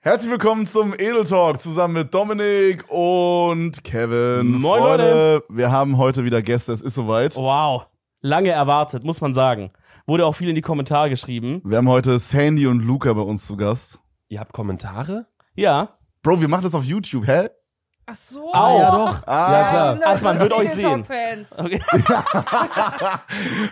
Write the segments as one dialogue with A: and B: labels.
A: Herzlich willkommen zum Edel Talk zusammen mit Dominik und Kevin.
B: Moin,
A: Freunde, Wir haben heute wieder Gäste, es ist soweit.
B: Wow. Lange erwartet, muss man sagen. Wurde auch viel in die Kommentare geschrieben.
A: Wir haben heute Sandy und Luca bei uns zu Gast.
C: Ihr habt Kommentare?
B: Ja.
A: Bro, wir machen das auf YouTube, hä?
D: Ach so.
B: Au.
D: ja, genau.
B: doch.
A: Ah,
C: klar.
B: Also, man wird euch sehen.
D: Fans.
B: Okay.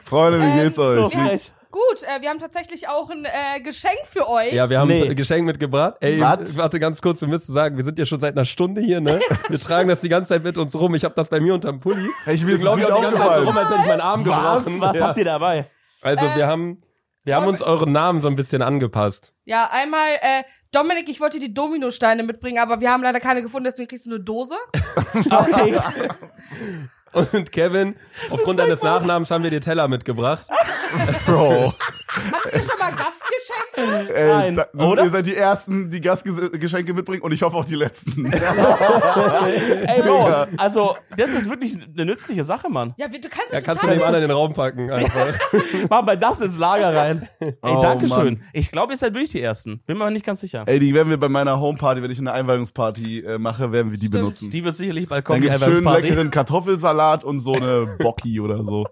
A: Freunde, wie
D: Ähm,
A: geht's
B: So
A: euch? Wie-
B: frech.
D: Gut, äh, wir haben tatsächlich auch ein äh, Geschenk für euch.
C: Ja, wir haben
B: Nee.
C: ein Geschenk mitgebracht. Ey,
A: Was?
C: warte ganz kurz, wir müssen sagen, wir sind ja schon seit einer Stunde hier, ne? Wir tragen das die ganze Zeit mit uns rum. Ich habe das bei mir unterm Pulli.
A: Ich will
C: Wir
A: es nicht
C: glauben auch die ganze Zeit so rum,
A: aufgefallen.
C: als hätte ich meinen Arm
A: Was?
C: gebrochen.
B: Was
C: ja.
B: habt ihr dabei?
C: Also
B: Äh,
C: wir haben, wir haben uns euren Namen so ein bisschen angepasst.
D: Ja, einmal, äh, Dominik, ich wollte dir die Dominosteine mitbringen, aber wir haben leider keine gefunden, deswegen kriegst du eine Dose.
B: Okay.
C: Und Kevin, aufgrund deines Nachnamens haben wir dir Teller mitgebracht.
B: Ah,
A: Bro.
D: Habt ihr schon mal Gastgeschenke?
A: Ey,
B: Nein,
A: da, das-
B: oder?
A: Ihr seid die Ersten, die Gastgeschenke mitbringen und ich hoffe auch die Letzten.
B: Ey, Bro.
A: Ja.
B: Also, das ist wirklich eine nützliche Sache, Mann.
D: Ja, wir, du kannst
C: Ja,
D: uns
C: kannst du
D: total
C: dem anderen in den Raum packen einfach.
B: Mach mal das ins Lager rein. Ey,
A: Oh,
B: Dankeschön. Ich glaube, ihr seid wirklich die Ersten. Bin mir aber nicht ganz sicher.
A: Ey, die werden wir bei meiner Homeparty, wenn ich eine Einweihungsparty äh, mache, werden wir die benutzen.
B: Die wird sicherlich bald
A: Dann
B: kommen, die
A: gibt's schön
B: Erwerbsparty.
A: leckeren Kartoffelsalat und so eine Bocki oder so.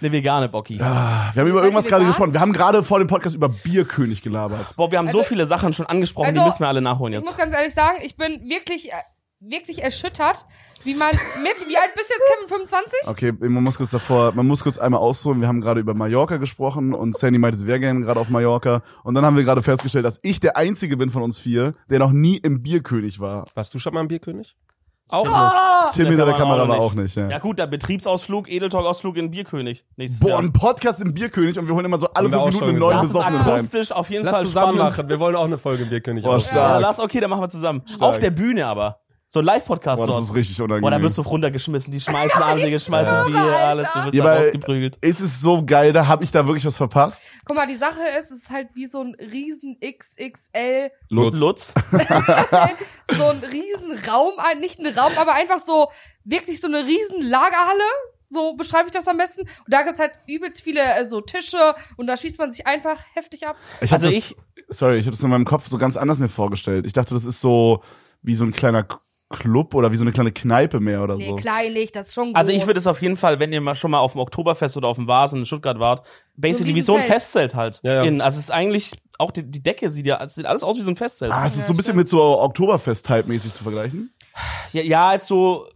B: Eine vegane Bocki.
A: Wir haben über
D: Seid
A: irgendwas
D: ihr
A: gerade
D: vegan?
A: gesprochen. Wir haben gerade vor dem Podcast über Bierkönig gelabert.
B: Boah, wir haben so
D: Also-
B: viele Sachen schon angesprochen, die
D: Also,
B: müssen wir alle nachholen
D: Ich muss
B: jetzt.
D: ganz ehrlich sagen, ich bin wirklich, äh, wirklich erschüttert, wie man mit, wie alt bist du jetzt, Kevin? 25?
A: Okay, man muss kurz davor, man muss kurz einmal ausholen. Wir haben gerade über Mallorca gesprochen und Sandy meinte, sie wäre gerne gerade auf Mallorca. Und dann haben wir gerade festgestellt, dass ich der Einzige bin von uns vier, der noch nie im Bierkönig war.
C: Warst du schon mal ein Bierkönig? Auch
D: Ah.
A: Tim hinter der Kamera war auch nicht.
B: Ja
A: Ja.
B: gut, der Betriebsausflug, Edeltalk-Ausflug in Bierkönig. Nächstes
A: Boah,
B: Jahr.
A: ein Podcast im Bierkönig und wir holen immer so alle
C: Haben wir
A: fünf
C: auch
A: Minuten
C: schon
A: einen neuen
B: Das ist
A: Besoffenen rein.
B: akustisch auf jeden
C: Lass
B: Fall
C: zusammen
B: spannend.
C: machen. Wir wollen auch eine Folge Bierkönig
A: Boah,
C: aufnehmen.
B: Ja,
A: stark.
B: lass, okay, dann machen wir zusammen. Auf der Bühne aber. So ein Live-Podcast
A: Boah, das
B: dort.
A: ist richtig unangenehm.
B: Boah, da bist du runtergeschmissen. Die schmeißen alles, die schmeißen Bier,
D: Alter.
B: alles. Du bist
A: Ja,
B: da
A: weil-
B: rausgeprügelt.
A: ist es so geil, da habe ich da wirklich was verpasst.
D: Guck mal, die Sache ist, es ist halt wie so ein riesen XXL
B: Lutz. Lutz.
D: so ein riesen Raum, ein- nicht ein Raum, aber einfach so wirklich so eine riesen Lagerhalle. So beschreibe ich das am besten. Und da gibt's halt übelst viele äh, so Tische und da schießt man sich einfach heftig ab.
A: Ich
B: Also
A: hab
B: ich-
A: Das, sorry, ich habe das in meinem Kopf so ganz anders mir vorgestellt. Ich dachte, das ist so wie so ein kleiner K- Club oder wie so eine kleine Kneipe mehr oder
D: Nee,
A: so.
D: klein nicht, das ist schon groß.
B: Also ich würde es auf jeden Fall, wenn ihr mal schon mal auf dem Oktoberfest oder auf dem Vasen in Stuttgart wart, basically
D: So ein
B: wie so ein
D: Riesenzelt.
B: Festzelt halt.
C: Ja, ja.
B: Innen. Also es ist eigentlich, auch die, die Decke sieht ja, es sieht alles aus wie so ein Festzelt.
A: Ah, es ist
D: Ja,
A: so ein bisschen mit so Oktoberfest-Type mäßig zu vergleichen.
B: Ja, ja als so,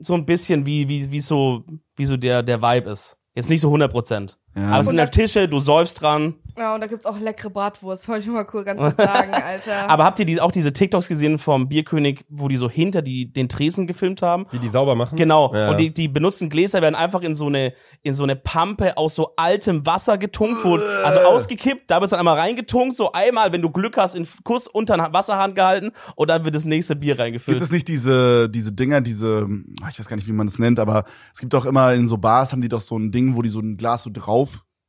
B: so ein bisschen wie, wie, wie so, wie so der, der Vibe ist. Jetzt nicht so 100 Prozent.
A: Ja.
B: Aber es sind da Tische, du säufst dran.
D: Ja, und da gibt's auch leckere Bratwurst, wollte ich mal cool ganz kurz sagen, Alter.
B: Aber habt ihr die, auch diese TikToks gesehen vom Bierkönig, wo die so hinter die, den Tresen gefilmt haben?
C: Wie die sauber machen?
B: Genau.
C: Ja.
B: Und die, die benutzten Gläser werden einfach in so eine, in so eine Pampe aus so altem Wasser getunkt, wo, also
A: Äh.
B: ausgekippt, da wird dann einmal reingetunkt, so einmal, wenn du Glück hast, in Kuss unter den Wasserhahn gehalten und dann wird das nächste Bier
A: Gibt
B: reingefüllt.
A: es nicht diese, diese Dinger, diese, ah, ich weiß gar nicht, wie man das nennt, aber es gibt auch immer in so Bars, haben die doch so ein Ding, wo die so ein Glas so drauf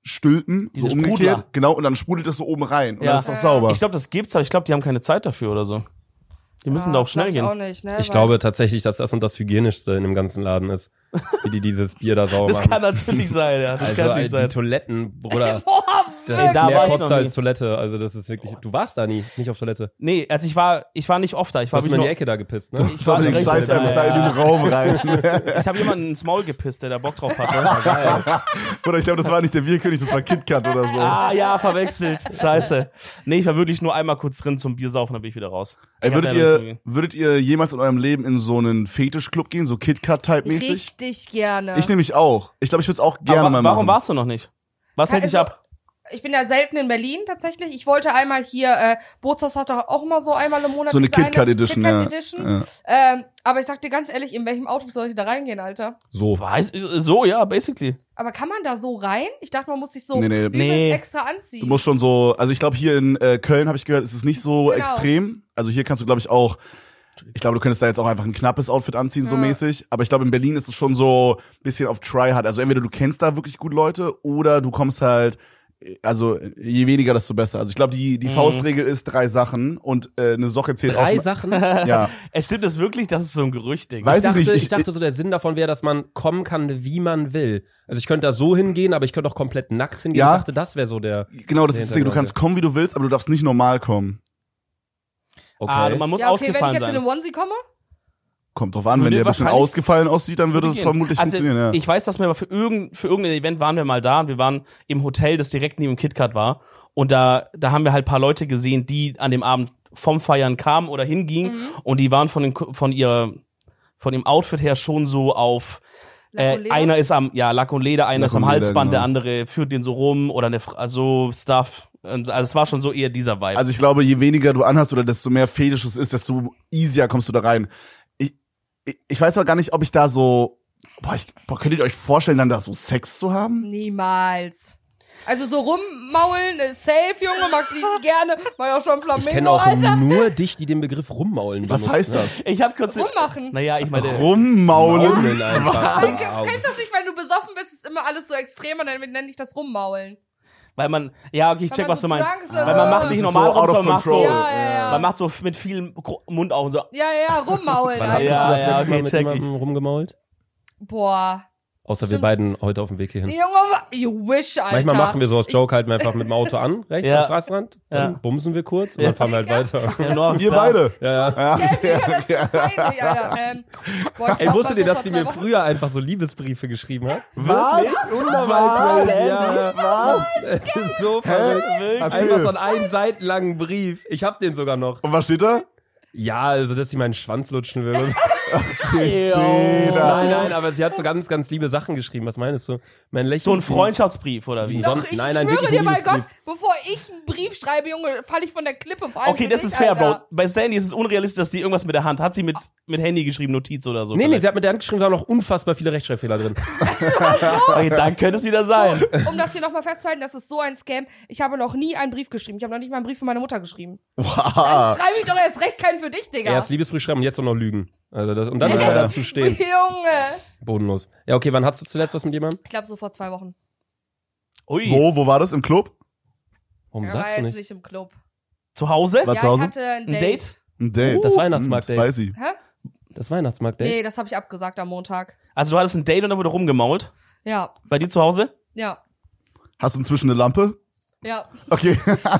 A: stülpen,
B: Diese
A: so umgekehrt.
B: Sprudler.
A: Genau, und dann sprudelt das so oben rein. Und
B: Ja.
A: dann ist doch sauber.
B: ich glaube, das gibt's, aber ich glaube, die haben keine Zeit dafür oder so. Die müssen
D: Ja,
B: da auch schnell
D: Ah, glaub ich
B: gehen.
D: Auch nicht, ne?
C: Ich
D: Weil-
C: glaube tatsächlich, dass das und das Hygienischste in dem ganzen Laden ist. Wie die dieses Bier da sauber
B: Das
C: machen.
B: kann natürlich sein, ja. Das
C: also
B: kann
C: äh,
B: natürlich
C: die
B: sein.
C: Toiletten, Bruder.
D: Boah,
C: Das ist
B: da war
C: mehr
B: ich noch
C: Kotze als
B: nie.
C: Toilette. Also das ist wirklich. Du warst da nie, nicht auf Toilette.
B: Nee, also ich war, ich war nicht oft da. Ich
C: Du
B: war
C: hast
B: wirklich
C: mir in die
B: nur,
C: Ecke da gepisst, ne?
B: ich war
A: Dominik
B: nicht
A: scheißt
B: da,
A: einfach da in den Raum rein.
B: Ich habe jemanden ins Maul gepisst, der da Bock drauf hatte.
A: Oder ich glaube, das war nicht der Bierkönig, das war KitKat oder so.
B: ah ja, verwechselt. Scheiße. Nee, ich war wirklich nur einmal kurz drin zum Biersaufen, dann bin ich wieder raus.
A: Ey,
B: Ich hab
A: würdet,
B: da nicht
A: ihr,
B: mitgegangen.
A: würdet ihr jemals in eurem Leben in so einen Fetischclub gehen, so KitKat-Type-mäßig?
D: richtig gerne.
A: Ich nehme mich auch. Ich glaube, ich würde es auch gerne
B: Aber wa-
A: mal machen.
B: warum warst du noch nicht? Was hält dich
D: Also,
B: ab?
D: Ich bin ja selten in Berlin tatsächlich. Ich wollte einmal hier, äh, Bootshaus hat doch auch immer so einmal im Monat
A: so eine
D: diese
A: KitKat Edition,
D: KitKat
A: ja.
D: Edition.
A: ja.
D: Ähm, aber ich sag dir ganz ehrlich, in welchem Outfit soll ich da reingehen, Alter?
C: So.
B: Weiß, Äh, so, ja, basically.
D: Aber kann man da so rein? Ich dachte, man muss sich so
A: Nee, nee.
D: übelst
B: Nee.
D: extra anziehen.
A: Du musst schon so, also ich glaube hier in äh, Köln habe ich gehört, ist es nicht so
D: Genau.
A: extrem. Also hier kannst du glaube ich auch ich glaube, du könntest da jetzt auch einfach ein knappes Outfit anziehen so
D: Ja.
A: mäßig, aber ich glaube in Berlin ist es schon so ein bisschen auf try hard. Also entweder du kennst da wirklich gut Leute oder du kommst halt äh, also je weniger desto besser. Also ich glaube die die
B: Mhm.
A: Faustregel ist drei Sachen und äh, eine Socke zählt
C: Drei
A: auch.
C: Sachen. Ich
A: Ja,
B: Es stimmt das wirklich, das ist so ein Gerüchtding.
A: Weiß ich
C: dachte,
A: nicht,
C: ich,
A: ich-
C: dachte so, der Sinn davon wäre, dass man kommen kann, wie man will. Also ich könnte da so hingehen, aber ich könnte auch komplett nackt hingehen.
A: Ja.
C: Ich dachte, das wäre so der.
A: genau, das
C: Nee,
A: ist das Ding, du
C: Hintergrund,
A: kannst kommen, wie du willst, aber du darfst nicht normal kommen.
C: Okay.
B: Ah, man muss
D: ja, okay, wenn ich
B: ausgefallen
D: jetzt in
B: sein.
D: den Onesie komme?
A: Kommt drauf an, wenn
B: Würde
A: der ein bisschen
B: wahrscheinlich-
A: ausgefallen aussieht, dann würde es
B: gehen.
A: vermutlich
B: also,
A: funktionieren, ja.
B: Ich weiß, dass wir mal für, irgend, für irgendein Event waren wir mal da und wir waren im Hotel, das direkt neben dem KitKat war. Und da, da haben wir halt paar Leute gesehen, die an dem Abend vom Feiern kamen oder hingingen
D: Mhm.
B: und die waren von, den, Ko- von ihrer von dem Outfit her schon so auf
D: Lack
B: äh,
D: und Leder?
B: einer ist am ja Lack und Leder, einer
A: Lack
B: ist am
A: und Leder,
B: Halsband, der
A: genau.
B: andere führt den so rum oder eine Fra- also Stuff. Und, also es war schon so eher dieser Vibe.
A: Also ich glaube, je weniger du anhast oder desto mehr fetisch es ist, desto easier kommst du da rein. Ich, ich, ich weiß aber gar nicht, ob ich da so, boah, ich, boah, könntet ihr euch vorstellen, dann da so Sex zu haben?
D: Niemals. Also so rummaulen, äh, safe, Junge, mag ich gerne. War ja auch schon
C: ich
D: Flamingo,
C: kenne auch
D: Alter.
C: nur dich, die den Begriff rummaulen
A: Was
C: benutzt,
A: heißt
C: ne?
A: das?
B: ich habe kurz
D: Rummachen.
B: Naja, ich meine
A: Rummaulen?
C: Maulen einfach.
D: Weil,
C: Wow.
D: Kennst du das nicht, wenn du besoffen bist, ist immer alles so extrem und dann nenne ich das rummaulen.
B: Weil man, ja, okay, ich
D: Weil
B: check,
D: man
B: was
D: so
B: du meinst.
D: drunk ist,
B: Weil
D: äh,
B: man macht
D: Das
B: nicht
A: Ah. ist
B: normal
A: so
B: rum,
A: out of
B: sondern macht so,
A: control.
D: Ja, ja, ja.
B: Oh, man macht so mit viel Gro- Mund auf und so.
D: Ja, ja, ja, rummaulen,
C: Wann hast
D: Alter.
C: du
B: Ja,
C: das
B: ja,
C: letzte
B: okay,
C: Mal mit
B: check
C: jemandem rumgemault?
D: Boah.
C: Außer wir
D: Stimmt.
C: beiden heute auf dem Weg hierhin.
D: Junge, wa- you wish, Alter.
C: Manchmal machen wir so aus
D: Ich-
C: Joke, halten wir einfach mit dem Auto an, rechts
B: Ja.
C: am Straßenrand, dann
B: Ja.
C: bumsen wir kurz und
B: Ja.
C: dann fahren wir halt weiter.
B: Ja, Norm,
A: Wir
B: klar.
A: beide.
C: Ja, ja.
A: Ja,
D: Ey, Digga, das ist peinlich, Alter. Ähm, boah, ich
C: Ey,
D: glaub,
C: wusstet
D: das
C: ihr,
D: ist
C: dass
D: vor
C: sie
D: zwei
C: mir
D: Wochen-
C: früher einfach so Liebesbriefe geschrieben hat?
B: Oh
A: Was?
C: Wunderbar,
A: Was?
C: Ja,
A: Was?
C: es ist so verrückt. Einfach so einen einen seitenlangen Brief. Ich hab den sogar noch.
A: Und was steht da?
C: Ja, also, dass sie meinen Schwanz lutschen will. und so.
A: Jeder.
C: Nein, nein, aber sie hat so ganz, ganz liebe Sachen geschrieben. Was meinest du? Mein Lächeln.
B: So ein Freundschaftsbrief oder wie?
C: Ja.
D: Doch,
C: Sonnen-
D: ich
C: Nein, nein,
D: schwöre
C: wirklich
D: dir
C: ein
D: bei Gott,
C: Liebesbrief.
D: bevor ich einen Brief schreibe, Junge, falle ich von der Klippe. Vor allem
B: Okay,
D: für
B: das
D: dich,
B: ist fair,
D: Alter.
B: Bro. Bei Sandy ist es unrealistisch, dass sie irgendwas mit der Hand hat. Sie mit, mit Handy geschrieben, Notiz oder so.
C: Nee, nee,
B: vielleicht.
C: sie hat mit der Hand geschrieben, da waren noch unfassbar viele Rechtschreibfehler drin.
B: okay, dann könnte es wieder sein.
D: Um das hier nochmal festzuhalten, das ist so ein Scam. Ich habe noch nie einen Brief geschrieben. Ich habe noch nicht mal einen Brief für meine Mutter geschrieben. Dann
A: Wow.
D: schreibe ich doch erst recht keinen für dich, Digga.
C: Ah. Erst Liebesbrief schreiben und jetzt auch noch lügen. Also das, und dann
A: Ja.
C: einfach dazu stehen.
D: Junge.
C: Bodenlos. Ja, okay, wann hast du zuletzt was mit jemandem?
D: Ich glaube, so vor zwei Wochen.
B: Ui.
A: Wo, wo war das? Im Club?
C: Warum
D: Er war
C: sagst
D: jetzt
C: du
D: nicht.
C: nicht?
D: im Club.
B: Zu Hause?
A: Was?
D: ja,
A: zu Hause?
D: ich hatte ein
B: Ein
D: Date.
B: Date?
A: Ein Date.
C: Das Weihnachtsmarkt-Date.
A: Mm, Spicy.
D: Hä?
C: Das Weihnachtsmarkt-Date?
D: Nee, das habe ich abgesagt am Montag.
B: Also du hattest ein Date und dann wurde rumgemault.
D: Ja,
B: Bei dir zu Hause?
D: ja,
A: Hast du inzwischen eine Lampe?
D: ja.
A: Okay.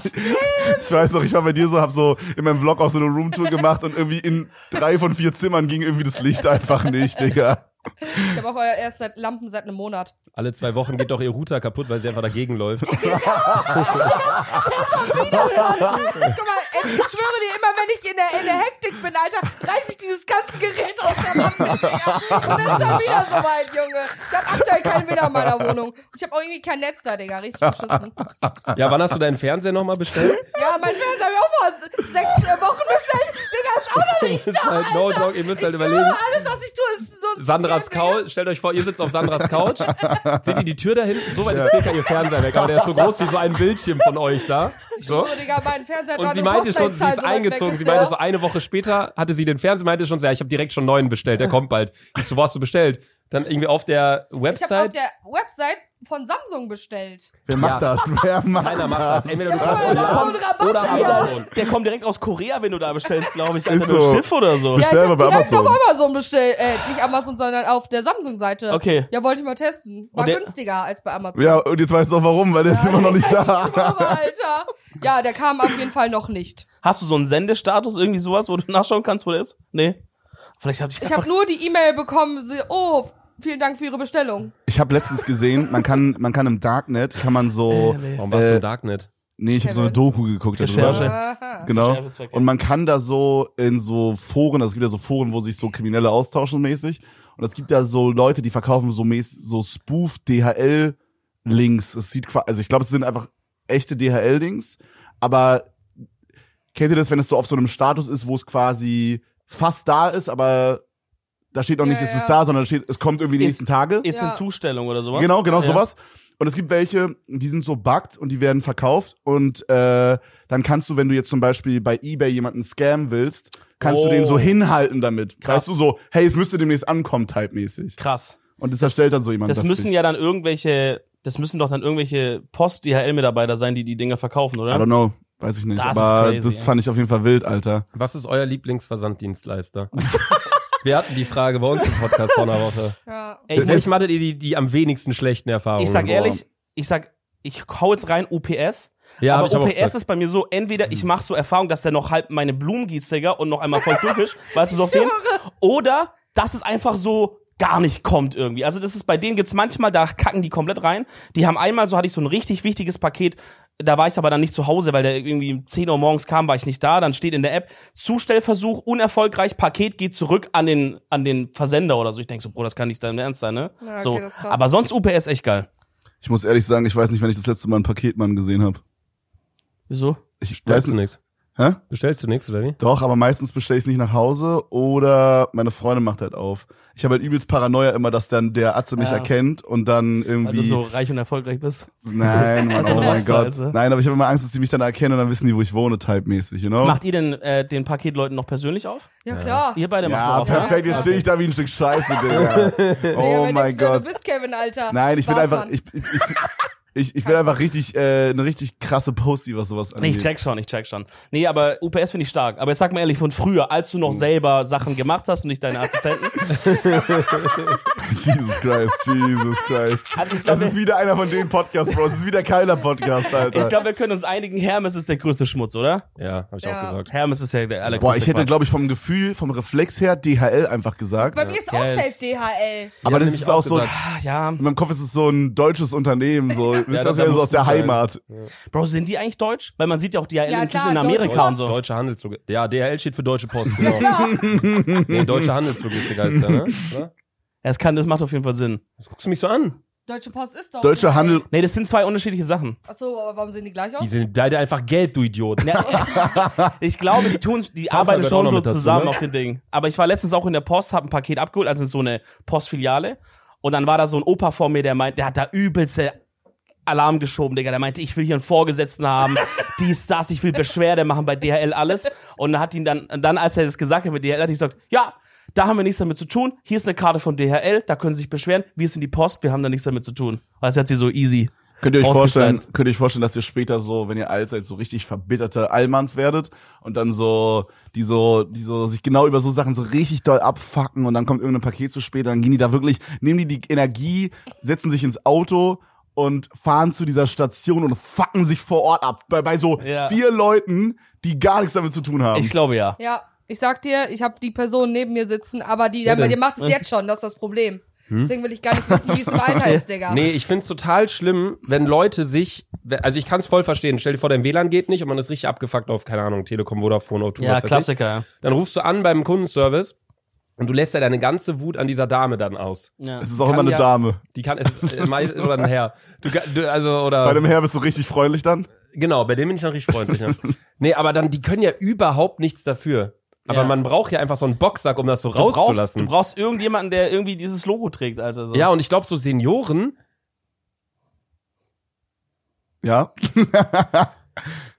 A: ich weiß noch, ich war bei dir so, hab so in meinem Vlog auch so eine Roomtour gemacht und irgendwie in drei von vier Zimmern ging irgendwie das Licht einfach nicht, Digga.
D: Ich habe auch äh, erst seit Lampen seit einem Monat.
C: Alle zwei Wochen geht doch ihr Router kaputt, weil sie einfach dagegen läuft.
D: Guck mal, ey, ich schwöre dir, immer wenn ich in der, in der Hektik bin, Alter, reiß ich dieses ganze Gerät aus der Wand. Digga. Und das ist schon wieder soweit, Junge. Ich habe aktuell keinen WLAN in meiner Wohnung. Und ich habe auch irgendwie kein Netz da, Digga. Richtig beschissen.
C: Ja, wann hast du deinen Fernseher nochmal bestellt?
D: Ja, mein Fernseher habe ich auch vor se- sechs äh, Wochen bestellt. Digga, ist auch noch nicht
C: Das ist
D: da,
C: halt
D: Alter.
C: no joke, ihr müsst
D: ich
C: halt
D: schwöre, genau.
C: überlegen.
D: alles, was ich tue, ist so ein
C: Sandras
D: Scam, Digga.
C: Couch, stellt euch vor, ihr sitzt auf Sandras Couch, seht ihr die Tür da hinten, so weit ist circa ihr Fernseher weg, aber der ist so groß wie so ein Bildschirm von euch da.
D: Ich
C: So.
D: schwöre, Digga, mein Fernseher hat
C: Und
D: gerade
C: sie
D: eine
C: meinte schon, sie
D: Postleitzahl,
C: ist
D: so weit weg
C: eingezogen. Sie
D: der.
C: meinte so eine Woche später hatte sie den Fernseher, meinte schon so, ja, ich habe direkt schon neuen bestellt, der kommt bald. Ich so, wo hast du bestellt? Dann irgendwie auf der
D: Ich habe auf
C: Website.
D: der Website von Samsung bestellt.
A: Wer macht
C: Ja.
A: das? Wer macht
C: Keiner
A: das?
C: macht das. Entweder du
D: Ja,
C: kaufst von
D: da
C: der
D: kommt
C: Hand
D: Rabatt,
C: oder am
D: ja.
C: Amazon.
B: Der kommt direkt aus Korea, wenn du da bestellst, glaube ich. Alter,
A: Ist
B: nur
A: so.
B: Schiff oder
A: Best-
B: so.
D: Ja, ich
A: Bestell
D: hab
A: mal bei
D: direkt
A: Amazon.
D: auf Amazon bestellt. Äh, nicht Amazon, sondern auf der Samsung-Seite.
B: Okay.
D: Ja, wollte ich mal testen. War
B: Und der-
D: günstiger als bei Amazon.
A: Ja, und jetzt weißt du auch warum, weil der ist immer noch nicht da.
D: Aber, Alter. Ja, der kam auf jeden Fall noch nicht.
B: Hast du so einen Sendestatus, irgendwie sowas, wo du nachschauen kannst, wo der ist? Nee. Vielleicht hab ich,
D: Ich
B: einfach-
D: habe nur die E-Mail bekommen, sie, oh, vielen Dank für Ihre Bestellung.
A: Ich habe letztens gesehen, man kann, man kann im Darknet, kann man so,
C: Warum warst du
A: Äh,
C: im Darknet?
A: nee, ich habe so eine Doku geguckt
B: Recherche.
A: darüber.
D: Aha.
A: Genau.
B: Recherchezwecke.
A: Und man kann da so in so Foren, also es gibt ja so Foren, wo sich so Kriminelle austauschen mäßig. Und es gibt da so Leute, die verkaufen so mäß, so Spoof DHL Links. Es sieht qua- also ich glaube, es sind einfach echte DHL Links, aber kennt ihr das, wenn es so auf so einem Status ist, wo es quasi fast da ist, aber da steht noch
D: Ja,
A: nicht, es
D: ja.
A: ist da, sondern steht, es kommt irgendwie die
B: Ist-
A: nächsten Tage.
B: ist
D: Ja.
B: in Zustellung oder sowas.
A: Genau, genau
B: Ja.
A: sowas. Und es gibt welche, die sind so bugged und die werden verkauft. Und äh, dann kannst du, wenn du jetzt zum Beispiel bei eBay jemanden scammen willst, kannst
B: Oh.
A: du den so hinhalten damit.
B: Krass.
A: Weißt du so, hey, es müsste demnächst ankommen, typemäßig.
B: Krass.
A: Und das erstellt dann so jemand.
B: Das
A: für
B: müssen
A: dich.
B: ja dann irgendwelche, das müssen doch dann irgendwelche Post-DHL-Mitarbeiter sein, die die Dinger verkaufen,
A: I don't
B: oder?
A: know, weiß ich nicht.
B: ne? Das ist
A: aber
B: crazy,
A: das
B: ja.
A: fand ich auf jeden Fall wild, Alter.
C: Was ist euer Lieblingsversanddienstleister? Wir hatten die Frage bei uns im Podcast vor einer Woche.
D: Ja.
B: Ey, ich,
C: Mit
B: muss,
C: welchem hattet ihr die, die am wenigsten schlechten Erfahrungen?
B: ich sag
A: Boah.
B: ehrlich, ich sag, ich hau jetzt rein UPS,
C: Ja, hab
B: aber
C: ich aber auch
B: OPS
C: gesagt.
B: ist bei mir so, entweder ich mache so Erfahrung, dass der noch halb meine Blumen gießt, Digga, und noch einmal voll durchwischt, weißt du, so auf dem. Oder, dass es einfach so gar nicht kommt irgendwie. Also das ist bei denen gibt's manchmal, da kacken die komplett rein. Die haben einmal so, hatte ich so ein richtig wichtiges Paket, da war ich aber dann nicht zu Hause, weil der irgendwie um 10 Uhr morgens kam, war ich nicht da, dann steht in der App, Zustellversuch, unerfolgreich, Paket geht zurück an den, an den Versender oder so. Ich denk so, Bro, das kann nicht dein Ernst sein, ne?
D: Ja, okay,
B: so.
D: das ist krass.
B: Aber sonst UPS echt geil.
A: Ich muss ehrlich sagen, ich weiß nicht, wann ich das letzte Mal einen Paketmann gesehen habe.
B: Wieso?
A: Ich weiß
C: Bestellst du
A: nicht.
C: nichts?
A: Hä?
C: Bestellst du nichts, oder wie?
A: Doch, aber meistens bestelle ich es nicht nach Hause oder meine Freundin macht halt auf. Ich habe halt übelst Paranoia immer, dass dann der Atze mich
B: Ja.
A: erkennt und dann
B: Weil
A: irgendwie.
B: du so reich und erfolgreich bist.
A: Nein, Mann,
B: Also
A: oh mein Gott.
B: Rockstar-Scheiße.
A: Nein, aber ich habe immer Angst, dass die mich dann erkennen und dann wissen die, wo ich wohne, typemäßig, you know?
B: Macht ihr denn äh, den Paketleuten noch persönlich auf?
A: Äh,
D: Ja, klar.
B: Ihr beide
A: ja,
B: macht noch auf. ne?
A: perfekt, jetzt stehe ich da wie ein Stück Scheiße, Digga.
D: Digga,
A: Oh
D: wer
A: mein
D: denkst du, wer
A: Gott.
D: Du bist Kevin, Alter.
A: Nein, ich bin
D: Spaß,
A: einfach.
D: Mann.
A: Ich, ich, ich, ich, ich bin einfach richtig, äh, eine richtig krasse Posty, was sowas
B: Nee,
A: angeht.
B: ich check schon, ich check schon. Nee, aber UPS finde ich stark. Aber jetzt sag mal ehrlich, von früher, als du noch
A: Hm.
B: selber Sachen gemacht hast und nicht deine Assistenten.
A: Jesus Christ, Jesus Christ.
B: Also ich
A: das
B: glaube-
A: ist wieder einer von den Podcasts, Bro. Das ist wieder keiner Podcast, Alter.
B: Ich glaube, wir können uns einigen, Hermes ist der größte Schmutz, oder?
C: Ja, habe ich
D: Ja.
C: auch gesagt.
B: Hermes ist ja der allergrößte
A: Boah, ich hätte,
B: Quatsch.
A: glaube ich, vom Gefühl, vom Reflex her DHL einfach gesagt.
D: Bei mir ist auch
B: Yes.
D: safe DHL.
A: Aber das
C: nämlich
A: ist auch,
C: auch
A: so,
C: gesagt.
B: Ah, ja.
A: in meinem Kopf ist es so ein deutsches Unternehmen, so, wisst ihr,
C: das-
A: das wäre
C: da
A: so
C: muss
A: aus der
C: gut sein.
A: Heimat.
B: Bro, sind die eigentlich deutsch? Weil man sieht ja auch die ja,
D: Ja,
B: im Titel
D: klar,
B: in Amerika
D: Deutsche
B: und so.
C: Deutsche Handelslogistik. Ja, DHL steht für Deutsche Post. Genau. nee, Deutsche Handelslogistik heißt der, ne? Ja?
B: Das, kann, das macht auf jeden Fall Sinn.
C: Guckst du mich so an?
D: Deutsche Post ist doch.
A: Deutscher Handel,
B: Nee, das sind zwei unterschiedliche Sachen.
D: Achso, aber warum sehen die gleich aus?
C: Die sind beide einfach gelb, du Idiot.
B: Ich glaube, die tun, die
C: Samstag
B: arbeiten
C: gehört auch
B: schon
C: noch
B: so
C: mit dazu,
B: zusammen
C: ne?
B: auf den Ding. Aber ich war letztens auch in der Post, hab ein Paket abgeholt, also so eine Postfiliale. Und dann war da so ein Opa vor mir, der meint, der hat da übelste Alarm geschoben, Digga. Der meinte, ich will hier einen Vorgesetzten haben, dies, das, ich will Beschwerde machen bei DHL, alles. Und dann hat ihn dann, dann als er das gesagt hat mit DHL, hat er gesagt, ja, da haben wir nichts damit zu tun. Hier ist eine Karte von DHL, da können Sie sich beschweren. Wir sind die Post, wir haben da nichts damit zu tun. Weißt du, hat sie so easy.
A: könnt ihr euch
B: Ausgezeichnet.
A: vorstellen, könnt ihr euch vorstellen, dass ihr später so, wenn ihr alt seid, so richtig verbitterte Allmanns werdet und dann so, die so, die so sich genau über so Sachen so richtig doll abfacken und dann kommt irgendein Paket zu spät, dann gehen die da wirklich, nehmen die die Energie, setzen sich ins Auto und fahren zu dieser Station und facken sich vor Ort ab. Bei, bei so
B: Ja.
A: vier Leuten, die gar nichts damit zu tun haben.
B: Ich glaube ja.
D: Ja, ich sag dir, ich habe die Person neben mir sitzen, aber die,
C: Wer denn? Hm?
D: die macht es jetzt schon, das ist das Problem. Deswegen will ich gar nicht wissen, wie es im Alter ist, Digga.
C: Nee, ich find's total schlimm, wenn Leute sich, also ich kann's voll verstehen. Stell dir vor, dein WLAN geht nicht und man ist richtig abgefuckt auf, keine Ahnung, Telekom, Vodafone, O2,
B: Ja,
C: was weiß ich.
B: Klassiker.
C: Dann rufst du an beim Kundenservice und du lässt ja deine ganze Wut an dieser Dame dann aus.
B: Ja.
A: es ist auch
C: Kann
A: immer eine
C: ja-
A: Dame.
C: Die kann, es ist äh, meist, oder ein Herr. Du, ka- du, also, oder.
A: Bei
B: Ähm.
A: dem Herr bist du richtig freundlich dann?
C: Genau, bei dem bin ich noch richtig freundlich. Ne? nee, aber dann, die können ja überhaupt nichts dafür.
B: Ja.
C: Aber man braucht ja einfach so einen Boxsack, um das so
B: Du brauchst, du
C: rauszulassen.
B: brauchst irgendjemanden, der irgendwie dieses Logo trägt, Alter. So.
C: ja, und ich glaube, so Senioren,
A: Ja.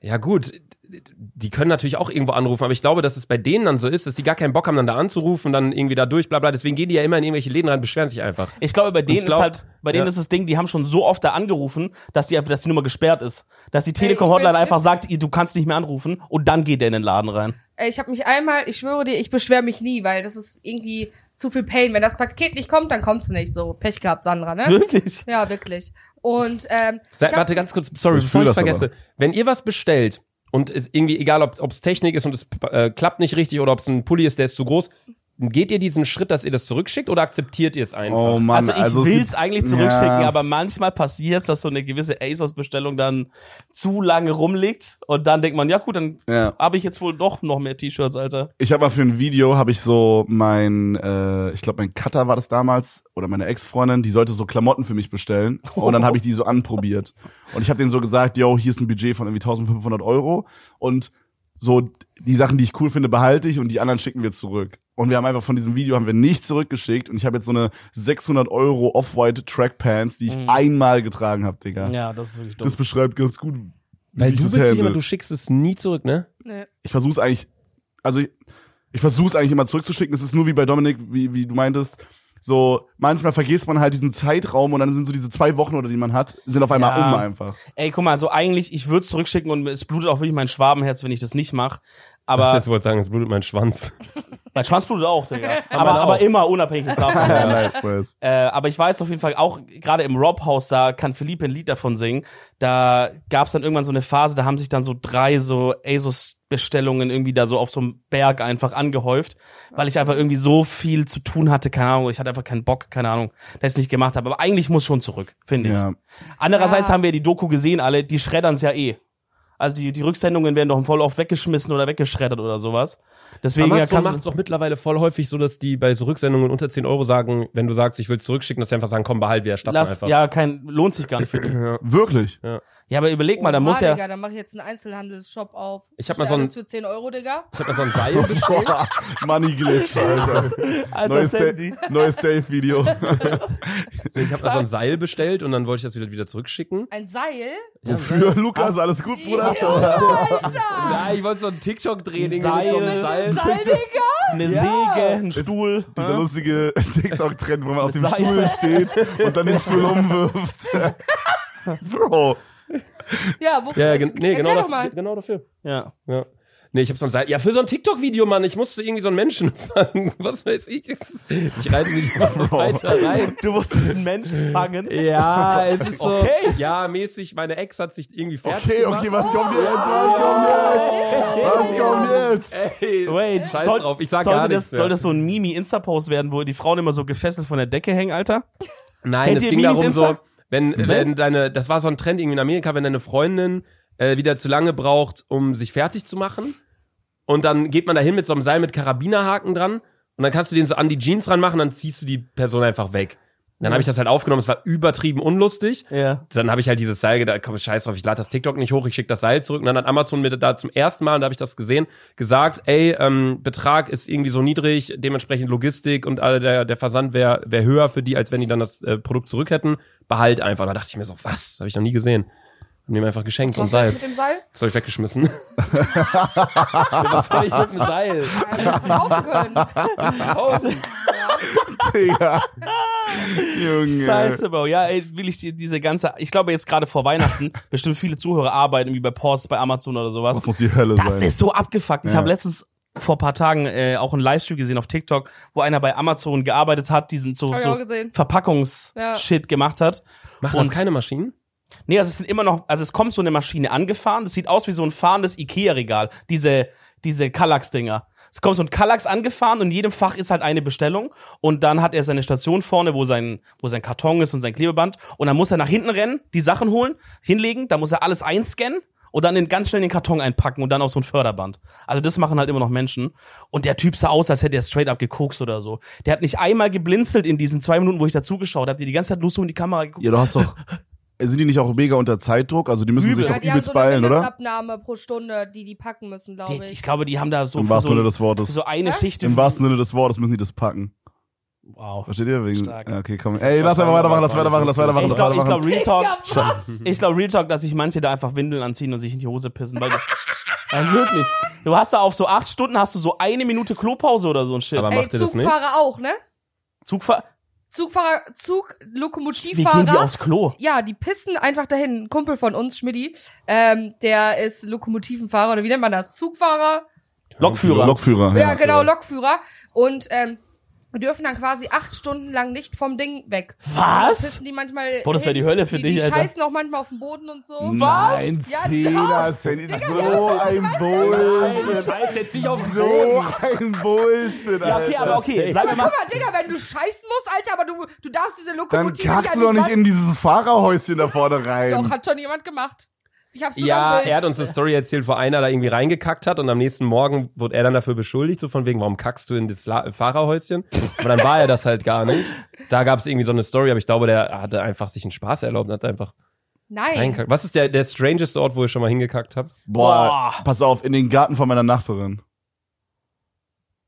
C: ja gut, die können natürlich auch irgendwo anrufen, aber ich glaube, dass es bei denen dann so ist, dass die gar keinen Bock haben, dann da anzurufen, dann irgendwie da durch, bla bla. Deswegen gehen die ja immer in irgendwelche Läden rein, beschweren sich einfach.
B: Ich glaube, bei denen
C: glaub-
B: ist halt, bei denen
C: ja.
B: ist das Ding, die haben schon so oft da angerufen, dass die, dass die Nummer gesperrt ist. Dass die Telekom
D: ich bin-
B: Hotline einfach sagt, ihr- du kannst nicht mehr anrufen und dann geht der in den Laden rein.
D: Ey, Ich habe mich einmal, ich schwöre dir, ich beschwere mich nie, weil das ist irgendwie zu viel Pain. Wenn das Paket nicht kommt, dann kommt's nicht. So, Pech gehabt, Sandra, ne?
B: Wirklich?
D: Ja, wirklich. Und, ähm,
C: Sei,
D: ich hab-
C: warte ganz kurz, sorry,
A: Ich
C: bevor
A: fühl das
C: ich vergesse. Wenn ihr was bestellt und es irgendwie, egal ob es Technik ist und es äh, klappt nicht richtig oder ob es ein Pulli ist, der ist zu groß, geht ihr diesen Schritt, dass ihr das zurückschickt oder akzeptiert ihr es einfach?
A: Oh Mann,
B: also
A: es
B: ich will's
A: gibt-
B: eigentlich zurückschicken,
A: Ja.
B: aber manchmal passiert's, dass so eine gewisse ASOS-Bestellung dann zu lange rumliegt und dann denkt man, ja gut, dann
A: Ja.
B: habe ich jetzt wohl doch noch mehr T-Shirts, Alter.
A: ich habe mal für ein Video habe ich so mein äh, ich glaube mein Cutter war das damals oder meine Ex-Freundin, die sollte so Klamotten für mich bestellen und dann habe ich die so anprobiert und ich habe denen so gesagt, yo, hier ist ein Budget von irgendwie 1500 Euro und so die Sachen, die ich cool finde, behalte ich und die anderen schicken wir zurück. Und wir haben einfach von diesem Video haben wir nichts zurückgeschickt und ich habe jetzt so eine 600 Euro Off-White Trackpants, die ich einmal getragen habe, Digga.
B: Mhm. Ja, das ist wirklich dumm.
A: Das beschreibt ganz gut, wie
C: Weil
A: ich
C: du
A: das
C: bist
A: handle.
C: jemand, du schickst es nie zurück, ne?
D: Nee.
A: ich versuche es eigentlich, also ich, ich versuche es eigentlich immer zurückzuschicken. Es ist nur wie bei Dominik, wie, wie du meintest, so manchmal vergisst man halt diesen Zeitraum und dann sind so diese zwei Wochen oder die man hat, sind auf einmal
B: Ja.
A: um einfach.
B: Ey, guck mal, also eigentlich, ich würd's zurückschicken und es blutet auch wirklich mein Schwabenherz, wenn ich das nicht mache.
C: Aber
B: Aber
C: das wollte sagen, es blutet mein Schwanz.
B: Mein Schwanz blutet auch, Digga. aber,
C: Meiner auch.
B: aber immer unabhängig davon.
A: Ja, nice, nice.
B: Äh, aber ich weiß auf jeden Fall auch, gerade im Rob-Haus, da kann Philippe ein Lied davon singen. Da gab's dann irgendwann so eine Phase, da haben sich dann so drei so ASOS-Bestellungen irgendwie da so auf so einem Berg einfach angehäuft, weil ich einfach irgendwie so viel zu tun hatte, keine Ahnung, ich hatte einfach keinen Bock, keine Ahnung, dass ich es nicht gemacht habe. Aber eigentlich muss schon zurück, finde ich.
A: Ja.
B: Andererseits
D: Ja.
B: haben wir die Doku gesehen, alle, die schreddern's ja eh. Also die, die Rücksendungen werden doch voll oft weggeschmissen oder weggeschreddert oder sowas. Deswegen ja,
C: Amazon
B: kannst
C: macht es auch mittlerweile voll häufig so, dass die bei so Rücksendungen unter 10 Euro sagen, wenn du sagst, ich will zurückschicken, dass sie einfach sagen, komm, behalt, wir
B: du,
C: erstatten
B: lass,
C: einfach.
B: ja, kein, lohnt sich gar nicht für die.
A: Wirklich?
B: Ja, aber überleg mal, da
D: Oha,
B: muss ja,
D: Digga, dann mach ich jetzt einen Einzelhandelsshop auf.
C: Ich hab mal
D: Stell
C: so ein-
D: alles für 10 Euro, Digga.
C: Ich hab mal so ein Seil bestellt.
A: Money Glitch, Alter.
B: Alter
A: Neues,
B: Sandy.
A: Da neues Dave-Video.
C: Ich hab mal so ein Seil bestellt und dann wollte ich das wieder, wieder zurückschicken.
D: Ein Seil?
A: Wofür, Lukas? Alles gut, Bruder?
D: Alter!
C: Ja, ich wollte so ein TikTok-Dreh,
B: Ah. Ein
C: Ding, mit so
B: Seil.
C: einem Seil.
D: Seil, Digga!
B: Eine Säge, ein Stuhl.
A: Dieser
B: hä?
A: lustige TikTok-Trend, wo man auf dem
B: Seife.
A: Stuhl steht und dann den Stuhl umwirft. Bro.
D: Ja, wofür?
C: Ja, ja, gen nee,
D: Erklär
C: genau,
D: doch
C: dafür,
D: mal.
C: genau dafür.
B: Ja.
C: Ja. Nee, ich hab so ein Seil. Ja, für so ein TikTok-Video, Mann. Ich musste irgendwie so einen Menschen fangen. Was weiß ich. Ich reite mich mal weiter rein.
B: Du musstest einen Menschen fangen.
C: Ja, es ist so.
B: Okay.
C: Ja, mäßig, meine Ex hat sich irgendwie fertig
A: Okay, okay, was kommt jetzt? Was kommt jetzt? Was kommt jetzt?
C: Ey,
B: Wait,
C: scheiß
B: soll,
C: drauf. Ich sag
B: sollte
C: gar nichts.
B: das,
C: mehr.
B: Soll das so ein Mimi-Insta-Post werden, wo die Frauen immer so gefesselt von der Decke hängen, Alter?
C: Nein,
B: Kennt
C: es
B: ihr
C: ging
B: Mimis
C: darum
B: Insta?
C: so, wenn, wenn deine, das war so ein Trend irgendwie in Amerika, wenn deine Freundin äh, wieder zu lange braucht, um sich fertig zu machen. Und dann geht man da hin mit so einem Seil mit Karabinerhaken dran. Und dann kannst du den so an die Jeans ranmachen, dann ziehst du die Person einfach weg. Dann habe ich das halt aufgenommen, es war übertrieben unlustig.
B: Ja.
C: Dann habe ich halt dieses Seil gedacht, komm, scheiß drauf, ich lade das TikTok nicht hoch, ich schicke das Seil zurück. Und dann hat Amazon mir da zum ersten Mal, und da habe ich das gesehen, gesagt, ey, ähm, Betrag ist irgendwie so niedrig, dementsprechend Logistik und alle der, der Versand wäre wär höher für die, als wenn die dann das äh, Produkt zurück hätten. Behalt einfach. Da dachte ich mir so, was? Habe ich noch nie gesehen. Haben die mir einfach geschenkt, so ein
D: Was soll ich
C: Seil.
D: mit dem Seil?
C: Das habe ich weggeschmissen. was soll ich mit dem Seil?
D: Ja, ich hab's mir kaufen können.
C: Tausend.
A: Digga. Junge.
B: Scheiße, Bro. Ja, ey, will ich die, diese ganze, ich glaube jetzt gerade vor Weihnachten, bestimmt viele Zuhörer arbeiten irgendwie bei Post, bei Amazon oder sowas.
A: Das muss die Hölle
B: Das
A: sein.
B: ist so abgefuckt. Ich
A: Ja.
B: habe letztens vor ein paar Tagen äh, auch einen Livestream gesehen auf TikTok, wo einer bei Amazon gearbeitet hat, diesen so,
D: Hab ich
B: so
D: auch gesehen.
B: Verpackungs-Shit gemacht hat.
C: Machen das
B: Und-
C: keine Maschinen?
B: Nee, also es sind immer noch, also es kommt so eine Maschine angefahren, das sieht aus wie so ein fahrendes Ikea-Regal, diese, diese Kallax-Dinger. Es kommt so ein Kallax angefahren und in jedem Fach ist halt eine Bestellung und dann hat er seine Station vorne, wo sein, wo sein Karton ist und sein Klebeband und dann muss er nach hinten rennen, die Sachen holen, hinlegen, dann muss er alles einscannen und dann in ganz schnell in den Karton einpacken und dann auf so ein Förderband. Also das machen halt immer noch Menschen. Und der Typ sah aus, als hätte er straight up gekokst oder so. Der hat nicht einmal geblinzelt in diesen zwei Minuten, wo ich dazugeschaut habe, die die ganze Zeit nur so in die Kamera geguckt.
A: Ja, du hast doch. Sind die nicht auch mega unter Zeitdruck? Also die müssen
B: Übel.
A: sich
D: Ja,
A: doch
D: die haben
A: übelst
D: so eine
A: beeilen, oder?
D: Mindestabnahme pro Stunde, die die packen müssen,
B: Die,
D: glaube ich.
B: ich glaube, die haben da so
A: Im
B: für
A: wahrsten
B: so,
A: Sinne des
B: für
A: Wortes.
B: so eine
D: Hä?
B: Schicht
A: Im wahrsten Sinne des Wortes müssen die das packen.
B: Wow.
A: Versteht ihr? Wegen,
B: Stark.
A: Ja, okay, komm. Ey, lass einfach weitermachen, lass weitermachen, lass weitermachen,
B: Ich
A: lass
B: glaube, ich
A: weitermachen.
B: glaub, Real Talk,
D: ja, was?
B: ich glaub, Real Talk, dass sich manche da einfach Windeln anziehen und sich in die Hose pissen, weil du, ja, wirklich. Du hast da auf so acht Stunden hast du so eine Minute Klopause oder so ein Shit.
C: Aber
D: Ey,
C: macht ihr das nicht?
D: Zugfahrer auch, ne?
B: Zugfahr,
D: Zugfahrer, Zug,
B: wie gehen die
D: Lokomotivfahrer.
B: aufs Klo?
D: ja, die pissen einfach dahin. Ein Kumpel von uns, Schmidti, ähm, der ist Lokomotivenfahrer oder wie nennt man das? Zugfahrer?
B: Lokführer.
A: Lokführer.
D: Ja,
A: Ja.
D: genau, Lokführer. Und ähm, dürfen dann quasi acht Stunden lang nicht vom Ding weg.
B: Was?
D: Da Pissen die manchmal.
B: Boah, das wär die
D: hin.
B: Hölle für
D: die,
B: dich,
D: die
B: Alter.
D: scheißen auch manchmal auf den Boden und so.
A: Nein,
D: Ja,
A: Zeder,
D: doch.
A: Sandy,
D: Digga,
A: so ein Bullshit.
B: Scheiß jetzt nicht auf
A: So ein Bullshit,
B: Ja, okay, aber okay, sag mir
D: Aber
B: mal.
D: guck mal, Digga, wenn du scheißen musst, Alter, aber du, du darfst diese
A: Dann
D: Lokomotive
A: kackst du
D: ja
A: doch nicht in dieses Fahrerhäuschen da vorne
D: Doch,
A: rein.
D: hat schon jemand gemacht. Ich hab's sogar im
C: Ja,
D: Bild.
C: er hat uns eine Story erzählt, wo einer da irgendwie reingekackt hat und am nächsten Morgen wurde er dann dafür beschuldigt, so von wegen, warum kackst du in das La Fahrerhäuschen? Aber dann war er das halt gar nicht. Da gab es irgendwie so eine Story, aber ich glaube, der hatte einfach sich einen Spaß erlaubt und hat einfach
D: Nein.
C: reingekackt. Was ist der, der strangeste Ort, wo ihr schon mal hingekackt habt?
A: Boah,
B: Boah.
A: pass auf, in den Garten von meiner Nachbarin.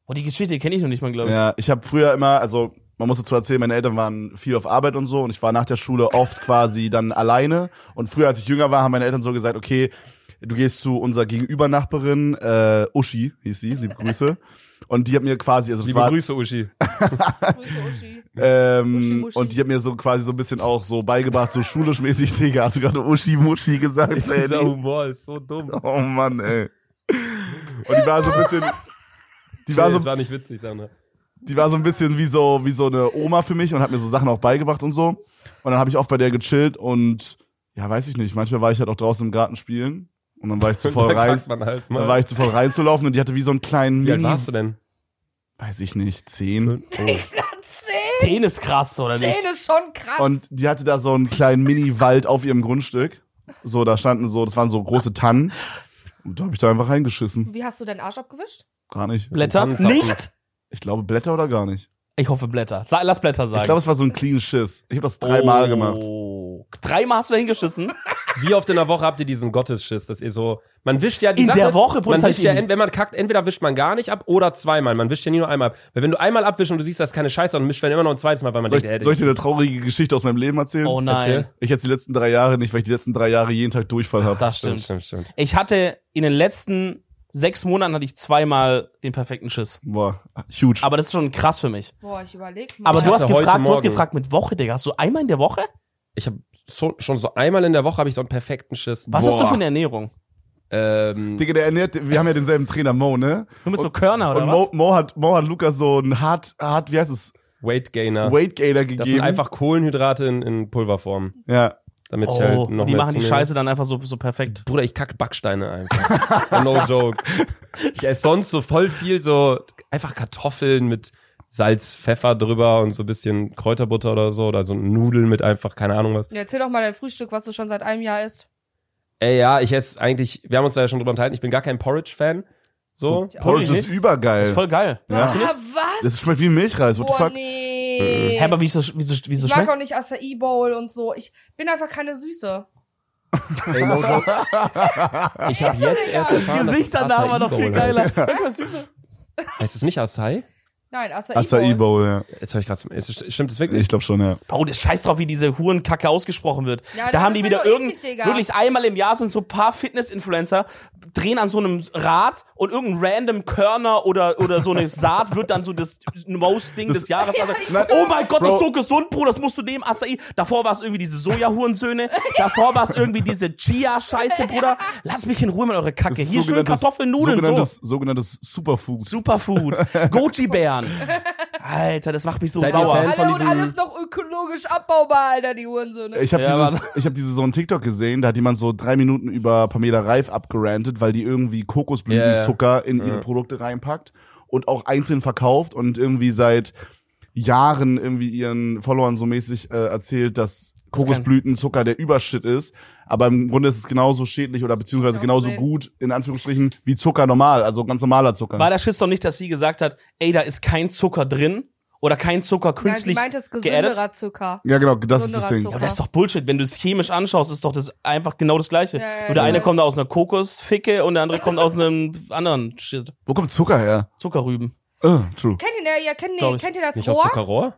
B: Oh, die Geschichte kenne ich noch nicht mal, glaube ich.
A: Ja, ich habe früher immer, also man muss dazu erzählen, meine Eltern waren viel auf Arbeit und so und ich war nach der Schule oft quasi dann alleine. Und früher, als ich jünger war, haben meine Eltern so gesagt, okay, du gehst zu unserer Gegenübernachbarin, äh, Uschi hieß sie, liebe Grüße. Und die hat mir quasi, also das
C: Liebe
A: war,
C: Grüße, Uschi.
D: Grüße, Uschi. Muschi,
A: ähm,
D: Muschi.
A: und die hat mir so quasi so ein bisschen auch so beigebracht, so schulisch mäßig, Digga, hast du gerade Uschi Muschi gesagt,
C: Dieser
A: Sandy?
C: Humor ist so dumm.
A: Oh Mann, ey. Und die war so ein bisschen, Die war, so,
C: das war nicht witzig, Sandra.
A: die war so ein bisschen wie so, wie so eine Oma für mich und hat mir so Sachen auch beigebracht und so. Und dann habe ich oft bei der gechillt und ja, weiß ich nicht. Manchmal war ich halt auch draußen im Garten spielen und dann war ich zu voll
C: Da
A: rein.
C: kackt man halt
A: Dann
C: mal.
A: war ich zu voll reinzulaufen und die hatte wie so einen kleinen
C: Wie alt
A: Mini,
C: warst du denn?
A: weiß ich nicht, zehn.
C: Oh.
D: Zehn,
B: Zehn ist krass, oder nicht?
D: zehn ist schon krass.
A: Und die hatte da so einen kleinen Mini-Wald auf ihrem Grundstück. So, da standen so, das waren so große Tannen. Und da habe ich da einfach reingeschissen.
D: Wie hast du deinen Arsch abgewischt?
A: Gar nicht.
B: Blätter?
C: Tannenzapfen.
B: Nicht?
A: Ich glaube Blätter oder gar nicht.
B: Ich hoffe Blätter. Sa lass Blätter sagen.
A: Ich glaube, es war so ein clean Schiss. Ich habe das dreimal gemacht.
B: Oh. Dreimal hast du da hingeschissen?
C: Wie oft in der Woche habt ihr diesen Gottesschiss, dass ihr so, man wischt ja die
B: In
C: Sache,
B: der Woche
C: man
B: putzt
C: wischt
B: halt
C: ja,
B: ihn.
C: ent- wenn man kackt, entweder wischt man gar nicht ab oder zweimal. Man wischt ja nie nur einmal ab. Weil wenn du einmal abwischst und du siehst, das ist keine Scheiße, dann mischt man immer noch ein zweites Mal, weil man
A: Soll
C: denkt,
A: ich,
C: ey,
A: soll ich dir eine traurige Geschichte aus meinem Leben erzählen?
B: Oh nein.
C: Erzähl.
A: Ich jetzt die letzten drei Jahre nicht, weil ich die letzten drei Jahre jeden Tag Durchfall habe.
B: Das stimmt.
C: stimmt, stimmt.
B: Ich hatte in den letzten sechs Monaten hatte ich zweimal den perfekten Schiss.
A: Boah, huge.
B: Aber das ist schon krass für mich.
D: Boah, ich überleg mal.
B: Aber du
C: hatte
B: hast
C: heute
B: gefragt, du hast
C: Morgen-
B: gefragt mit Woche, Digga. Hast du einmal in der Woche?
C: Ich habe so, schon so einmal in der Woche habe ich so einen perfekten Schiss.
B: Was hast du
A: Boah.
B: für eine Ernährung?
C: Ähm,
A: Digga, der ernährt, wir haben ja denselben Trainer Mo, ne?
B: Nur mit so
A: Und-
B: Körner oder
A: Und
B: was?
A: Mo, Mo, hat, Mo hat Lukas so einen hart, hart, wie heißt es?
C: Weight Gainer.
A: Weight Gainer gegeben.
C: das sind einfach Kohlenhydrate in, in Pulverform,
A: ja.
C: damit ich
B: Oh,
C: halt noch
B: und die
C: mehr
B: machen die
C: zunehme.
B: Scheiße dann einfach so, so perfekt.
C: Bruder, ich kack Backsteine einfach. no joke. Ich esse sonst so voll viel so einfach Kartoffeln mit Salz, Pfeffer drüber und so ein bisschen Kräuterbutter oder so oder so Nudeln mit einfach keine Ahnung was.
D: Ja, Erzähl doch mal dein Frühstück, was du schon seit einem Jahr isst.
C: Ey, ja, ich esse eigentlich, wir haben uns da ja schon drüber unterhalten, ich bin gar kein Porridge Fan. So,
D: Ich auch
A: Porridge
B: Holy
A: ist
B: nicht.
A: übergeil.
B: Ist voll geil.
A: Ja.
D: Ah, was?
A: Das schmeckt wie Milchreis, what the
D: Boah,
A: fuck?
D: nee.
B: Hä, aber wieso, wieso, wieso
D: ich mag auch
B: schmeckt?
D: nicht Acai Bowl und so. Ich bin einfach keine Süße.
C: ey, no joke. Ich habe jetzt erst
B: Das
C: erfahren, dass
B: Gesicht
C: das
B: danach war
C: Acai
B: noch viel
C: Bowl heißt.
B: geiler. Irgendwas Süßes.
C: Heißt es nicht Acai?
D: Nein, Acai,
A: Acai
D: Bowl.
A: Bowl, ja.
C: Jetzt höre ich gerade zum. es ist- Stimmt es wirklich?
A: Ich glaube schon, ja.
B: Oh, das scheiß drauf, wie diese Hurenkacke ausgesprochen wird.
D: Ja,
B: da
D: das
B: haben
D: ist
B: die
D: mir
B: wieder
D: nur
B: irgend
D: eklig, Digga.
B: wirklich einmal im Jahr sind so ein paar Fitness-Influencer, drehen an so einem Rad und irgendein random Körner oder, oder so eine Saat wird dann so das Most-Ding des Jahres.
D: Ja,
B: Also,
D: ich
B: na,
D: schwör.
B: oh mein Gott, das ist
A: Bro.
B: so gesund, Bro, das musst du nehmen, Acai. Davor war es irgendwie diese Soja-Hurensöhne, davor war es irgendwie diese Chia-Scheiße, Bruder. Lass mich in Ruhe mit eurer Kacke.
A: Das
B: Hier schön
A: sogenanntes-
B: Kartoffelnudeln, so.
A: sogenanntes, sogenanntes Superfood.
B: Superfood. Goji-Bären. Alter, das macht mich so
C: Seid ihr
B: sauer.
C: Fan? von
D: Alle und
C: diesem-
D: alles noch ökologisch abbaubar, Alter, die Hurensöhne.
A: Ich habe
B: Ja,
A: dieses, ich hab diese so einen TikTok gesehen, da hat jemand so drei Minuten über Pamela Reif abgerantet, weil die irgendwie Kokosblütenzucker in ihre
C: Ja.
A: Produkte reinpackt und auch einzeln verkauft und irgendwie seit Jahren irgendwie ihren Followern so mäßig äh, erzählt, dass Kokosblütenzucker der Überschritt ist, aber im Grunde ist es genauso schädlich oder beziehungsweise
D: hab ich auch
A: genauso
D: gesehen.
A: gut in Anführungsstrichen wie Zucker normal, also ganz normaler Zucker.
B: War der Schiss doch nicht, dass sie gesagt hat, ey, da ist kein Zucker drin oder kein Zucker
D: Nein, sie
B: künstlich
D: meinte es
B: geaddet?
D: gesünderer Zucker.
A: ja genau, das ist das
D: Besonderer
A: Ding.
D: Zucker.
B: Aber das ist doch Bullshit. Wenn du es chemisch anschaust, ist doch das einfach genau das Gleiche.
D: Ja, ja,
B: Nur der
D: ich
B: eine
D: weiß.
B: kommt aus einer Kokosficke und der andere kommt aus einem anderen Shit.
A: Wo kommt Zucker her?
B: Zuckerrüben.
A: Uh, true.
D: Kennt ihr, ne, ja, kennt,
B: Glaub
D: nee,
B: ich.
D: kennt ihr das
C: Nicht aus
D: Rohr?
C: Zuckerrohr?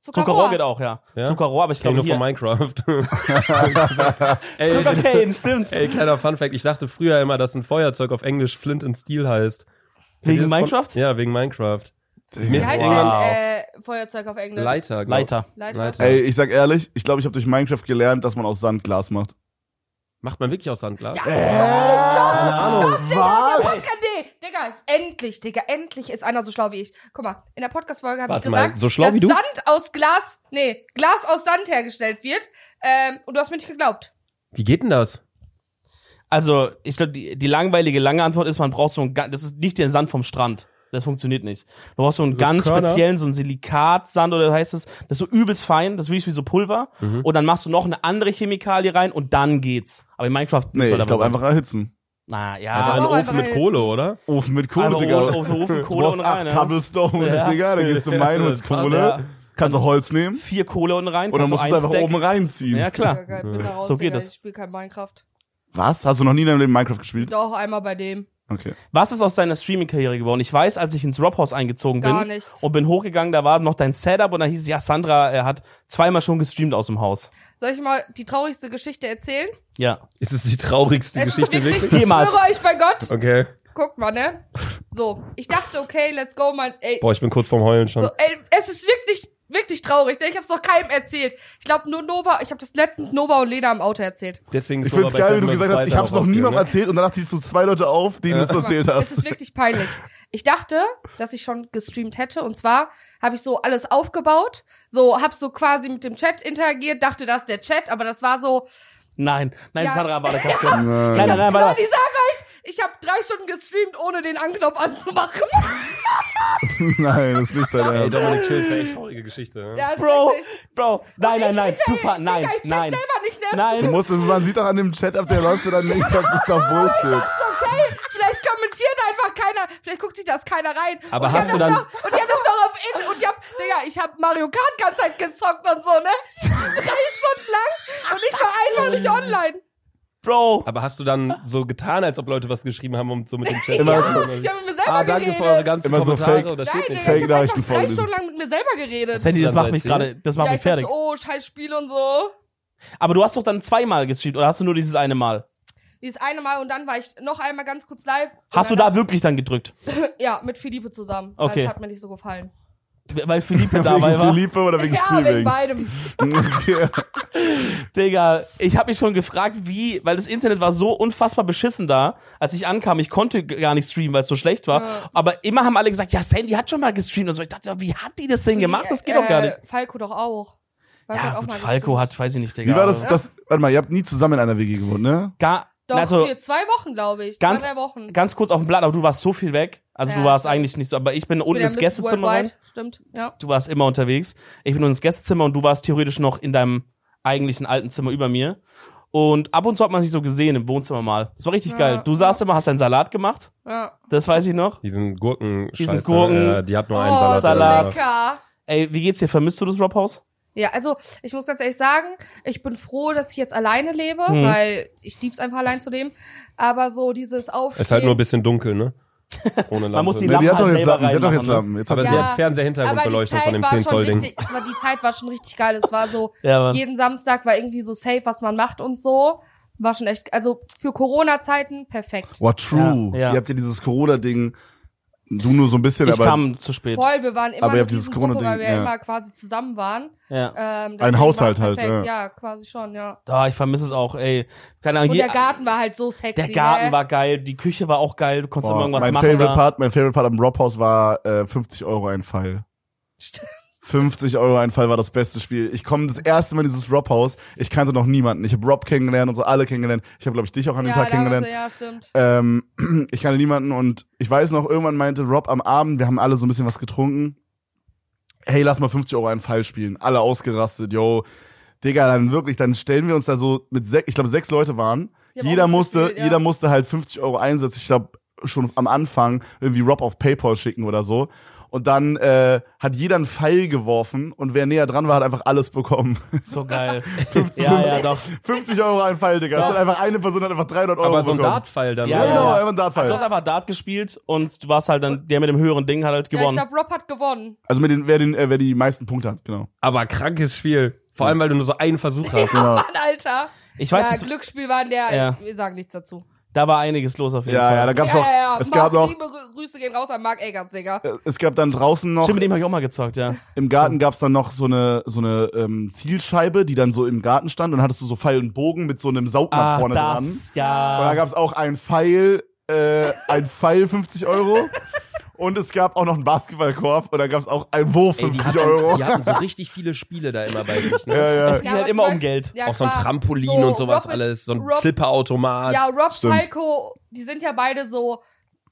B: Zuckerrohr geht auch, ja.
C: Ja?
B: Zuckerrohr, aber ich
C: Ich glaube
B: glaube
C: nur von
B: hier.
C: Minecraft. Ey,
B: Sugarcane, stimmt.
C: Ey, kleiner Funfact, ich dachte früher immer, dass ein Feuerzeug auf Englisch Flint and Steel heißt.
B: Wegen
C: Kennt ihr das
B: Minecraft?
C: Von, ja, wegen Minecraft.
A: Digga.
D: Wie heißt
B: Wow.
D: denn äh, Feuerzeug auf Englisch?
C: Leiter, glaub.
B: Leiter.
D: Leiter.
C: Leiter.
A: Ey, ich sag ehrlich, ich glaube, ich habe durch Minecraft gelernt, dass man aus Sand Glas macht.
C: Macht man wirklich aus Sandglas?
D: Ja,
A: Ahnung.
D: Digga,
A: Was?
D: nee, Digga, endlich, Digga, endlich ist einer so schlau wie ich. Guck mal, in der Podcast-Folge habe ich
C: Warte mal,
D: gesagt,
C: so schlau
D: dass
C: wie du?
D: Sand aus Glas, nee, Glas aus Sand hergestellt wird. Ähm, und du hast mir nicht geglaubt.
C: Wie geht denn das?
B: Also, ich glaube, die, die langweilige lange Antwort ist, man braucht so ein, ga- das ist nicht der Sand vom Strand. Das funktioniert nicht. Du brauchst so einen ganz
C: Körner?
B: speziellen, so einen Silikatsand oder heißt es, das ist so übelst fein, das ist wirklich wie so Pulver.
A: Mhm.
B: Und dann machst du noch eine andere Chemikalie rein und dann geht's. Aber in Minecraft
A: Nee, ich
B: soll da was
A: glaube
B: sein.
A: einfach erhitzen.
B: Na
C: Einfach
B: ja,
C: Ah, ein
D: auch
C: Ofen
D: einfach
C: mit
D: jetzt.
C: Kohle, oder?
A: Ofen mit Kohle,
B: Einfach
A: Digga.
B: Ofen- auf so Ofen Kohle
A: du brauchst
B: und
A: acht
B: rein, ja.
A: Cobblestones,
B: Ja.
A: Digga. Dann gehst du meinen mit Kohle.
B: ja.
A: Kannst auch Holz nehmen.
B: vier Kohle unten rein,
A: Und dann
B: kannst
A: musst du es
B: du ein
A: einfach
B: Stack.
A: oben reinziehen.
B: Ja,
C: Ah.
D: Digga,
B: klar.
D: geil, bin da raus,
B: So geht
D: Digga,
B: das.
D: Ich spiele kein Minecraft.
A: Was? Hast du noch nie in deinem Leben Minecraft gespielt?
D: Doch, einmal bei dem.
A: Okay.
B: Was ist aus deiner Streaming-Karriere geworden? Ich weiß, als ich ins Robhaus eingezogen bin
D: Gar nichts.
B: und bin hochgegangen, da war noch dein Setup und dann hieß es, ja, Sandra äh, hat zweimal schon gestreamt aus dem Haus.
D: Soll ich mal die traurigste Geschichte erzählen?
B: Ja.
C: Ist es die traurigste
D: Es ist
C: Geschichte wirklich?
D: Ich
B: Jemals.
D: schwöre euch bei Gott.
C: Okay.
D: Guck mal, ne? So, ich dachte, okay, let's go, mein, ey,
C: Boah, ich bin kurz vorm Heulen schon.
D: So, ey, es ist wirklich wirklich traurig, denn ich hab's noch keinem erzählt. Ich glaube nur Nova, ich habe das letztens Nova und Lena im Auto erzählt.
C: Deswegen
A: Ich find's geil, wie du gesagt hast, ich hab's noch
B: ne?
A: niemandem erzählt und danach ziehst du zwei Leute auf, denen du es erzählt
D: Es ist
A: hast.
D: wirklich peinlich. Ich dachte, dass ich schon gestreamt hätte und zwar habe ich so alles aufgebaut, so hab so quasi mit dem Chat interagiert, dachte, das ist der Chat, aber das war so
B: Nein, nein,
D: Ja.
B: Sandra, warte ganz kurz.
A: Nein.
B: Nein, nein, nein,
D: Leute,
B: warte.
D: ich sag euch, ich habe drei Stunden gestreamt, ohne den Anknopf anzumachen.
A: Nein, das ist nicht dein
C: Ey,
A: Ernst.
C: Dominik Chill, ist eine echt traurige Geschichte. ne?
D: Ja, ist
B: Bro,
D: wirklich-
B: Bro, nein, nein, nein,
D: Ich
B: du
D: check-
B: fahr, nein,
D: Digga, ich check
B: nein,
D: selber nicht, ne?
A: Du
B: nein.
A: musst, man sieht doch an dem Chat, ob der läuft oder nicht, dass es da wurscht
D: Ist okay, vielleicht kommentiert einfach keiner, vielleicht guckt sich das keiner rein.
C: Aber
D: und
C: hast
D: ich
C: du
D: hab das
C: dann-
D: noch, und ich hab das noch auf in und ich hab, Digga, ich hab Mario Kart ganz halt gezockt und so, ne? Drei Stunden lang und ich war einfach nicht online.
B: Bro,
C: Aber hast du dann so getan, als ob Leute was geschrieben haben und so mit dem Chat?
A: Immer
C: Ja.
A: so.
D: Ich hab mit mir selber
C: Ah, danke
D: geredet.
C: für eure ganzen
A: Immer so
C: Kommentare.
A: fake-
C: oder
D: Nein,
C: steht
D: Digga,
C: nicht.
D: ich
A: Fake
D: hab
A: Nachrichten
D: einfach drei
A: vorlesen.
D: Stunden lang mit mir selber geredet.
B: Sandy, das
C: dann
B: macht mich
C: erzählt?
B: gerade, das macht
D: ja,
B: mich
D: ich dachte
B: fertig.
D: so, oh, scheiß Spiel und so.
B: Aber du hast doch dann zweimal gestreamt oder hast du nur dieses eine Mal?
D: Dieses eine Mal und dann war ich noch einmal ganz kurz live. Und
B: Hast du
D: dann-
B: da wirklich dann gedrückt?
D: Ja, mit Philippe zusammen. Also,
B: Okay.
D: Das hat mir nicht so gefallen.
B: Weil Philippe dabei
A: Wegen
B: war.
A: Philippe oder wegen
D: ja, wegen
A: Streaming?
D: beidem.
A: Okay.
B: Digga, ich habe mich schon gefragt, wie, weil das Internet war so unfassbar beschissen da, als ich ankam. Ich konnte g- gar nicht streamen, weil es so schlecht war.
D: Ja.
B: Aber immer haben alle gesagt, ja, Sandy hat schon mal gestreamt und so. Ich dachte, ja, wie hat die das denn gemacht? Das geht
D: Äh,
B: doch gar nicht.
D: Falco doch auch. Falco
B: Ja,
D: auch
B: gut,
D: mal
B: Falco
D: gespielt.
B: hat, weiß ich nicht, Digga.
A: Wie war das,
B: aber
A: das, warte mal, ihr habt nie zusammen in einer WG gewohnt, ne?
B: Gar,
D: Doch,
B: also,
D: für zwei Wochen, glaube ich.
B: ganz-
D: zwei, drei Wochen.
B: ganz kurz auf dem Blatt, aber du warst so viel weg. Also, du
D: Ja,
B: warst
D: stimmt.
B: eigentlich nicht so, aber ich bin
D: Ich bin
B: unten
D: ja
B: ins
D: Miss
B: Gästezimmer rein.
D: Worldwide, Stimmt, ja.
B: Du warst immer unterwegs. Ich bin nur ins Gästezimmer und du warst theoretisch noch in deinem eigentlichen alten Zimmer über mir. Und ab und zu hat man sich so gesehen im Wohnzimmer mal. Das war richtig
D: Ja,
B: geil. Du saßt immer, hast einen Salat gemacht.
D: ja.
B: Das weiß ich noch.
C: Diesen Gurken,
B: Diesen Gurken-
C: äh, die hat nur einen
D: Oh,
C: Salat. also.
B: Salat.
D: so lecker.
B: Ey, wie geht's dir? Vermisst du das Robhaus?
D: Ja, also ich muss ganz ehrlich sagen, ich bin froh, dass ich jetzt alleine lebe,
B: Mhm.
D: weil ich lieb's einfach allein zu leben. Aber so dieses Aufstehen.
C: Ist halt nur ein bisschen dunkel, ne? Ohne Lampe.
B: Man muss die
A: Ne, die hat
B: Lampen
A: doch jetzt
B: selber
A: Lampen, sie hat doch jetzt
B: reinmachen, ne?
A: Lampen. Jetzt hat
C: Aber
A: sie
C: sie
D: Ja.
C: hat
D: aber die
C: Fernseherhintergrundbeleuchtung
D: Zeit
C: von dem
D: war schon
C: 10-Zoll-Ding.
D: richtig, es war, die Zeit war schon richtig geil. Es war so,
B: Ja, Mann.
D: jeden Samstag war irgendwie so safe, was man macht und so. War schon echt, also für Corona-Zeiten perfekt.
A: Wow, true.
B: Ja, ja.
A: Ihr habt ja dieses Corona-Ding, du nur so ein bisschen,
B: Ich
A: aber
B: kam zu spät.
D: Voll, wir waren immer
A: Aber ihr
D: eine
A: habt dieses
D: Riesengruppe,
A: Corona-Ding,
D: weil wir
A: ja.
D: immer quasi zusammen waren.
B: Ja.
D: Ähm,
A: Ein
D: deswegen
A: Haushalt
D: war's perfekt.
A: halt,
D: ja. quasi schon, ja.
B: Da, ich vermisse es auch, ey. Keine Ahnung.
D: Und
B: je-
D: der Garten war halt so sexy.
B: der Garten
D: ne?
B: war geil, die Küche war auch geil, du konntest
A: boah,
B: immer irgendwas
A: mein
B: machen.
A: Favorite
B: da.
A: Part, mein Favorite Part am Robhaus war äh, 50 Euro ein Fall.
D: Stimmt.
A: 50 Euro ein Fall war das beste Spiel. Ich komme das erste Mal in dieses Rob-Haus. Ich kannte noch niemanden. Ich habe Rob kennengelernt und so alle kennengelernt. Ich habe, glaube ich, dich auch an dem
D: ja,
A: Tag
D: da warst
A: kennengelernt.
D: du, ja, stimmt.
A: Ähm, ich kannte niemanden und ich weiß noch, irgendwann meinte Rob am Abend, wir haben alle so ein bisschen was getrunken. Hey, lass mal 50 Euro einen Fall spielen. Alle ausgerastet, yo. Digga, dann wirklich, dann stellen wir uns da so mit sechs, ich glaube sechs Leute waren.
D: Die haben
A: Jeder
D: auch
A: musste,
D: mitgespielt, ja.
A: jeder musste halt 50 Euro einsetzen. Ich glaube schon am Anfang irgendwie Rob auf PayPal schicken oder so. Und dann äh, hat jeder einen Pfeil geworfen und wer näher dran war, hat einfach alles bekommen.
B: So geil. ja, ja, doch.
A: 50 Euro ein Pfeil, Digga. Das hat einfach eine Person hat einfach 300 Euro
C: Aber so ein
A: bekommen.
C: Dartpfeil dann. ne?
B: Ja,
A: Oh ja,
C: oder?
A: genau, einfach ein Dartpfeil.
B: Also, du hast einfach Dart gespielt und du warst halt dann, der mit dem höheren Ding hat halt
D: Ja, ich
B: gewonnen.
D: glaube, Rob hat gewonnen.
A: Also mit den, wer den, äh, wer die meisten Punkte hat, genau.
C: Aber krankes Spiel. Vor allem, weil du nur so einen Versuch hast.
A: Genau.
D: Mann, Alter.
B: Ich
D: ja,
B: weiß, das,
D: Glücksspiel war in der,
B: Ja.
D: wir sagen nichts dazu.
B: da war einiges los auf jeden
A: Ja,
B: Fall.
A: ja, da gab's
D: ja,
A: noch,
D: ja, ja.
A: es
D: Marc,
A: gab noch,
D: liebe Grü- Grüße gehen raus an Marc Eggers, Digga.
A: äh, es gab dann draußen noch,
B: Stimmt, mit dem habe ich auch mal gezockt, ja.
A: im Garten gab's dann noch so eine, so eine ähm, Zielscheibe, die dann so im Garten stand und dann hattest du so Pfeil und Bogen mit so einem Saugnapf
B: Ach,
A: vorne dran. Und
B: Ah, das,
A: da
B: ja.
A: gab's auch ein Pfeil, äh, ein Pfeil 50 Euro. Und es gab auch noch einen Basketballkorb und da gab's auch einen Wurf
C: Ey, die
A: 50
C: hatten-
A: Euro.
C: Die hatten so richtig viele Spiele da immer bei sich. Ne?
A: Ja, ja.
B: Es ging
D: aber
B: halt
D: zum
B: immer um
D: Beispiel-
B: Geld.
D: Ja,
C: Auch so ein
D: klar.
C: Trampolin
D: So,
C: und sowas
D: Rob ist-
C: alles. So ein
D: Rob-
C: Flipperautomat.
D: Ja, Rob,
A: Stimmt.
D: Falco, die sind ja beide so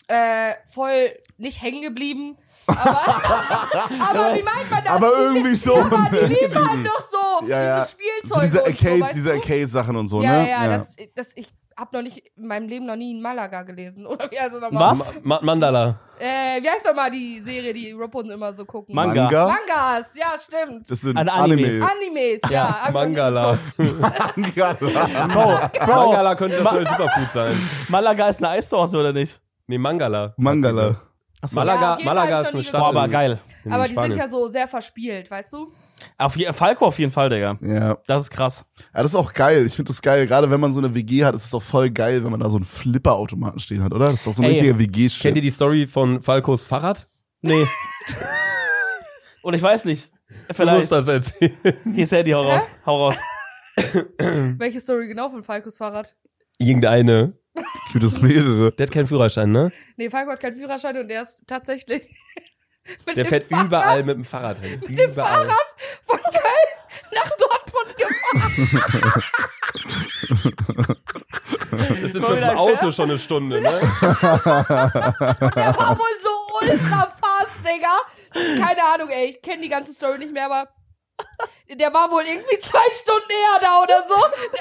D: äh, voll nicht hängen geblieben. Aber, aber wie meint man das?
A: Aber
D: Die-
A: irgendwie
D: Ja,
A: schon.
D: aber die lieben halt doch so
A: Ja, ja.
D: dieses Spielzeug.
A: So diese
D: und so,
A: Arcade,
D: weißt
A: diese
D: du?
A: Arcade-Sachen und so,
D: Ja,
A: ne?
D: ja, Das, das, ich hab noch nicht in meinem Leben noch nie in Malaga gelesen. Oder wie heißt das nochmal?
B: Was?
C: Ma Mandala.
D: Äh, wie heißt nochmal die Serie, die Robben immer so gucken?
B: Manga.
A: Manga.
D: Mangas, ja, stimmt.
A: Das sind
B: An
A: Animes.
B: Animes.
D: Animes, ja.
B: Ja,
D: hab Ah, ich noch nie
C: Mangala.
D: geguckt.
A: Manga.
B: Bro, Bro,
C: Mangala könnte das neue Superfood sein.
B: Malaga ist eine Eissorte, oder nicht?
C: Nee, Mangala.
A: Mangala.
B: Achso.
D: Ja,
C: Malaga,
D: auf jeden
C: Malaga
D: Fall
C: ist
D: schon
C: eine
D: die
C: Stadt.
B: Boah, aber
C: in-
B: geil.
C: in
D: Aber die
C: Spanien.
D: sind ja so sehr verspielt, weißt du?
B: Auf, je- Falco auf jeden Fall, Digga.
A: Ja.
B: Das ist krass.
A: Ja, das ist auch geil. Ich finde das geil. Gerade wenn man so eine WG hat, ist es doch voll geil, wenn man da so einen Flipper-Automaten stehen hat, oder? Das ist doch so ein
B: Ey,
A: richtiger
C: Kennt ihr
A: WG-Shit.
C: die Story von Falcos Fahrrad?
B: Nee. Und ich weiß nicht.
C: Du musst
B: Vielleicht.
C: das erzählen.
B: Hier ist Handy, hau raus. Hau raus.
D: Welche Story genau von Falkos Fahrrad?
C: Irgendeine.
A: Gibt es mehrere.
C: Der hat keinen Führerschein, ne?
D: Nee, Falco hat keinen Führerschein und der ist tatsächlich mit
C: Der
D: dem
C: fährt
D: Fahrrad
C: überall mit dem Fahrrad hin. Mit dem überall.
D: von Köln nach Dortmund gefahren.
C: Das ist
B: Mal
C: mit dem
B: wieder ein
C: Auto
B: Pferd.
C: schon eine Stunde, ne?
D: Der war wohl so ultra fast, Digga. Keine Ahnung, ey. Ich kenne die ganze Story nicht mehr, aber der war wohl irgendwie zwei Stunden eher da oder so.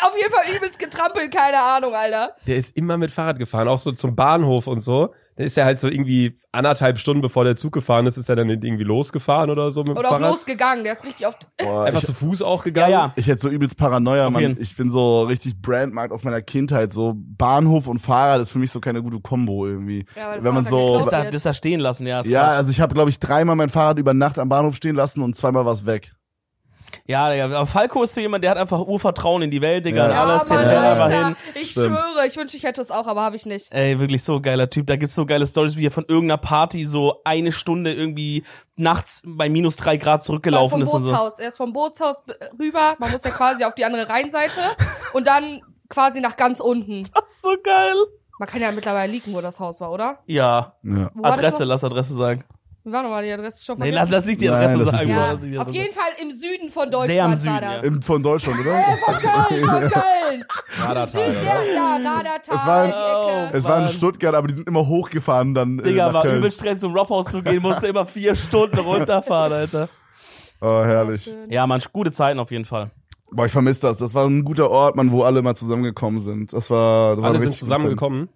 D: Auf jeden Fall übelst getrampelt. Keine Ahnung, Alter.
C: Der ist immer mit Fahrrad gefahren, auch so zum Bahnhof und so. Da ist er halt so irgendwie anderthalb Stunden, bevor der Zug gefahren ist, ist er dann irgendwie losgefahren oder so mit dem
D: Oder auch
C: Fahrrad.
D: losgegangen. Der ist richtig oft.
A: Boah,
C: Einfach
A: ich,
C: zu Fuß auch
B: Ja,
C: gegangen.
B: ja.
A: ich hätte so übelst Paranoia,
B: Auf
A: Mann.
B: jeden.
A: Ich bin so richtig Brandmarkt aus meiner Kindheit. So Bahnhof und Fahrrad ist für mich so keine gute Kombo irgendwie.
D: Ja, aber das
A: Wenn man
D: Fahrrad
A: so.
D: hat
B: Das
D: geklaut.
B: da, das da stehen lassen, ja. Ist
A: Ja,
B: krass.
A: also ich habe, glaube ich, dreimal mein Fahrrad über Nacht am Bahnhof stehen lassen und zweimal war es weg.
B: Ja, Digga, aber Falco ist so jemand, der hat einfach Urvertrauen in die Welt, Digga,
A: Ja.
B: und alles,
A: Mann,
B: der fährt einfach
D: Alter.
B: hin.
D: Ich
A: Stimmt.
D: schwöre, ich wünschte, ich hätte es auch, aber habe ich nicht.
B: Ey, wirklich so geiler Typ. Da gibt's so geile Stories, wie er von irgendeiner Party so eine Stunde irgendwie nachts bei minus drei Grad zurückgelaufen
D: Äh, vom
B: ist und so.
D: Bootshaus. Er ist vom Bootshaus rüber. Man muss ja quasi auf die andere Rheinseite und dann quasi nach ganz unten.
B: Das ist so geil.
D: Man kann ja mittlerweile liegen, wo das Haus war, oder?
B: Ja.
A: Ja.
D: Wo war das
B: Adresse,
D: noch?
B: lass Adresse sagen.
D: Wie war nochmal die Adresse schon
B: Nee,
D: vergessen?
B: lass, lass nicht die
A: Nein,
B: Adresse
A: das ist
B: sagen.
A: nicht-
B: Bro,
D: Ja,
B: lass nicht die
D: auf
B: Adresse
D: jeden Fall im Süden von Deutschland
B: Sehr im
D: war
B: Süden,
D: das.
B: ja.
A: Im, von Deutschland, oder?
D: Köln, von Köln.
C: Radartal,
D: Süd,
C: oder?
D: sehr, ja, Radertal,
A: Es war- Oh.
D: die Ecke.
A: Es war in
B: Mann.
A: Stuttgart, aber die sind immer hochgefahren dann. äh,
B: Digga,
A: nach
B: war
A: Köln.
B: übel streng zum Robhaus zu gehen, musste immer vier Stunden runterfahren, Alter.
A: Oh, herrlich.
B: Ja, man, gute Zeiten auf jeden Fall. Ah,
A: Boah, ich vermisse das. Das war ein guter Ort, Mann, wo alle mal zusammengekommen sind. Das war. Das war
C: Alle
A: eine
C: sind
A: richtig gute
C: zusammengekommen.
A: Zeit.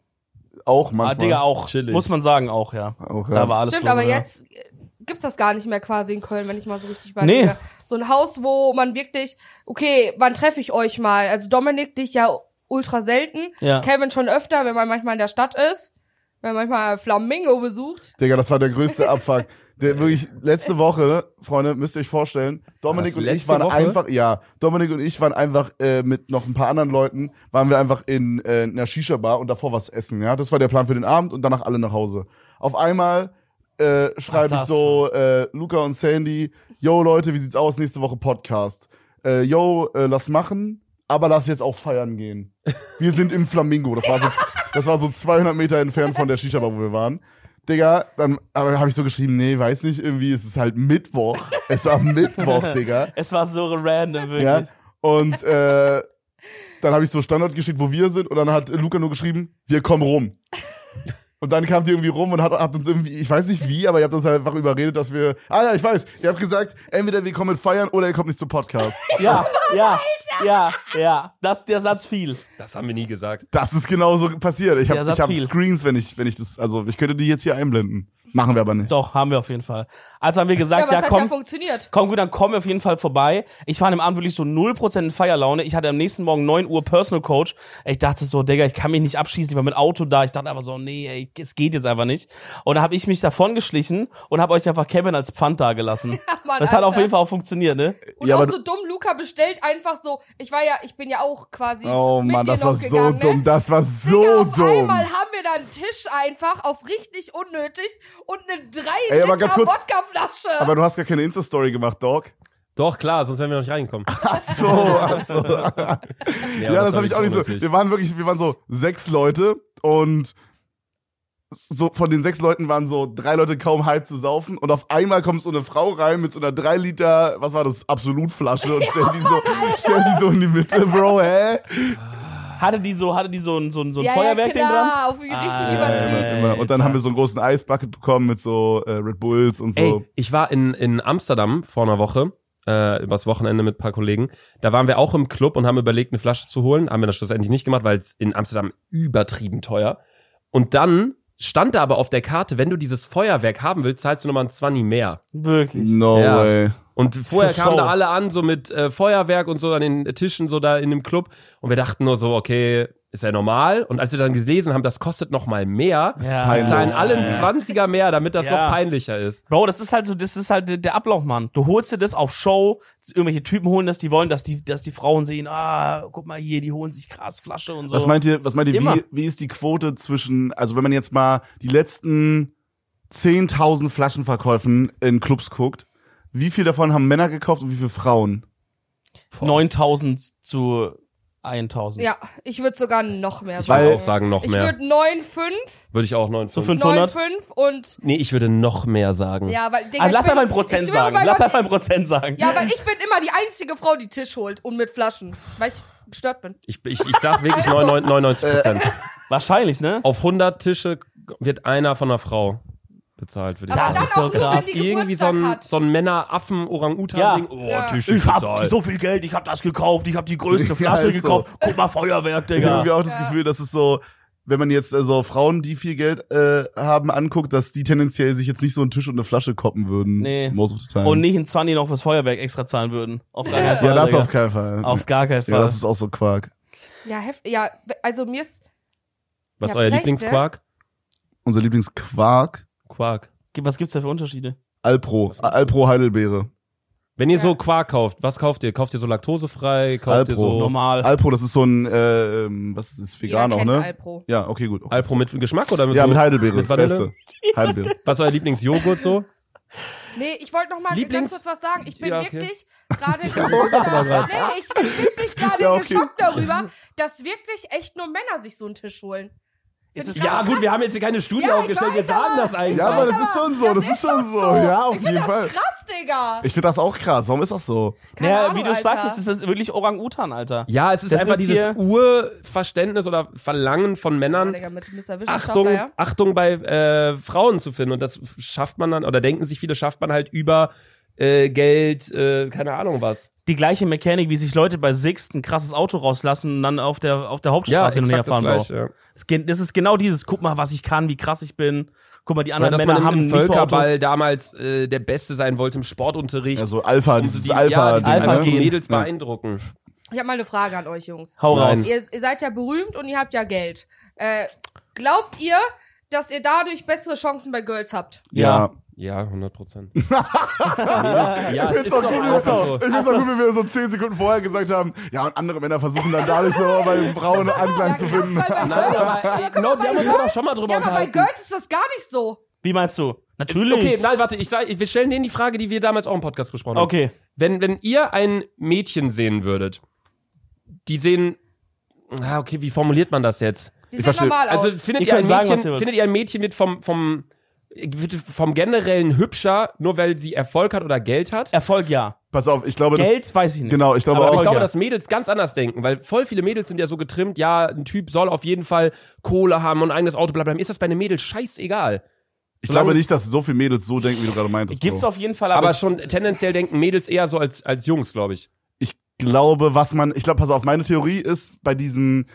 A: Auch
B: Ah,
A: manchmal.
B: Digga, auch.
C: Chillig.
B: Muss man sagen, auch, ja.
A: Auch, ja.
B: Da war alles
D: Stimmt,
B: los,
D: aber
B: ja.
D: jetzt äh, gibt's das gar nicht mehr quasi in Köln, wenn ich mal so richtig überlege.
B: Nee.
D: So ein Haus, wo man wirklich, okay, wann treffe ich euch mal? Also Dominik, dich ja ultra selten.
B: Ja.
D: Kevin schon öfter, wenn man manchmal in der Stadt ist. Wenn man manchmal Flamingo besucht.
A: Digga, das war der größte Abfuck. Der wirklich letzte Woche, Freunde, müsst ihr euch vorstellen, Dominik
C: Was,
A: und ich
C: letzte
A: waren
C: Woche?
A: einfach, ja, Dominik und ich waren einfach äh, mit noch ein paar anderen Leuten, waren wir einfach in, äh, in einer Shisha Bar und davor was essen, ja. Das war der Plan für den Abend und danach alle nach Hause. Auf einmal äh, schreibe ich
B: das.
A: so äh, Luca und Sandy, yo Leute, wie sieht's aus nächste Woche Podcast? Äh, yo, äh, lass machen, aber lass jetzt auch feiern gehen. Wir sind im Flamingo. Das war so, das war so 200 Meter entfernt von der Shisha Bar, wo wir waren. Digga, dann habe ich so geschrieben, nee, weiß nicht, irgendwie ist es ist halt Mittwoch. Es war Mittwoch, Digga.
B: Es war so random, wirklich.
A: Ja. Und äh, dann habe ich so Standort geschickt, wo wir sind, und dann hat Luca nur geschrieben, wir kommen rum. Und dann kamt ihr irgendwie rum und habt, habt uns irgendwie, ich weiß nicht wie, aber ihr habt uns halt einfach überredet, dass wir. Ah ja, ich weiß, ihr habt gesagt, entweder wir kommen mit feiern oder ihr kommt nicht zum Podcast.
B: Ja, ja, ja, ja. Das, der Satz fiel.
C: Das haben wir nie gesagt.
A: Das ist genauso passiert. Ich
B: Der
A: habe
B: Satz
A: ich hab
B: fiel.
A: Screens, wenn ich, wenn ich das, also ich könnte die jetzt hier einblenden. Machen wir aber nicht.
B: Doch, haben wir auf jeden Fall. Also haben wir
D: Ja,
B: gesagt,
D: aber
B: ja,
D: es hat ja
B: komm,
D: funktioniert.
B: komm gut, dann komm auf jeden Fall vorbei. Ich war an dem Abend wirklich so 0% in Feierlaune. Ich hatte am nächsten Morgen 9 Uhr Personal Coach. Ich dachte so, Digga, ich kann mich nicht abschießen, ich war mit Auto da. Ich dachte aber so, nee, ey, es geht jetzt einfach nicht. Und dann habe ich mich davon geschlichen und habe euch einfach Kevin als Pfand da gelassen.
D: Mann,
B: das hat auf
D: Alter.
B: jeden Fall auch funktioniert, ne?
D: Und
A: Ja,
D: auch
A: aber
D: so dumm, Luca bestellt einfach so, ich war ja, ich bin ja auch quasi.
A: Oh
D: mit
A: Mann,
D: dir
A: das
D: noch
A: war so
D: gegangen, ne?
A: dumm. Das war
D: Digga,
A: so
D: auf
A: dumm.
D: einmal haben wir da einen Tisch einfach auf richtig unnötig und eine 3
A: Ey, aber
D: Liter
A: ganz kurz-
D: Wodkaflasche.
A: Aber du hast gar keine Insta-Story gemacht, Dog.
C: Doch, klar, sonst wären wir noch nicht reingekommen.
A: Ach so, ach so.
C: Nee, aber
A: Ja, das
C: war
A: habe ich auch nicht so.
C: unnötig.
A: Wir waren wirklich, wir waren so sechs Leute und so von den sechs Leuten waren so drei Leute kaum halb zu saufen und auf einmal kommt so eine Frau rein mit so einer drei Liter, was war das, Absolutflasche und stellt die so, stellt die so in die Mitte, Bro, hä?
B: Hatte die so, hatte die so ein, so ein, so ein
D: ja,
B: Feuerwerk
D: ja,
B: Ding dran?
D: klar, auf richtig
B: Ah,
A: Ja,
D: übertrieben.
A: immer, immer. Und dann
B: Alter.
A: haben wir so einen großen Eisbucket bekommen mit so äh, Red Bulls und so.
C: Ey, ich war in, in Amsterdam vor einer Woche, äh, übers Wochenende mit ein paar Kollegen. Da waren wir auch im Club und haben überlegt, eine Flasche zu holen. Haben wir das schlussendlich nicht gemacht, weil es in Amsterdam übertrieben teuer. Und dann stand da aber auf der Karte, wenn du dieses Feuerwerk haben willst, zahlst du nochmal ein 20 mehr.
B: Wirklich.
A: No
C: Ja.
A: way.
C: Und vorher
B: Für
C: kamen
B: Show.
C: da alle an, so mit äh, Feuerwerk und so an den Tischen, so da in dem Club. Und wir dachten nur so, okay, ist ja normal. Und als wir dann gelesen haben, das kostet noch mal mehr,
A: peinlich.
C: zahlen alle
B: Ja.
C: einen 20er mehr, damit das
B: Ja.
C: noch peinlicher ist.
B: Bro, das ist halt so, das ist halt der- der Ablauf, Mann. Du holst dir das auf Show, irgendwelche Typen holen das, die wollen, dass die, dass die Frauen sehen, ah, guck mal hier, die holen sich krass Flasche und so.
A: Was meint ihr, was meint ihr
B: Immer.
A: wie, wie ist die Quote zwischen, also wenn man jetzt mal die letzten 10.000 Flaschenverkäufen in Clubs guckt, Wie viel davon haben Männer gekauft und wie viel Frauen?
B: 9000 zu Ah, 1000.
D: Ja, ich würde sogar noch mehr
C: Ich
A: Weil-
C: würde auch sagen, noch
D: Ich
C: mehr.
D: würde 9,5,
C: Würde ich auch 9
B: Zu 5. 500?
D: 9,5 und
C: Nee, ich würde noch mehr sagen.
D: ja, weil Digga,
B: Ah,
D: ich
B: lass
D: bin-
B: einfach ein
D: ich
B: Prozent
D: schwöre
B: sagen.
D: bei
B: Lass
D: Gott,
B: einfach ein Prozent sagen.
D: Ja, weil ich bin immer die einzige Frau, die Tisch holt und mit Flaschen, weil ich gestört bin.
C: Ich, ich, ich sag wirklich
D: Also-
C: 99 99
D: Äh.
C: Prozent.
B: Wahrscheinlich, ne?
A: Oh,
C: Auf 100 Tische wird einer von einer Frau bezahlt, würde ich
D: Aber
B: Das
D: dann
B: ist so
D: auch nur,
B: krass.
D: wenn sie
C: irgendwie so
D: Geburtstag
C: ein,
D: hat.
C: so ein Männer-Affen-Orang-Utan-Ding.
B: Ja.
C: Oh,
D: Ja.
C: Tisch
B: Ich hab
D: ne?
C: bezahlt.
B: so viel Geld, ich hab das gekauft, ich hab die größte Flasche
A: Ja, ist so.
B: gekauft. Guck mal, Feuerwerk,
A: Ich habe
B: Digga.
A: irgendwie auch das
D: Ja.
A: Gefühl, dass es so, wenn man jetzt äh, so Frauen, die viel Geld äh, haben, anguckt, dass die tendenziell sich jetzt nicht so einen Tisch und eine Flasche koppen würden.
B: Nee.
A: Most of the time.
B: Und nicht ein 20 noch fürs Feuerwerk extra zahlen würden. Auf gar keinen Fall.
A: ja, das
B: Digga.
A: auf keinen Fall.
B: auf gar keinen Fall.
A: ja, das ist auch so Quark.
D: Ja, heft, ja, also mir ist
C: Was ist
D: Ja,
C: euer
D: vielleicht,
C: Lieblingsquark?
A: Unser Lieblingsquark.
C: Quark.
B: Was gibt's da für Unterschiede?
A: Alpro. Alpro Heidelbeere.
C: Wenn ihr
D: Ja.
C: so Quark kauft, was kauft ihr? Kauft ihr so laktosefrei? Kauft ihr
A: Alpro.
C: so
B: Normal.
A: Alpro, das ist so ein, äh, ähm, was ist vegan
D: jeder
A: auch,
D: kennt
A: ne?
D: Alpro.
A: ja, okay, gut.
C: Alpro mit Geschmack oder mit,
A: ja,
C: so,
A: mit Heidelbeere.
C: mit Vanille?
A: Beste. Heidelbeere.
C: Was ist euer Lieblingsjoghurt so?
D: Nee, ich wollte noch mal
C: Lieblings-
D: ganz kurz was sagen. Ich bin
C: Ja, okay.
D: wirklich gerade geschockt. darüber- nee, ich bin wirklich gerade
A: Ja, okay.
D: geschockt darüber, dass wirklich echt nur Männer sich so einen Tisch holen.
B: Ist es-
C: Ja, gut, wir haben jetzt hier keine Studie
D: Ja, ich
C: aufgestellt. Wir
D: weiß,
C: sagen
D: aber-
C: das eigentlich.
A: Ja,
D: weiß,
A: aber das ist
D: aber
A: schon so, das ist schon
D: doch
A: so. Ja, auf
D: ich
A: jeden
D: find
A: Fall.
D: das krass, Digga.
A: Ich finde das auch krass. Warum ist das so?
D: Keine
B: naja,
D: Ahnung,
B: wie du
D: Alter.
B: sagtest, ist das wirklich Orang-Utan, Alter.
C: ja, es ist
B: Das
C: einfach
B: ist
C: dieses
B: hier-
C: Urverständnis oder Verlangen von
D: Ja,
C: Männern,
D: Digga, mit Mr. Wissenschaftler,
C: Achtung,
D: ja.
C: Achtung bei äh, Frauen zu finden. Und das schafft man dann, oder denken sich viele, schafft man halt über äh, Geld, äh, keine Ahnung was.
B: Die gleiche Mechanik, wie sich Leute bei Sixt ein krasses Auto rauslassen und dann auf der, auf der Hauptstraße hin und her
C: exakt das
B: fahren. Bro.
C: Gleiche, ja.
B: Es geht- Das ist genau dieses, guck mal, was ich kann, wie krass ich bin. Guck mal, die
C: Oder
B: anderen
C: dass
B: Männer
C: man
B: haben
C: im
B: nicht so Autos.
C: Völkerball damals äh, der Beste sein wollte im Sportunterricht.
A: Ja, so Alpha,
C: um
A: dieses
C: die, ja,
A: Also, Alpha.
C: diese
A: Ding,
B: Alpha
C: Alpha
A: ne?
B: gehen.
C: Mädels
A: Ja.
C: beeindrucken.
D: Ich habe mal eine Frage an euch, Jungs.
B: Hau
C: Nein.
B: raus.
D: Ihr, ihr seid ja berühmt und ihr habt ja Geld. Äh, glaubt ihr, dass ihr dadurch bessere Chancen bei Girls habt?
A: Ja.
C: Ja, 100 Prozent. ja, es ist doch einfach so.
A: Ich find's auch gut, wie wir so zehn Sekunden vorher gesagt haben, ja, und andere Männer versuchen dann dadurch so bei Frauen Anklang zu finden.
D: weil bei
C: Nein,
D: Girls,
C: aber ey, no, wir haben uns doch schon mal drüber
D: ja, aber bei
C: unterhalten.
D: Girls ist das gar nicht so.
B: Wie meinst du? Natürlich.
C: Okay, nein, warte, ich sag, wir stellen denen die Frage, die wir damals auch im Podcast besprochen haben.
B: Okay.
C: Wenn, wenn ihr ein Mädchen sehen würdet, die sehen, ah, okay, wie formuliert man das jetzt?
D: Die
A: Ich
D: sehen
A: verstehe.
D: normal aus.
C: Also findet
B: Ihr
C: ihr, ein
B: könnt sagen,
C: Mädchen,
B: was ihr wollt.
C: findet ihr ein Mädchen mit vom, vom, wird vom generellen hübscher, nur weil sie Erfolg hat oder Geld hat?
B: Erfolg ja.
A: Pass auf, ich glaube, das,
B: Geld weiß ich nicht.
A: genau, ich glaube
B: Aber
A: auch.
C: Ich
B: Erfolg,
C: glaube,
B: ja.
C: dass Mädels ganz anders denken, weil voll viele Mädels sind ja so getrimmt, ja, ein Typ soll auf jeden Fall Kohle haben und ein eigenes Auto, bla bla. bla. Mir Ist das bei einem Mädel scheißegal?
A: ich glaube nicht, dass so viele Mädels so denken, wie du gerade meintest. Bro.
B: Gibt's auf jeden Fall, aber,
C: Aber schon tendenziell denken Mädels eher so als, als Jungs, glaube ich.
A: ich glaube, was man, ich glaube, pass auf, meine Theorie ist bei diesem,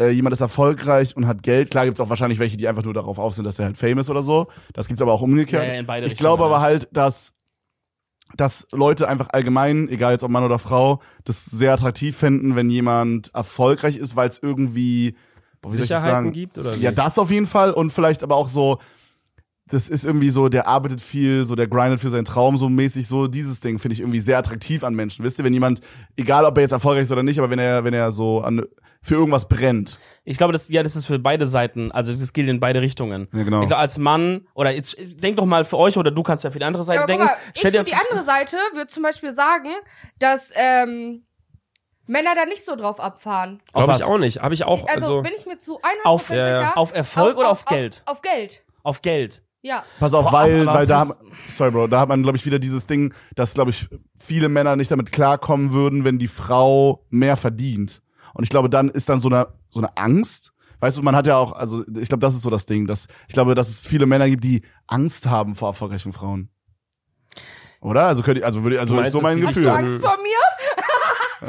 A: äh, jemand ist erfolgreich und hat Geld. Klar gibt's auch wahrscheinlich welche, die einfach nur darauf auf sind, dass er halt famous oder so. Das gibt's aber auch umgekehrt.
B: Ja, ja, in beide
A: ich
B: Richtungen,
A: glaube aber
B: ja.
A: halt, dass, dass Leute einfach allgemein, egal jetzt ob Mann oder Frau, das sehr attraktiv finden, wenn jemand erfolgreich ist, weil es irgendwie, boah, wie soll ich das
C: Sicherheiten
A: sagen?
C: gibt oder
A: Ja,
C: wie?
A: das auf jeden Fall und vielleicht aber auch so, das ist irgendwie so, der arbeitet viel, so der grindet für seinen Traum, so mäßig so dieses Ding finde ich irgendwie sehr attraktiv an Menschen. Wisst ihr, wenn jemand, egal ob er jetzt erfolgreich ist oder nicht, aber wenn er, wenn er so an, für irgendwas brennt.
B: ich glaube, das, ja, das ist für beide Seiten, also das gilt in beide Richtungen.
A: Ja, genau.
B: Ich glaube, als Mann, oder jetzt, denk doch mal für euch, oder du kannst ja für die andere Seite
D: Ja, aber guck
B: denken.
D: mal, ich
B: Stell dir
D: für die
B: vor-
D: andere Seite würde zum Beispiel sagen, dass ähm, Männer da nicht so drauf abfahren.
B: auf
C: Glaube ich
B: was?
C: auch nicht. Habe ich auch.
D: Also,
C: Also,
D: bin ich mir zu 100%
B: Auf- äh,
D: sicher.
C: ja, ja.
B: auf Erfolg oder auf Geld?
D: Auf, auf Geld,
B: Auf Geld.
D: ja.
A: Pass auf,
B: Boah,
A: weil,
B: aber
A: weil
B: was
A: da,
B: ist-
A: sorry Bro, da hat man, glaube ich, wieder dieses Ding, dass, glaube ich, viele Männer nicht damit klarkommen würden, wenn die Frau mehr verdient. Und ich glaube, dann ist dann so eine, so eine Angst. Weißt du, man hat ja auch, also ich glaube, das ist so das Ding, dass ich glaube, dass es viele Männer gibt, die Angst haben vor erfolgreichen Frauen. Oder? Also könnte ich, also würde ich, also
C: Du
A: ist so
C: meinst,
A: mein
C: dass die
D: Hast du
A: Gefühl.
D: Angst vor mir?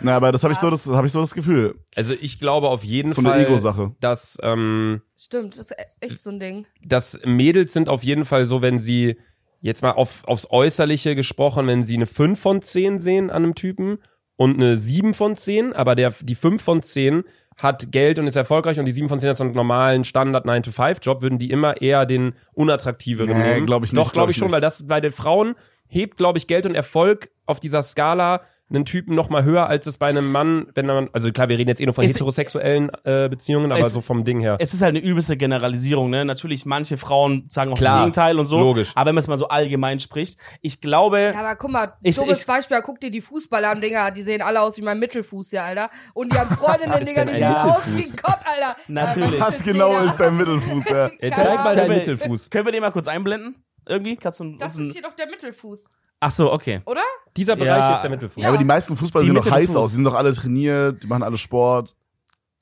A: Na, aber das habe ich so das habe ich so das Gefühl.
C: also ich glaube auf jeden
A: So eine
C: Fall,
A: Ego-Sache.
C: dass ähm,
D: Stimmt, das ist echt so ein Ding.
C: dass Mädels sind auf jeden Fall so, wenn sie jetzt mal auf, aufs Äußerliche gesprochen, wenn sie eine 5 von 10 sehen an einem Typen und eine 7 von 10, aber der, die 5 von 10 hat Geld und ist erfolgreich und die 7 von 10 hat so einen normalen Standard 9-to-5-Job, würden die immer eher den unattraktiveren
A: Nee,
C: nehmen.
A: glaub ich nicht,
C: Doch, glaube
A: glaub
C: ich
A: ich
C: schon,
A: nicht.
C: weil das bei den Frauen hebt, glaube ich, Geld und Erfolg auf dieser Skala einen Typen noch mal höher, als es bei einem Mann, wenn man, also klar, wir reden jetzt eh nur von
B: Es-
C: heterosexuellen äh, Beziehungen, aber
B: Es-
C: so vom Ding her.
B: Es ist halt eine übelste Generalisierung, ne? Natürlich, manche Frauen sagen auch
C: Klar,
B: das Gegenteil und so.
C: logisch.
B: Aber wenn man es mal so allgemein spricht, ich glaube,
D: Ja, aber guck mal,
B: Ich-
D: dummes
B: ich-
D: Beispiel, guck dir die Fußballer an, Digga, die sehen alle aus wie mein Mittelfuß hier, Alter. Und die haben Freundinnen,
C: Ist
D: Digga,
C: denn
D: die
C: ein
D: sehen aus wie
C: Mittelfuß?
D: ein Kopf, Alter.
B: Natürlich.
A: Was genau ist dein Mittelfuß, ja?
C: Ey,
D: Keine
C: Äh, zeig mal
D: Ahnung.
C: deinen
B: Können wir-
C: Mittelfuß.
B: können wir den mal kurz einblenden? Irgendwie? Kannst du uns
D: Das
B: ein-
D: ist hier doch der Mittelfuß,
B: Ach so, okay.
D: oder?
C: Dieser Bereich
B: Ja.
C: ist der Mittelfuß.
A: Ja, aber die meisten Fußballer
B: Die
A: sehen doch
B: Mitte des
A: heiß aus.
B: Fuß.
A: Die sind doch alle trainiert, die machen alle Sport.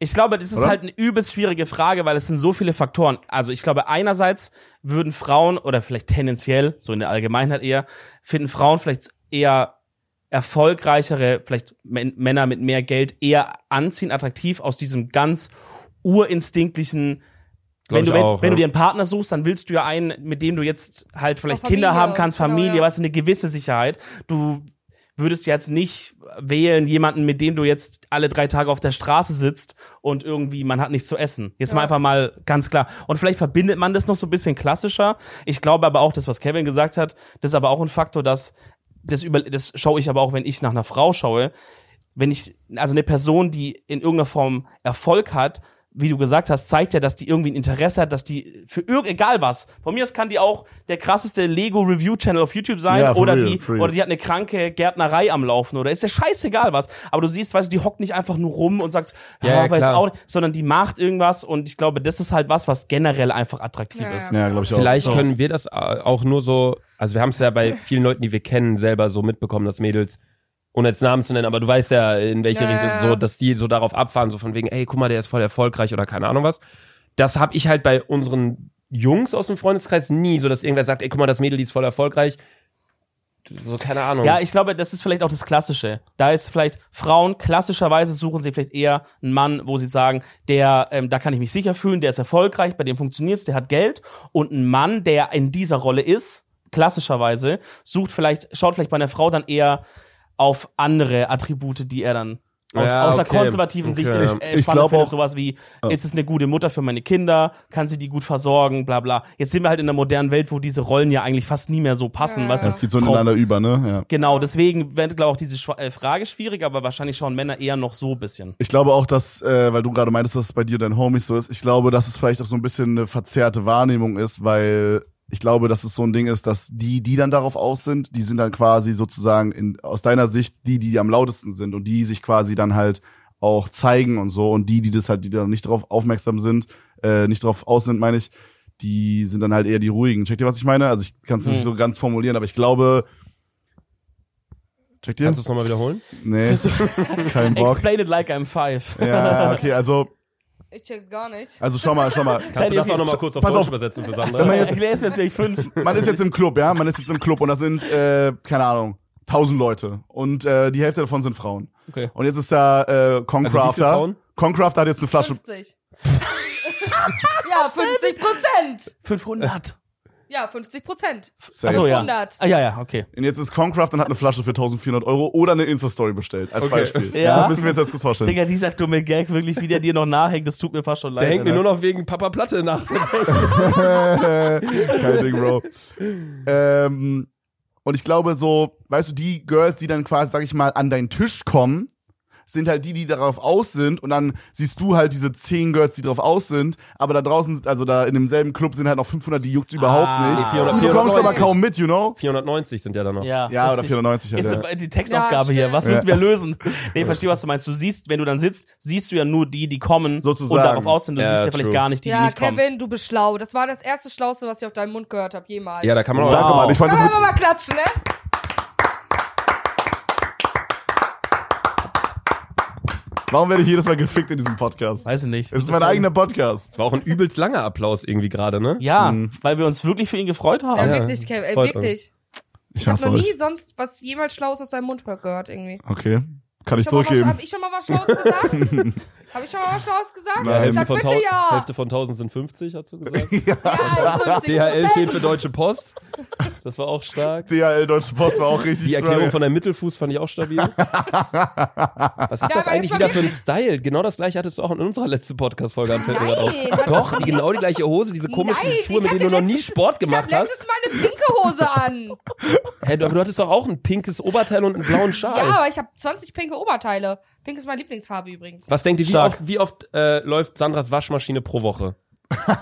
B: Ich glaube, das ist
A: Oder?
B: halt eine übelst schwierige Frage, weil es sind so viele Faktoren. Also ich glaube, einerseits würden Frauen oder vielleicht tendenziell, so in der Allgemeinheit eher, finden Frauen vielleicht eher erfolgreichere, vielleicht Män- Männer mit mehr Geld eher anziehen, attraktiv aus diesem ganz urinstinklichen,
C: Glaub
B: wenn, du,
C: ich
B: wenn,
C: auch,
B: wenn
C: ja.
B: du dir einen Partner suchst, dann willst du ja einen, mit dem du jetzt halt vielleicht
D: Auch
B: Kinder
D: Familie,
B: haben kannst,
D: genau,
B: Familie,
D: ja.
B: weißt du, eine gewisse Sicherheit. Du würdest jetzt nicht wählen, jemanden, mit dem du jetzt alle drei Tage auf der Straße sitzt und irgendwie man hat nichts zu essen. Jetzt mal
D: Ja.
B: einfach mal ganz klar. Und vielleicht verbindet man das noch so ein bisschen klassischer. Ich glaube aber auch, das, was Kevin gesagt hat, das ist aber auch ein Faktor, dass das über, das schaue ich aber auch, wenn ich nach einer Frau schaue, wenn ich, also eine Person, die in irgendeiner Form Erfolg hat, wie du gesagt hast, zeigt ja, dass die irgendwie ein Interesse hat, dass die für irgend, egal was. Von mir aus kann die auch der krasseste Lego Review Channel auf YouTube sein
A: Ja, for
B: oder
A: real,
B: die,
A: for real.
B: oder die hat eine kranke Gärtnerei am Laufen oder ist ja scheißegal was. Aber du siehst, weißt du, die hockt nicht einfach nur rum und sagt, ja,
C: Ja, ja,
B: weiß
C: klar.
B: auch, nicht", sondern die macht irgendwas und ich glaube, das ist halt was, was generell einfach attraktiv
D: Ja, ja.
B: ist.
A: Ja, glaube ich auch.
C: Vielleicht können wir das äh, auch nur so, also wir haben es ja bei vielen Leuten, die wir kennen, selber so mitbekommen, dass Mädels, ohne jetzt Namen zu nennen, aber du weißt ja, in welche
D: Ja, ja,
C: Richtung,
D: ja.
C: so, dass die so darauf abfahren, so von wegen, ey, guck mal, der ist voll erfolgreich oder keine Ahnung was. Das habe ich halt bei unseren Jungs aus dem Freundeskreis nie, so dass irgendwer sagt, ey, guck mal, das Mädel, die ist voll erfolgreich. So, keine Ahnung.
B: Ja, ich glaube, das ist vielleicht auch das Klassische. Da ist vielleicht Frauen klassischerweise suchen sie vielleicht eher einen Mann, wo sie sagen, der, ähm, da kann ich mich sicher fühlen, der ist erfolgreich, bei dem funktioniert's, der hat Geld und ein Mann, der in dieser Rolle ist, klassischerweise sucht vielleicht, schaut vielleicht bei einer Frau dann eher auf andere Attribute, die er dann aus,
C: Ja,
B: aus der
C: okay.
B: konservativen Sicht
C: Okay.
B: äh,
C: Ich-
A: ich
B: spannend
A: glaub
B: findet,
A: auch-
B: sowas wie, ist es eine gute Mutter für meine Kinder, kann sie die gut versorgen, bla bla. Jetzt sind wir halt in der modernen Welt, wo diese Rollen ja eigentlich fast nie mehr so passen.
D: Ja.
B: Weißt du?
A: Das geht so
B: Frau-
A: ineinander über, ne? Ja.
B: Genau, deswegen wird, glaube ich, auch diese Schwa- äh, Frage schwierig, aber wahrscheinlich schauen Männer eher noch so ein bisschen.
A: Ich glaube auch, dass, äh, weil du gerade meintest, dass es bei dir und deinen Homies so ist, ich glaube, dass es vielleicht auch so ein bisschen eine verzerrte Wahrnehmung ist, weil ich glaube, dass es so ein Ding ist, dass die, die dann darauf aus sind, die sind dann quasi sozusagen in, aus deiner Sicht die, die am lautesten sind und die sich quasi dann halt auch zeigen und so und die, die das halt, die da nicht drauf aufmerksam sind, äh, nicht drauf aus sind, meine ich, die sind dann halt eher die ruhigen. Checkt ihr, was ich meine? Also ich kann es nicht
B: Mhm.
A: so ganz formulieren, aber ich glaube, checkt ihr?
C: Kannst du es nochmal wiederholen?
A: Nee, kein Bock.
B: Explain it like I'm five.
A: Also, Ja, okay, also
D: Ich check gar nicht.
A: also schau mal, schau mal.
C: Kannst du
B: ihr
C: das auch
B: hier-
C: nochmal kurz auf
A: Pass
C: Deutsch
A: auf.
C: übersetzen für
B: Wenn man
C: Sandra?
B: jetzt erklärst, jetzt wäre ich fünf.
A: Man ist jetzt im Club, ja? Man ist jetzt im Club und das sind, äh, keine Ahnung, tausend Leute. Und äh, die Hälfte davon sind Frauen.
B: Okay.
A: Und jetzt ist da äh, Concrafter.
C: Also wie viele Frauen?
A: Concrafter hat jetzt eine Flasche.
D: 50. ja, 50 Prozent.
B: 500.
D: Ja, 50 Prozent.
A: Safe.
B: Achso, ja.
D: 500.
B: Ah, ja, ja, okay.
A: Und jetzt ist Concraft und hat eine Flasche für 1400 Euro oder eine Insta-Story bestellt, als Beispiel.
B: Ja.
A: Müssen wir jetzt jetzt kurz vorstellen.
B: Digga, dieser dumme Gag, wirklich, wie der dir noch nahhängt, das tut mir fast schon leid.
C: Der hängt mir
B: Alter.
C: nur noch wegen Papa Platte nach.
A: Kein Ding, Bro. Ähm, und ich glaube so, weißt du, die Girls, die dann quasi, sag ich mal, an deinen Tisch kommen, sind halt die, die darauf aus sind und dann siehst du halt diese zehn Girls, die drauf aus sind, aber da draußen, also da in demselben Club sind halt noch 500, die juckt's überhaupt
B: Ah.
A: nicht.
B: Die
C: 400,
A: du kommst aber
C: 490.
A: kaum mit, you know?
C: 490 sind ja da noch.
B: Ja,
A: Ja, oder
B: richtig.
A: 490 halt,
B: Ist
A: ja.
B: äh, die Textaufgabe
D: Ja,
B: hier. Was
A: stimmt.
B: müssen wir lösen? Nee, ich verstehe, was du meinst. Du siehst, wenn du dann sitzt, siehst du ja nur die, die kommen und
A: Sozusagen.
B: darauf aus sind. Du
C: Ja,
B: siehst ja vielleicht
C: true.
B: gar nicht die, die
D: Ja,
B: nicht kommen.
D: Kevin, du bist schlau. Das war das erste Schlauste, was ich auf deinem Mund gehört habe, jemals.
C: Ja, da kann man auch.
A: Danke,
B: Wow.
A: Mann. Ich fand das
D: Können
A: mit,
D: wir mal klatschen, ne?
A: warum werde ich jedes Mal gefickt in diesem Podcast?
B: Weiß ich nicht.
A: Es ist
B: Das
A: mein
B: ein-
A: eigener Podcast.
C: Das war auch ein übelst langer Applaus irgendwie gerade, ne?
B: Ja, weil wir uns wirklich für ihn gefreut haben.
D: Ja,
C: Ja,
D: wirklich, Kevin.
C: das
D: Äh,
C: freut
D: wirklich.
A: Ich
D: Ich habe
A: hasse
D: noch nie
A: euch.
D: sonst was jemals Schlaues aus deinem Mund gehört, irgendwie.
A: Okay. Kann ich
D: Schon mal was-
A: zurückgeben.
D: Hab ich schon mal was Schlaues gesagt? hab ich schon mal was Schlaues gesagt?
A: Nein.
D: Sag
C: von
D: bitte ja.
C: Hälfte von 1000 sind 50, hast du gesagt?
D: Ja, ich 50
C: DHL steht für Deutsche Post. Das war auch stark.
A: DHL Deutsche Post war auch richtig
C: Die Erklärung
A: struggle.
C: von deinem Mittelfuß fand ich auch stabil. Was ist
D: Ja,
C: das
D: aber
C: eigentlich
D: jetzt mal
C: wieder für ein
D: wirklich-
C: Style? Genau das gleiche hattest du auch in unserer letzten Podcast-Folge an
D: Nein, hattest
C: Doch,
D: du
C: die, genau die
D: nicht.
C: gleiche Hose, diese komischen
D: Nein,
C: Schuhe,
D: ich
C: mit denen
D: hatte
C: du noch nie
D: letztes-
C: Sport
D: Ich habe
C: gemacht hast.
D: letztes Mal eine pinke Hose an.
C: Hä, du, aber du hattest doch auch ein pinkes Oberteil und einen blauen Schal.
D: Ja, aber ich habe 20 pinke Oberteile. Pink ist meine Lieblingsfarbe übrigens.
C: Was denkt ihr, wie
B: Stark.
C: oft, wie oft äh, läuft Sandras Waschmaschine pro Woche?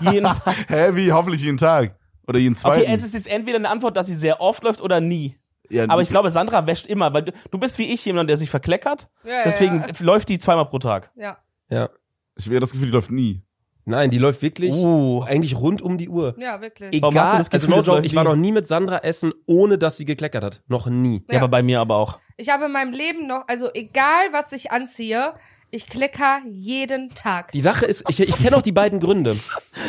B: Jeden Tag.
A: Hä, wie? Hoffentlich jeden Tag. Oder jeden zweiten.
B: Okay, es ist jetzt entweder eine Antwort, dass sie sehr oft läuft oder nie.
A: ja,
B: Aber ich glaube, Sandra wäscht immer, weil du, du bist wie ich jemand, der sich verkleckert.
D: Ja,
B: Deswegen
D: Ja.
B: läuft die zweimal pro Tag.
D: ja.
C: Ja.
A: ich habe das Gefühl, die läuft nie.
C: Nein, die läuft wirklich
B: Uh.
C: eigentlich rund um die Uhr.
D: Ja, wirklich.
B: Warum hast du das Gefühl,
C: also no
B: das
C: joke,
B: läuft
C: ich war
B: nie?
C: noch nie mit Sandra essen, ohne dass sie gekleckert hat. Noch nie.
B: Ja, aber bei mir aber auch.
D: Ich habe in meinem Leben noch, also egal was ich anziehe, ich klicker jeden Tag.
C: Die Sache ist, ich, ich kenne auch die beiden Gründe.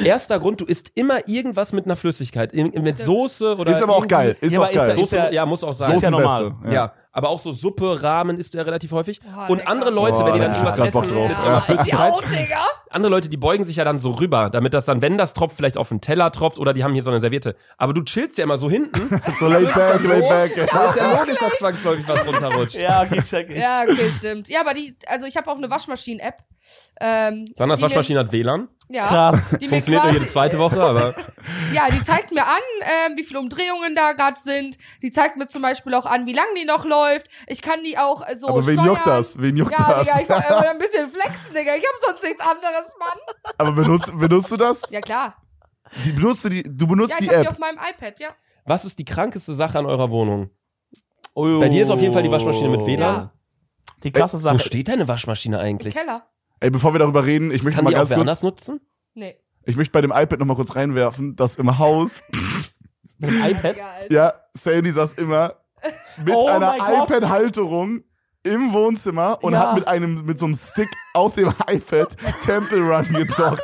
C: Erster Grund, du isst immer irgendwas mit einer Flüssigkeit, in- mit Soße oder
A: Ist aber auch
C: irgendwie-
A: geil. Ist
B: Ja,
A: auch
B: aber ist
A: geil.
B: ja-
C: Soße, ja, muss auch sein.
B: ist ja normal.
A: Soßenbeste,
C: ja. aber auch so Suppe, Ramen isst du ja relativ häufig.
D: Boah,
C: Und
D: lecker.
C: andere Leute,
A: Boah,
C: wenn die dann
A: da
C: irgendwas
A: hab ich grad Bock
C: essen,
A: drauf.
C: so
A: Ja.
C: eine Flüssigkeit,
D: auch, Digga.
C: andere Leute, die beugen sich ja dann so rüber, damit das dann, wenn das tropft, vielleicht auf den Teller tropft oder die haben hier so eine Serviette. Aber du chillst ja immer so hinten.
A: So laid back, laid back.
C: Da ist ja logisch, dass zwangsläufig was runterrutscht.
B: Ja, okay, check ich.
D: Ja, okay, stimmt. Ja, aber die, also ich habe auch eine Waschmaschinen-App. Ähm,
C: Sandras
D: die
C: Waschmaschine hat WLAN.
D: Mir, ja,
B: Krass.
D: Die mir
C: Funktioniert nur
D: quasi-
C: jede zweite Woche, aber
D: Ja, die zeigt mir an, ähm, wie viele Umdrehungen da gerade sind. Die zeigt mir zum Beispiel auch an, wie lang die noch läuft. Ich kann die auch äh, so
A: Aber wen
D: steuern.
A: juckt das? Wen juckt
D: Ja,
A: das?
D: Digga, ich war immer ein bisschen flexen, Digga. Ich hab sonst nichts anderes, Mann.
A: Aber benutzt, benutzt du das?
D: Ja, klar.
A: Die benutzt du die, du benutzt
D: Ja,
A: die
D: ich hab die
A: App.
D: auf meinem iPad, ja.
C: was ist die krankeste Sache an eurer Wohnung? Bei dir ist auf jeden Fall die Waschmaschine mit WLAN.
B: Oh. Die krasse
C: Wo
B: Sache.
C: steht deine Waschmaschine
D: Im
C: eigentlich?
D: Keller.
A: Ey, bevor wir darüber reden, ich möchte
C: Kann
A: mal
C: die auch
A: ganz
C: wer
A: kurz,
C: anders nutzen?
D: Nee.
A: ich möchte bei dem iPad nochmal kurz reinwerfen, dass im Haus,
B: Mit dem iPad?
D: Digga, Alter.
A: ja, Sandy saß immer mit
B: Oh
A: einer
B: mein Gott.
A: iPad-Halterung im Wohnzimmer und
B: Ja.
A: hat mit einem, mit so einem Stick auf dem iPad Temple Run gezockt.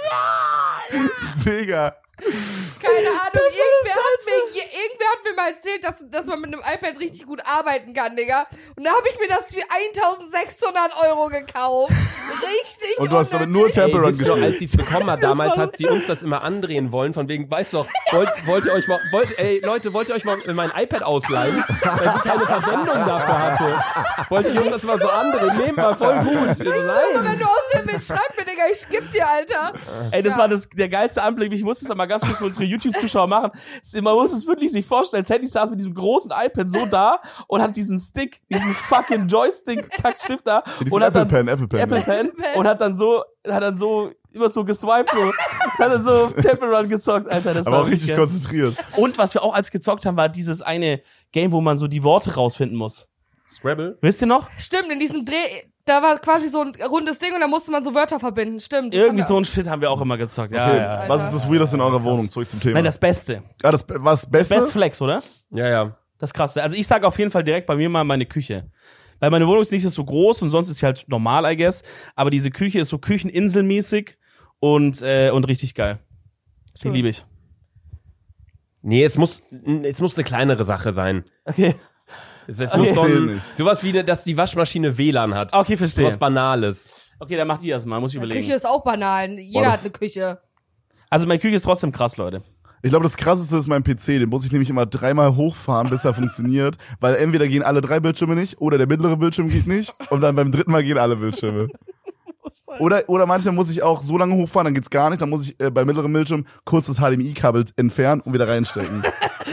A: Digga.
D: Keine Ahnung, irgendwer hat, mir, je- irgendwer hat mir mal erzählt, dass, dass man mit einem iPad richtig gut arbeiten kann, Digga. Und da habe ich mir das für 1600 Euro gekauft. Richtig
A: Und du hast damit nur
D: unnötig.
A: Temple
C: Ey,
A: Run
C: wisst ihr noch,
A: gespielt.
C: als sie es bekommen hat, damals hat sie uns das immer andrehen wollen, von wegen, weißt du doch, wollt, wollt ihr euch mal, wollt, ey, Leute, wollt ihr euch mal mein iPad ausleihen, weil sie keine Verwendung dafür hatte? Wollt ihr uns das mal so andrehen? Nehmt mal, voll gut. Wir so,
D: Also,
C: nein.
D: wenn du aussehen willst, schreib mir, Digga, ich geb dir, Alter.
B: Ey, das
D: Ja.
B: war das, der geilste Anblick. Ich muss das mal ganz kurz für unsere YouTube-Zuschauer machen. Es- Man muss es wirklich sich vorstellen. Sandy saß mit diesem großen iPad so da und hat diesen Stick, diesen fucking Joystick-Kackstift da
A: Diesen
B: und hat
A: Apple
B: dann
A: Pen, Apple Pen.
B: Apple Pen und hat dann so, hat dann so immer so geswiped, so, hat dann so Temple Run gezockt, Alter. Das
A: Aber
B: war
A: auch richtig
B: geil.
A: konzentriert.
B: Und was wir auch als gezockt haben, war dieses eine Game, wo man so die Worte rausfinden muss.
C: Scrabble?
B: Wisst ihr noch?
D: Stimmt, in diesem Dreh, da war quasi so ein rundes Ding und da musste man so Wörter verbinden, stimmt. das
B: Irgendwie
D: haben
B: so ein Shit haben wir auch immer gezockt. Ja,
A: Okay,
B: ja.
A: was ist das Weirdeste in eurer Wohnung?
B: Krass.
A: Zurück zum Thema.
B: Nein, das Beste.
D: Hm?
A: ja, das was Beste?
B: Best Flex, oder?
C: Ja, ja.
B: Das krasse. Also ich sage auf jeden Fall direkt bei mir mal meine Küche. Weil meine Wohnung ist nicht so groß und sonst ist sie halt normal, I guess. Aber diese Küche ist so kücheninselmäßig und, äh, und richtig geil. Die
D: Schön.
B: liebe ich.
C: Nee, es muss, es muss eine kleinere Sache sein.
B: Okay.
C: Es, es
A: Okay.
C: muss so
A: Zählt
C: ein,
A: nicht.
C: sowas wie, dass die Waschmaschine WLAN hat.
B: Okay,
C: So was
B: verstehe.
C: Banales.
B: Okay, dann macht ihr das mal, muss ich
D: wir- Küche
B: überlegen.
D: ist auch banal. Jeder
A: das-
D: hat eine Küche.
B: Also meine Küche ist trotzdem krass, Leute.
A: Ich glaube, das krasseste ist mein PC. Den muss ich nämlich immer dreimal hochfahren, bis er funktioniert. Weil entweder gehen alle drei Bildschirme nicht oder der mittlere Bildschirm geht nicht. Und dann beim dritten Mal gehen alle Bildschirme. Oder, oder manchmal muss ich auch so lange hochfahren, dann geht's gar nicht. Dann muss ich äh, beim mittleren Bildschirm kurz das HDMI-Kabel entfernen und wieder reinstecken.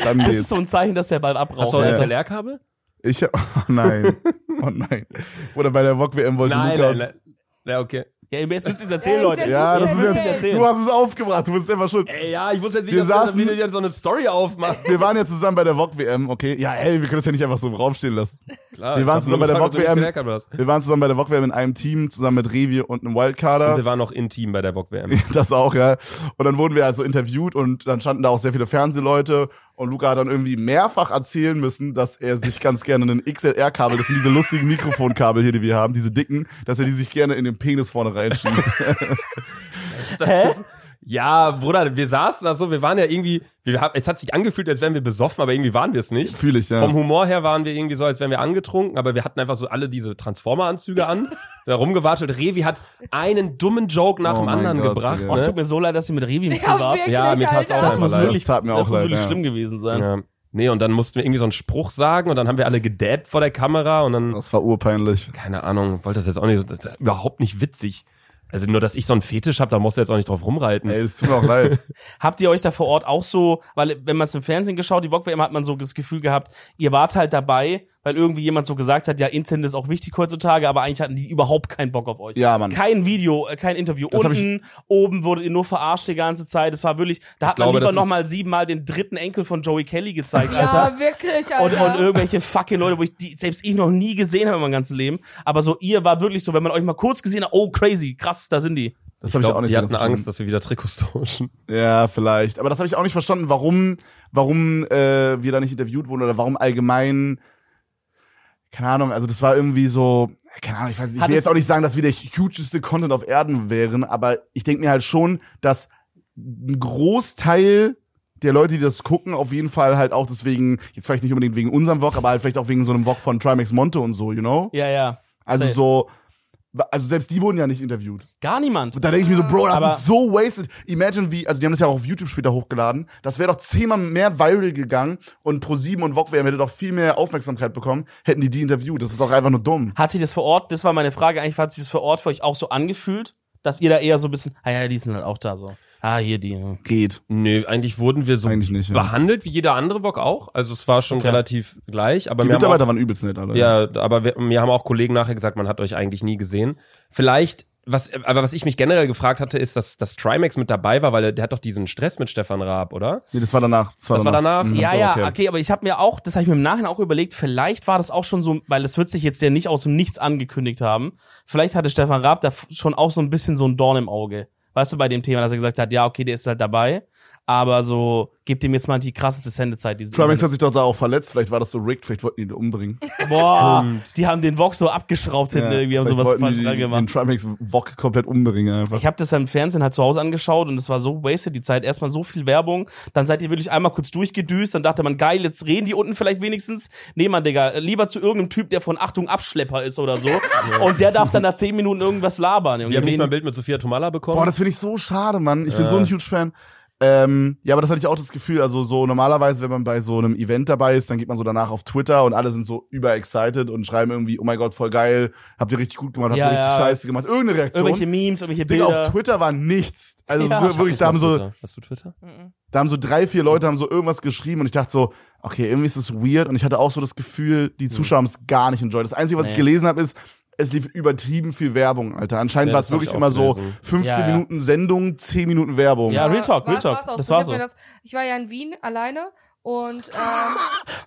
A: Dann
B: Das ist
A: geht's.
B: so ein Zeichen, dass der bald abraucht.
C: Hast du auch
A: ja.
C: ein SLR-Kabel?
A: Ich, oh nein. Oh nein. Oder bei der VOG-WM wollte Lukas...
C: Ja, okay.
B: ja, jetzt müsst ihr es erzählen,
D: Ey,
B: Leute.
D: jetzt
A: Ja, das
D: Jetzt
A: ist
D: müsst ihr
A: jetzt,
B: erzählen.
A: du hast es aufgebracht, du bist einfach schuld.
C: Ey, ja, ich wusste jetzt nicht,
A: Wir
C: dass wir
A: saßen-
C: wieder wieder so eine Story aufmachen.
A: Wir waren ja zusammen bei der VOG-WM, okay? Ja, ey, wir können das ja nicht einfach so im Raum stehen lassen.
C: Klar,
A: Wir
C: ich
A: waren
C: hab
A: zusammen
C: nur
A: bei der
C: gefragt, ob du
A: Bock-WM.
C: nichts gemerkt hast.
A: Wir waren zusammen bei der VOG-WM in einem Team, zusammen mit Revi und einem
C: Und
A: Wildkader.
C: wir waren noch intim bei der Bock-WM.
A: Das auch, ja. Und dann wurden wir also interviewt und dann standen da auch sehr viele Fernsehleute. Und Luca hat dann irgendwie mehrfach erzählen müssen, dass er sich ganz gerne ein XLR-Kabel, das sind diese lustigen Mikrofonkabel hier, die wir haben, diese dicken, dass er die sich gerne in den Penis vorne reinschiebt.
B: Hä?
C: Ja, Bruder, wir saßen da so, wir waren ja irgendwie, wir haben, jetzt hat sich angefühlt, als wären wir besoffen, aber irgendwie waren wir es nicht.
A: Fühle ich, ja.
C: Vom Humor her waren wir irgendwie so, als wären wir angetrunken, aber wir hatten einfach so alle diese Transformer-Anzüge an, da rumgewartet. Revi hat einen dummen Joke nach
A: Oh
C: dem
A: mein
C: anderen
A: Gott,
C: gebracht.
A: Digga.
B: Oh, es tut
C: Ne?
B: mir so leid, dass ihr mit Revi im Team
D: Ja,
B: wart.
D: wirklich,
C: Ja, mir tat's auch
D: Alter.
B: Das muss
A: Das
B: wirklich,
A: tat mir auch
B: das muss
A: leid,
B: wirklich
A: ja.
B: schlimm gewesen sein.
C: Ja. Nee, und dann mussten wir irgendwie so einen Spruch sagen und dann haben wir alle gedabbt vor der Kamera und dann,
A: Das war urpeinlich.
C: keine Ahnung, wollte das jetzt auch nicht, das ist überhaupt nicht witzig. Also nur, dass ich so einen Fetisch habe, da musst du jetzt auch nicht drauf rumreiten.
A: Ey, es tut mir auch leid.
B: Habt ihr euch da vor Ort auch so, weil wenn man es im Fernsehen geschaut, die Bockwärme, hat man so das Gefühl gehabt, ihr wart halt dabei, weil irgendwie jemand so gesagt hat, ja, Internet ist auch wichtig heutzutage, aber eigentlich hatten die überhaupt keinen Bock auf euch.
A: Ja, Mann.
B: Kein Video, äh, kein Interview.
A: Das hab ich-
B: Unten, oben wurde ihr nur verarscht die ganze Zeit. Es war wirklich, da hat
C: glaube,
B: man lieber
C: das ist-
B: nochmal siebenmal den dritten Enkel von Joey Kelly gezeigt, Alter.
D: Ja, wirklich,
B: Und,
D: Alter.
B: und irgendwelche fucking Leute, wo ich die, selbst ich noch nie gesehen habe in meinem ganzen Leben. Aber so ihr war wirklich so, wenn man euch mal kurz gesehen hat, oh crazy, krass, da sind die.
A: Das habe ich,
C: glaub,
A: auch nicht
C: die
A: so
C: hatten
A: ganz
C: Angst, dass wir wieder Trikots tauschen.
A: Ja, vielleicht. Aber das habe ich auch nicht verstanden, warum, warum äh, wir da nicht interviewt wurden oder warum allgemein. Keine Ahnung, also das war irgendwie so, keine Ahnung, ich weiß nicht, ich
B: Hat
A: will
B: es-
A: jetzt auch nicht sagen, dass wir der hugeste Content auf Erden wären, aber ich denke mir halt schon, dass ein Großteil der Leute, die das gucken, auf jeden Fall halt auch deswegen, jetzt vielleicht nicht unbedingt wegen unserem Vlog, aber halt vielleicht auch wegen so einem Vlog von Trimax Monte und so, you know?
B: Ja, ja.
A: Also
B: safe.
A: so, also selbst die wurden ja nicht interviewt.
B: Gar niemand.
A: Und da denke ich mir so, Bro, das
B: Aber-
A: ist so wasted. Imagine wie, also die haben das ja auch auf YouTube später hochgeladen. Das wäre doch zehnmal mehr viral gegangen und Pro7 und VogWM hätte doch viel mehr Aufmerksamkeit bekommen, hätten die die interviewt. Das ist auch einfach nur dumm.
B: Hat sich das vor Ort, das war meine Frage eigentlich, hat sich das vor Ort für euch auch so angefühlt, dass ihr da eher so ein bisschen, ah ja, die sind halt auch da so. Ah, hier die. hm.
A: Geht.
C: Nö, eigentlich wurden wir so
A: Eigentlich nicht. Ja.
C: behandelt wie jeder andere Vlog auch. Also es war schon
B: Okay.
C: relativ gleich, aber
A: Die
C: wir haben auch
A: Mitarbeiter waren übelst nett, Alter.
C: Ja, aber wir, mir haben auch Kollegen nachher gesagt, man hat euch eigentlich nie gesehen. Vielleicht, was, aber was ich mich generell gefragt hatte, ist, dass, dass Trimax mit dabei war, weil der, der hat doch diesen Stress mit Stefan Raab, oder?
A: Nee, das war danach.
C: Das war danach.
A: Mhm.
B: Ja,
C: Ach so,
B: ja,
C: okay.
B: okay. aber ich habe mir auch, das habe ich mir im Nachhinein auch überlegt, vielleicht war das auch schon so, weil das wird sich jetzt ja nicht aus dem Nichts angekündigt haben. Vielleicht hatte Stefan Raab da f- schon auch so ein bisschen so ein Dorn im Auge. Weißt du, bei dem Thema, dass er gesagt hat, ja, okay, der ist halt dabei, aber so, gebt ihm jetzt mal die krasseste Sendezeit. diesen-
A: Trimax hat sich doch da auch verletzt. Vielleicht war das so rigged. Vielleicht wollten die ihn umbringen.
B: Boah, die haben den Vox so abgeschraubt hinten
A: Ja.
B: irgendwie, haben
A: Vielleicht
B: sowas
A: wollten
B: falsch
A: die
B: dran gemacht.
A: Den Trimax Vog komplett umbringen einfach.
B: Ich habe das im Fernsehen halt zu Hause angeschaut und es war so wasted die Zeit. Erstmal so viel Werbung, dann seid ihr wirklich einmal kurz durchgedüst, dann dachte man, geil, jetzt reden die unten vielleicht wenigstens. Nee, Mann, Digga, lieber zu irgendeinem Typ, der von Achtung Abschlepper ist oder so. und der darf dann nach zehn Minuten irgendwas labern. Junge.
C: Wir haben nicht mal ein
B: Wen-
C: Bild mit Sophia Tomala bekommen.
A: Boah, das finde ich so schade, Mann. Ich bin so ein huge Fan. Ähm, ja, aber das hatte ich auch das Gefühl. Also so normalerweise, wenn man bei so einem Event dabei ist, dann geht man so danach auf Twitter und alle sind so überexcited und schreiben irgendwie, oh mein Gott, voll geil, habt ihr richtig gut gemacht, habt
B: Ja,
A: ihr richtig
B: ja.
A: scheiße gemacht. Irgendeine Reaktion.
B: irgendwelche Memes, irgendwelche
A: Digga,
B: Bilder.
A: auf Twitter war nichts. Also es
B: Ja.
A: ist wirklich, da haben, so,
C: Hast du Twitter?
A: da haben so drei, vier Leute haben so irgendwas geschrieben und ich dachte so, okay, irgendwie ist es weird und ich hatte auch so das Gefühl,
C: Hm.
A: die Zuschauer haben es gar nicht enjoyed. Das Einzige, was
B: Nee.
A: ich gelesen habe, ist, es lief übertrieben viel Werbung, Alter. Anscheinend
C: Ja,
A: war
C: das
A: es
C: hab
A: wirklich
C: ich auch
A: immer so
C: gelesen.
A: 15
B: Ja, ja.
A: Minuten Sendung, 10 Minuten Werbung.
B: Ja, Real Talk, Real
D: war's,
B: Talk.
D: war's auch
B: Das
D: so.
B: war
D: Ich hab
B: so.
D: mir ich war ja in Wien alleine und ähm,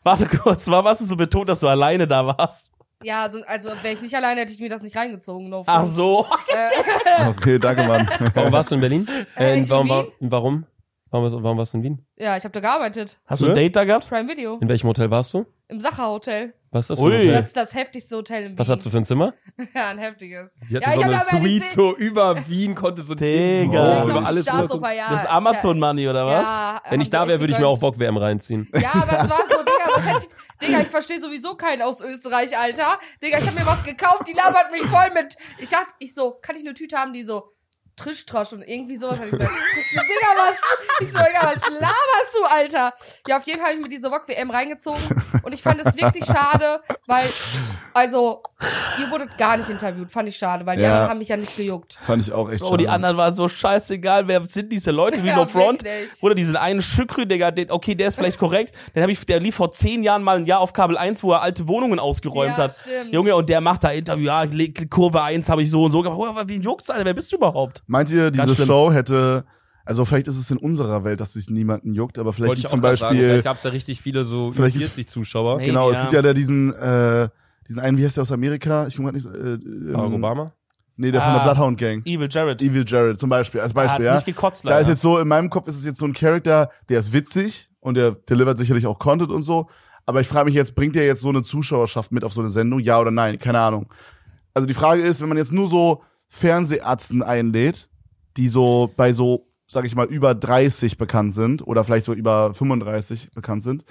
B: Warte kurz, warum hast du so betont, dass du alleine da warst?
D: ja, so, also wäre ich nicht alleine, hätte ich mir das nicht reingezogen. No
B: Ach so.
A: Okay, danke, Mann.
C: Warum warst du in Berlin?
D: Äh,
C: Äh,
D: ich
C: warum,
D: in
C: war- warum? Warum, warst- warum warst du in Wien?
D: Ja, ich habe da gearbeitet.
B: Hast du ein
C: Ne?
B: Date da gehabt?
D: Prime Video.
C: In welchem Hotel warst du?
D: Im Sacher Hotel.
C: Was ist das für
B: Ui.
C: ein Hotel?
D: Das ist das heftigste Hotel in Wien.
C: Was hast du für ein Zimmer?
D: Ja, ein heftiges.
C: Die hatte
D: ja,
C: so
D: hab
C: eine
D: ja aber
C: Suite
D: gesehen-
C: so über Wien, konnte so
B: Digga.
D: Ja,
C: über
D: glaub ich,
C: alles
D: Staatsoper,
C: gucken.
D: ja.
B: Das Amazon Money oder was?
D: Ja,
C: Wenn
D: haben
C: ich da
D: wir
C: wäre,
D: echt
C: würde ich mir auch
D: gegönnt.
C: Bock-WM reinziehen.
D: Ja, aber es war so, Digga, was hätte ich. Digga, ich verstehe sowieso keinen aus Österreich, Alter. Digga, ich habe mir was gekauft, die labert mich voll mit. Ich dachte, ich so, kann ich eine Tüte haben, die so Trischtrosch und irgendwie sowas hat ich gesagt. Ich so, Digga, was? Ich so, Digga, was laberst du, Alter? Ja, auf jeden Fall habe ich mir diese Wok-WM reingezogen und ich fand es wirklich schade, weil, also, ihr wurdet gar nicht interviewt, fand ich schade, weil die
A: Ja.
D: anderen haben mich ja nicht gejuckt.
A: Fand ich auch echt
B: Oh, die anderen waren so scheißegal, wer sind diese Leute, wie
D: Ja,
B: no front.
D: wirklich.
B: Oder diesen einen Schückrü, Digga, den, okay, der ist vielleicht korrekt, den hab ich, der lief vor zehn Jahren mal ein Jahr auf Kabel 1, wo er alte Wohnungen ausgeräumt
D: Ja,
B: hat.
D: stimmt.
B: Junge, und der macht da Interview, ja, Le- Kurve 1 habe ich so und so gemacht. Oh, wie juckt's, Alter, wer bist du überhaupt?
A: Meint ihr,
B: Ganz
A: diese
B: schlimm.
A: Show hätte, also vielleicht ist es in unserer Welt, dass sich niemanden juckt, aber vielleicht
C: Wollte
A: gibt
C: ich auch
A: zum
C: grad sagen.
A: Beispiel,
C: Vielleicht gab es da richtig viele so
A: Vielleicht gibt's-
C: 40 Zuschauer.
B: Nee.
A: genau,
B: Hey,
A: es
B: ja.
A: gibt ja da diesen, äh, diesen einen, wie heißt der aus Amerika? Ich guck mal nicht, äh,
C: Barack
A: ähm,
C: Obama?
A: nee, der von der
B: Ah.
A: Bloodhound Gang.
B: Evil Jared.
A: Evil Jared zum Beispiel, als
B: Er hat
A: Beispiel, ja.
B: nicht gekotzt, leider.
A: Da ist jetzt so, in meinem Kopf ist es jetzt so ein Charakter, der ist witzig und der delivert sicherlich auch Content und so. Aber ich frage mich jetzt, bringt der jetzt so eine Zuschauerschaft mit auf so eine Sendung? Ja oder nein? Keine Ahnung. Also die Frage ist, wenn man jetzt nur so Fernseharzten einlädt, die so bei so, sag ich mal, über 30 bekannt sind oder vielleicht so über 35 bekannt sind,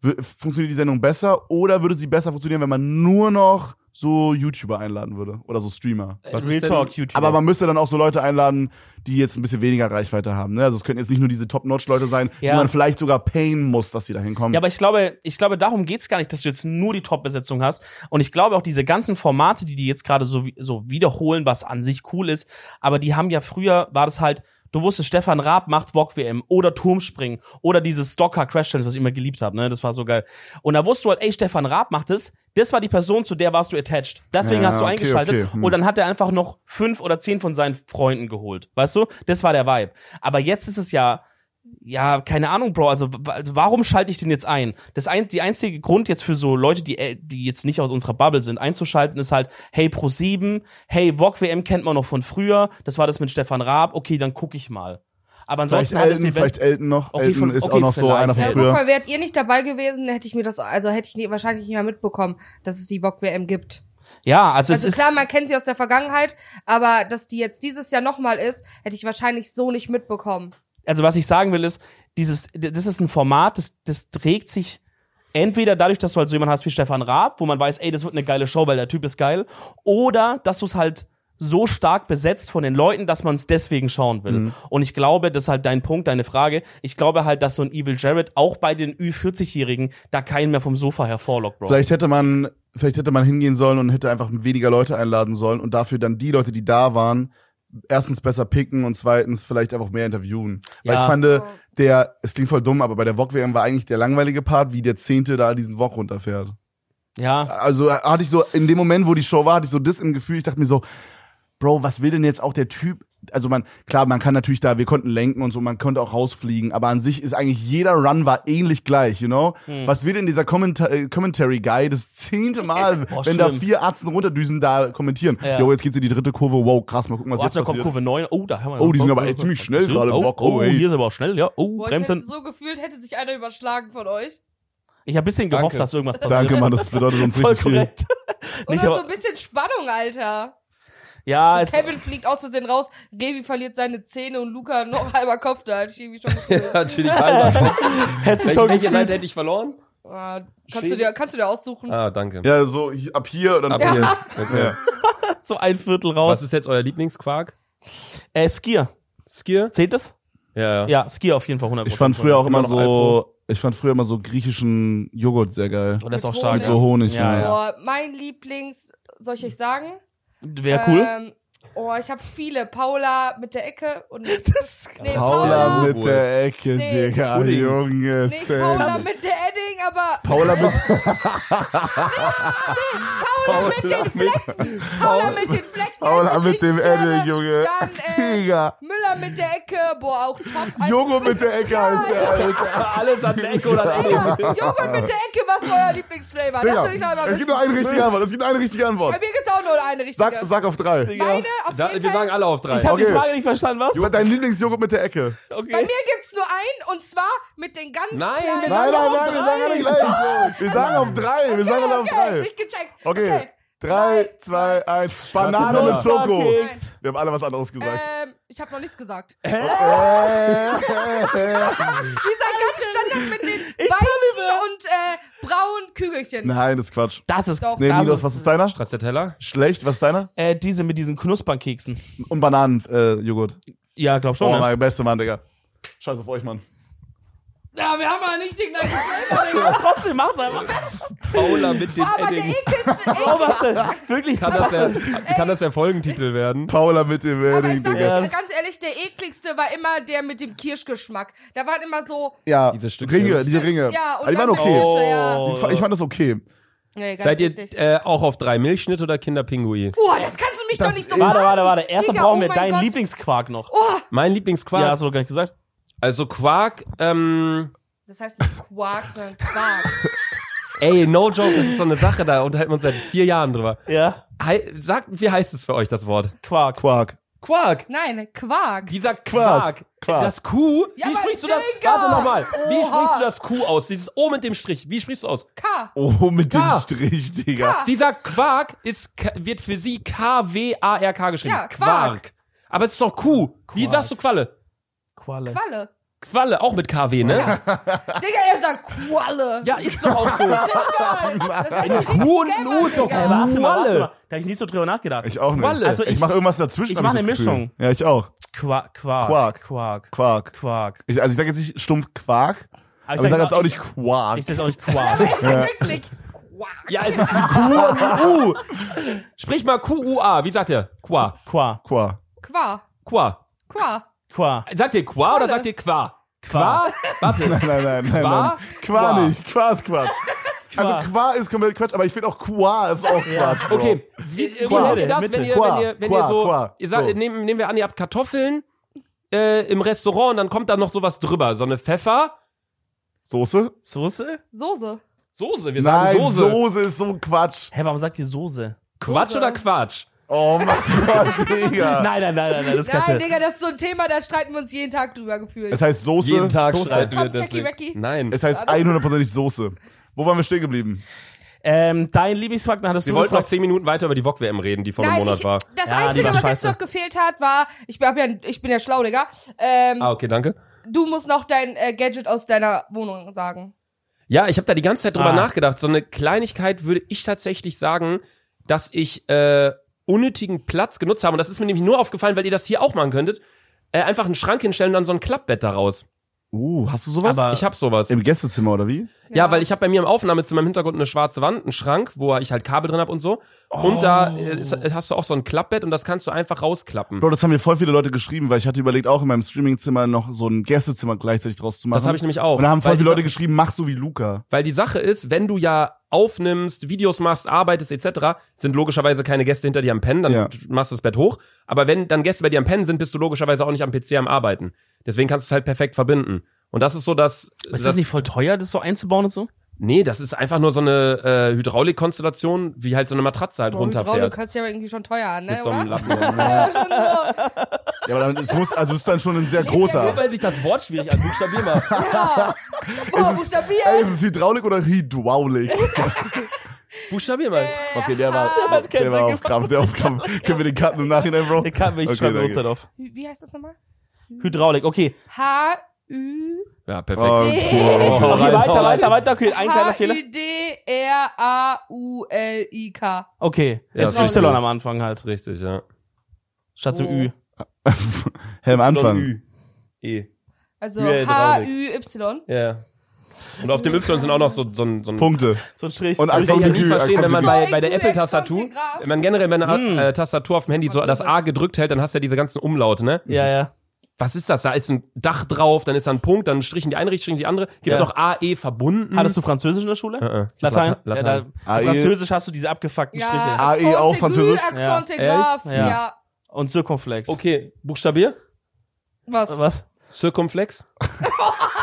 A: w- funktioniert die Sendung besser oder würde sie besser funktionieren, wenn man nur noch so YouTuber einladen würde oder so Streamer?
C: Was
B: Real
C: ist denn-
B: Talk, YouTube.
A: Aber man müsste dann auch so Leute einladen, die jetzt ein bisschen weniger Reichweite haben. Ne? Also es könnten jetzt nicht nur diese Top-Notch-Leute sein,
B: Ja.
A: die man vielleicht sogar payen muss, dass sie da hinkommen.
B: Ja, aber ich glaube, ich glaube, darum geht's gar nicht, dass du jetzt nur die Top-Besetzung hast. Und ich glaube auch diese ganzen Formate, die die jetzt gerade so, wi- so wiederholen, was an sich cool ist, aber die haben ja früher, war das halt, du wusstest, Stefan Raab macht Bock-WM oder Turmspringen oder dieses Stocker-Crash-Challenge, was ich immer geliebt habe, ne? Das war so geil. Und da wusstest du halt, ey, Stefan Raab macht es. Das war die Person, zu der warst du attached. Deswegen
A: Ja,
B: hast du
A: okay,
B: eingeschaltet.
A: okay, hm.
B: Und dann hat er einfach noch fünf oder zehn von seinen Freunden geholt. Weißt du? Das war der Vibe. Aber jetzt ist es ja, ja, keine Ahnung, Bro. Also, wa- also warum schalte ich den jetzt ein? Das ein, die einzige Grund jetzt für so Leute, die, äh, die jetzt nicht aus unserer Bubble sind, einzuschalten, ist halt, hey Pro 7, hey Wok WM kennt man noch von früher. Das war das mit Stefan Raab. Okay, dann guck ich mal. Aber
A: vielleicht äh,
B: ansonsten hat das
A: Elton,
B: Event.
A: vielleicht Elton noch.
B: Okay,
A: Elton
B: von-
A: ist
B: okay,
A: auch noch so
B: vielleicht.
A: einer von
B: Ja,
D: Äh,
A: früher.
D: guck mal, wärt ihr nicht dabei gewesen, hätte ich mir das, also hätte ich nie, wahrscheinlich nicht mehr mitbekommen, dass es die VOG-WM gibt.
B: ja, also, es
D: Also
B: ist.
D: klar, man kennt sie aus der Vergangenheit, aber dass die jetzt dieses Jahr nochmal ist, hätte ich wahrscheinlich so nicht mitbekommen.
B: also was ich sagen will ist, dieses, das ist ein Format, das, das trägt sich entweder dadurch, dass du halt so jemanden hast wie Stefan Raab, wo man weiß, ey, das wird eine geile Show, weil der Typ ist geil, oder dass du es halt so stark besetzt von den Leuten, dass man es deswegen schauen will.
A: Mhm.
B: Und ich glaube, das ist halt dein Punkt, deine Frage. Ich glaube halt, dass so ein Evil Jared auch bei den Ü40-Jährigen da keinen mehr vom Sofa hervorlockt, Bro.
A: Vielleicht hätte man, vielleicht hätte man hingehen sollen und hätte einfach weniger Leute einladen sollen und dafür dann die Leute, die da waren, erstens besser picken und zweitens vielleicht einfach mehr interviewen. Weil
B: Ja.
A: ich fand, der, es klingt voll dumm, aber bei der VOG-WM war eigentlich der langweilige Part, wie der Zehnte da diesen Wok runterfährt.
B: ja.
A: Also hatte ich so, in dem Moment, wo die Show war, hatte ich so das im Gefühl, ich dachte mir so, Bro, was will denn jetzt auch der Typ? Also man, klar, man kann natürlich da, wir konnten lenken und so, man konnte auch rausfliegen, aber an sich ist eigentlich jeder Run war ähnlich gleich, you know? Was will denn dieser Commenta äh, Commentary-Guy das zehnte Mal,
B: Boah,
A: wenn da
B: schlimm.
A: vier Arzten runterdüsen, da kommentieren?
B: Ja.
A: Jo, jetzt geht's in die dritte Kurve, wow, krass, mal gucken, was
B: Oh,
A: jetzt
B: da kommt
A: passiert.
B: Kurve 9. Oh, da haben wir
A: Oh, die sind aber echt ziemlich schnell gerade.
B: Oh,
A: Bock.
B: oh,
A: Oh, ey.
B: hier sind aber auch schnell, ja. Oh,
D: Boah, ich hätte
B: bremsen.
D: so gefühlt hätte sich einer überschlagen von euch.
B: Ich habe ein bisschen gehofft,
C: Danke.
B: dass irgendwas passiert.
A: Danke, Mann, das bedeutet uns
B: Voll
A: richtig viel.
B: korrekt.
D: Oder
B: Nicht,
D: so
B: aber, Also
D: ein bisschen Spannung, Alter.
B: ja, es,
D: so Kevin fliegt aus Versehen raus, Revi verliert seine Zähne und Luca noch halber Kopf da. Hatte ich irgendwie schon gefühlt.
C: Natürlich teilweise.
B: hätte sich
C: Wenn
B: schon
C: ich nicht hätte
B: gefühlt.
C: ich verloren.
D: Ah, kannst, du dir, kannst du dir aussuchen?
C: Ah, danke.
A: Ja, so hi- ab hier dann
C: Ab
A: ab hier.
C: hier. Okay.
A: Ja.
B: So ein Viertel
C: Was
B: raus.
C: ist jetzt euer Lieblingsquark?
B: Äh, Skier.
C: Skier?
B: Zählt das?
C: Ja,
B: Ja, Skier auf jeden Fall 100%.
A: Ich fand früher auch immer
C: Immer noch Alpro.
A: so, ich fand früher immer so griechischen Joghurt sehr geil.
B: Und das ist auch
D: Mit
B: stark.
A: Mit so Honig,
B: Ja,
A: ja.
B: ja.
D: Boah, mein Lieblings, soll ich euch sagen?
B: Wäre cool.
D: Ähm, oh, ich habe viele. Paula mit der Ecke und nee,
B: Das-
D: nee,
A: Paula
D: Paula,
A: mit der Ecke,
D: Nee.
A: Digga,
C: Pudding.
A: Junge.
D: nee,
A: safe.
D: Paula mit der Edding, aber
A: Paula mit,
D: Paula mit den Flecken. Paula mit den Flecken.
A: Paula
D: das
A: mit
D: riecht
A: dem
D: gerne.
A: Edding, Junge.
D: Dann äh,
A: Digga.
D: Müller mit der Ecke. Boah, auch top. Also,
A: Joghurt mit der Ecke heißt der, Alter.
B: Alles an der Ecke oder an der Ecke.
D: Digga, Joghurt mit der Ecke, was war euer Lieblingsflavor? Das will ich noch
A: Digga.
D: einmal
A: Es
D: wissen.
A: gibt nur eine richtige Antwort. Es gibt eine richtige
D: Bei
A: Antwort.
D: mir gibt's auch nur eine richtige.
A: Sag, sag auf drei.
D: Meine, auf
C: Da,
D: jeden
C: wir
D: Fall.
C: sagen alle auf drei.
B: Ich habe die
A: Okay.
B: Frage nicht verstanden, was?
A: Jo- Dein Lieblingsjoghurt mit der Ecke.
D: Bei
B: Okay.
D: mir gibt's nur einen und zwar mit den ganzen.
C: Nein,
D: kleinen-
A: Nein,
C: wir sagen
A: nein,
C: auf
A: nein, wir sagen alle gleich. Wir sagen auf drei. Wir sagen alle auf
D: okay,
A: drei.
D: Nicht gecheckt.
A: Okay. Drei, zwei, eins. Banane mit
B: Banane.
A: Schoko.
B: Keks.
A: Wir haben alle was anderes gesagt.
D: Ähm, ich habe noch nichts gesagt.
A: Äh.
D: Dieser ganz Standard mit den weißen und äh, braunen Kügelchen.
A: Nein, das ist Quatsch.
B: Das ist
D: Doch.
A: Nee,
B: das
A: Ninos, was ist deiner?
C: Stracciatella?
A: Schlecht, was ist deiner?
B: Äh, diese mit diesen Knuspernkeksen.
A: Und Bananenjoghurt. Äh, Joghurt.
B: Ja, glaub schon.
A: oh,
B: ne?
A: mein beste Mann, Digga. Scheiß auf euch, Mann.
D: Ja, wir haben ja nicht den gleichen Flavor. Digga.
B: Trotzdem macht's einfach.
C: Paula mit den
D: Boah, aber der
C: Edding.
D: ekelste.
B: Oh,
D: Ekel.
B: was denn? Wirklich,
C: Kann das, der, kann das der Folgentitel werden?
A: Paula mit dem
D: Aber ich
A: Wedding,
D: sag
A: Digga.
D: euch ganz ehrlich, der ekligste war immer der mit dem Kirschgeschmack. Da waren immer so.
A: Ja,
C: Diese Stückchen.
A: Ringe, diese Ringe.
D: Ja, und
A: Aber die
D: dann
A: waren
D: mit
A: okay.
D: Kirsche, ja.
B: Oh.
A: Die fa- Ich fand das okay.
D: Nee, ganz
C: Seid ihr
D: eklig.
C: äh, auch auf drei Milchschnitt oder Kinderpingui?
D: Boah, das kannst du mich
A: Das
D: doch nicht so
A: ist-
B: Warte,
D: machen.
B: warte, warte. Erstmal
D: Digga,
B: brauchen
D: oh
B: wir
D: mein
B: deinen
D: Gott. Oh.
B: Lieblingsquark noch.
C: Mein Lieblingsquark.
B: Ja, hast du doch gar nicht gesagt.
C: Also Quark, ähm,
D: Das heißt nicht Quark, sondern Quark.
C: ey, no joke, das ist so eine Sache, da unterhalten wir uns seit vier Jahren drüber.
B: Ja,
C: Hei, sagt, wie heißt es für euch das Wort?
B: Quark.
A: Quark.
C: Quark.
D: Nein, Quark.
C: Dieser
A: Quark.
C: Quark.
A: Quark.
C: Das Q.
D: Ja,
C: wie
D: aber
C: sprichst du das?
D: Digga!
C: Warte nochmal. Wie
D: Oha.
C: sprichst du das Q aus? Dieses O mit dem Strich. Wie sprichst du aus?
D: K.
A: Oh, mit
C: K.
A: dem Strich, Digga.
C: Sie sagt Quark ist, K- wird für sie K-W-A-R-K geschrieben.
D: Ja, Quark.
C: Aber es ist doch Q. Wie
B: Quark.
C: sagst du Qualle?
B: Qualle.
D: Qualle.
C: Qualle, auch mit KW, ne?
D: Digga, er sagt Qualle.
B: Ja, ist doch auch so.
D: Digga, das heißt richtig
C: Kuh und
D: Scammer,
C: Nu ist doch
B: Ey,
D: Digga.
B: warte mal, warte
C: Qualle.
B: mal. Da hab ich nicht so drüber nachgedacht.
A: Ich auch nicht.
C: Qualle.
A: Also
B: Also
A: ich
B: ich-
A: mach irgendwas dazwischen.
B: ich
A: hab
B: mach eine
A: das Gefühl.
B: Mischung.
A: Ja, ich auch.
B: Quark, Quark.
A: Quark.
B: Quark.
A: Quark.
B: Quark.
A: Ich, also ich sage jetzt nicht stumpf Quark,
B: Aber
A: aber ich sage jetzt auch
B: ich-
A: nicht Quark.
B: Ich sage auch nicht Quark.
D: Er sagt wirklich Quack.
C: Ja, es ist Q und U. Sprich mal Q-U-A. Wie sagt ihr? Qua.
B: Quark.
A: Quark.
D: Qua.
C: Qua.
D: Qua.
B: Quark.
C: Sagt ihr Qua oder
D: Qualle.
C: sagt ihr Qua? Qua? Warte.
A: Nein, nein, nein,
C: Qua?
A: nein. Qua
C: Qua.
A: nicht. Qua ist Quatsch. Also Qua ist komplett Quatsch, aber ich finde auch Qua ist auch Quatsch. Bro.
C: Okay, wie, wie
A: Qua.
C: nennt ihr das, wenn ihr, wenn ihr, wenn
A: Qua.
C: ihr so,
A: Qua.
C: ihr sagt,
A: So.
C: nehmen, nehmen wir an, ihr habt Kartoffeln äh, im Restaurant und dann kommt da noch sowas drüber, so eine Pfeffer,
A: Soße?
B: Soße?
D: Soße.
C: Soße, wir
A: Nein,
C: sagen
A: Soße.
C: Soße.
A: ist so ein Quatsch.
B: Hä, warum sagt ihr Soße?
C: Quatsch
D: Soße.
C: oder Quatsch?
A: Oh mein Gott, Digga.
B: Nein, nein, nein, nein, nein, das ist
D: Nein,
B: Quatsch.
D: Digga, das ist so ein Thema, da streiten wir uns jeden Tag drüber gefühlt.
A: Es heißt Soße.
C: Jeden Tag
B: Soße.
C: streiten wir
D: Komm, Jackie,
C: deswegen.
D: Jackie.
C: Nein.
A: Es heißt 100%ig Soße. Wo waren wir stehen geblieben?
B: Ähm, dein Lieblingsfaktor hattest
C: Wir
B: du
C: wollten noch
B: gefragt.
C: zehn Minuten weiter über die VOG-WM reden, die vor einem
D: Nein,
C: Monat
D: ich,
C: war.
B: Ja,
D: das
B: die
D: Einzige,
B: war
D: was
B: scheiße.
D: jetzt noch gefehlt hat, war, ich, hab ja, ich bin ja schlau, Digga, ähm,
C: Ah, okay, danke.
D: du musst noch dein äh, Gadget aus deiner Wohnung sagen.
C: Ja, ich habe da die ganze Zeit drüber
B: Ah.
C: nachgedacht. So eine Kleinigkeit würde ich tatsächlich sagen, dass ich äh, unnötigen Platz genutzt habe. Und das ist mir nämlich nur aufgefallen, weil ihr das hier auch machen könntet. Äh, einfach einen Schrank hinstellen und dann so ein Klappbett daraus.
A: Uh, hast du sowas?
B: Aber-
C: Ich hab sowas.
A: Also, Im Gästezimmer oder wie?
C: ja, weil ich habe bei mir im Aufnahmezimmer im Hintergrund eine schwarze Wand, einen Schrank, wo ich halt Kabel drin hab und so. Und
B: Oh.
C: da äh, ist, hast du auch so ein Klappbett und das kannst du einfach rausklappen.
A: Bro, das haben mir voll viele Leute geschrieben, weil ich hatte überlegt, auch in meinem Streamingzimmer noch so ein Gästezimmer gleichzeitig draus zu machen.
C: Das habe ich nämlich auch.
A: Und da haben voll
C: Weil
A: viele
C: die
A: Leute geschrieben, mach so wie Luca.
C: Weil die Sache ist, wenn du ja aufnimmst, Videos machst, arbeitest etc., sind logischerweise keine Gäste hinter dir am Pennen, dann
A: Ja.
C: machst du das Bett hoch. Aber wenn dann Gäste bei dir am Pennen sind, bist du logischerweise auch nicht am PC am Arbeiten. Deswegen kannst du es halt perfekt verbinden. Und das ist so das...
B: Aber Ist das nicht voll teuer, das so einzubauen und so?
C: nee, das ist einfach nur so eine äh, Hydraulikkonstellation, wie halt so eine Matratze halt runterfährt.
D: Du hörst ja irgendwie schon teuer an, ne,
C: Mit so einem
D: oder?
C: Lappen.
D: Ja, schon so.
A: Ja, aber dann- es muss, also es ist dann schon ein sehr großer.
C: Weil sich das Wort schwierig an buchstabier macht.
D: Ja.
A: Es
D: Oh,
A: ist-
D: buchstabiert.
A: Ey, ist es Hydraulik oder Hydraulik?
C: Buchstabier mal.
B: Äh.
A: Okay, der war,
D: Der
B: hat keinen
A: der war
B: Sinn
A: auf Krampf, der auf Krampf. Können wir den Karten im Nachhinein, Bro?
B: Ich kann mich
A: Okay,
B: schreiben
A: danke.
B: Uhrzeit auf.
D: Wie wie heißt das nochmal?
B: Hydraulik, okay.
D: H-Ü...
C: Ja,
A: Oh,
C: perfekt.
A: cool.
C: Hau
B: Okay,
C: rein, hau
B: weiter,
C: rein.
B: weiter, weiter. Okay, ein kleiner Fehler.
D: H-Ü-D-R-A-U-L-I-K.
B: Okay,
C: Ja,
B: es
C: das
B: ist
C: ist
B: Y am Anfang
A: Oh.
B: halt.
C: Richtig, ja.
B: Statt zum
D: Oh.
B: Ü.
A: Hey, am Anfang.
C: E.
D: Also
C: Hydraulik.
D: H-Ü-Y.
C: Ja. Und auf dem Y sind auch noch so, so, ein- so ein.
A: Punkte.
B: So ein Strich.
A: Und
B: so ein
A: als
C: Was ich ja
A: Punkt.
C: nie verstehen, wenn man bei, bei der
D: Zwei
C: Apple-Tastatur,
D: Graph.
C: wenn man generell bei einer
B: Mm.
C: äh, Tastatur auf dem Handy so das A gedrückt hält, dann hast du ja diese ganzen Umlaute, ne?
B: ja, ja.
C: Was ist das? Da ist ein Dach drauf, dann ist da ein Punkt, dann strichen die eine Richtung, strichen die andere. Gibt es
B: Ja.
C: auch A, E
D: Mhm.
C: verbunden?
B: Hattest du Französisch in der Schule?
C: Äh, äh. Ich hab
B: Latein?
C: Latein.
B: Ja, da,
A: AE.
B: Französisch hast du diese abgefuckten Striche.
A: AE
D: Accent
A: auch
D: aigu,
A: Französisch?
D: Accent
B: Ja.
D: grave,
B: Ehrlich? Ja.
D: ja.
B: Und Circumflex.
C: Okay, Buchstabier?
D: Was?
B: Was?
C: Circumflex?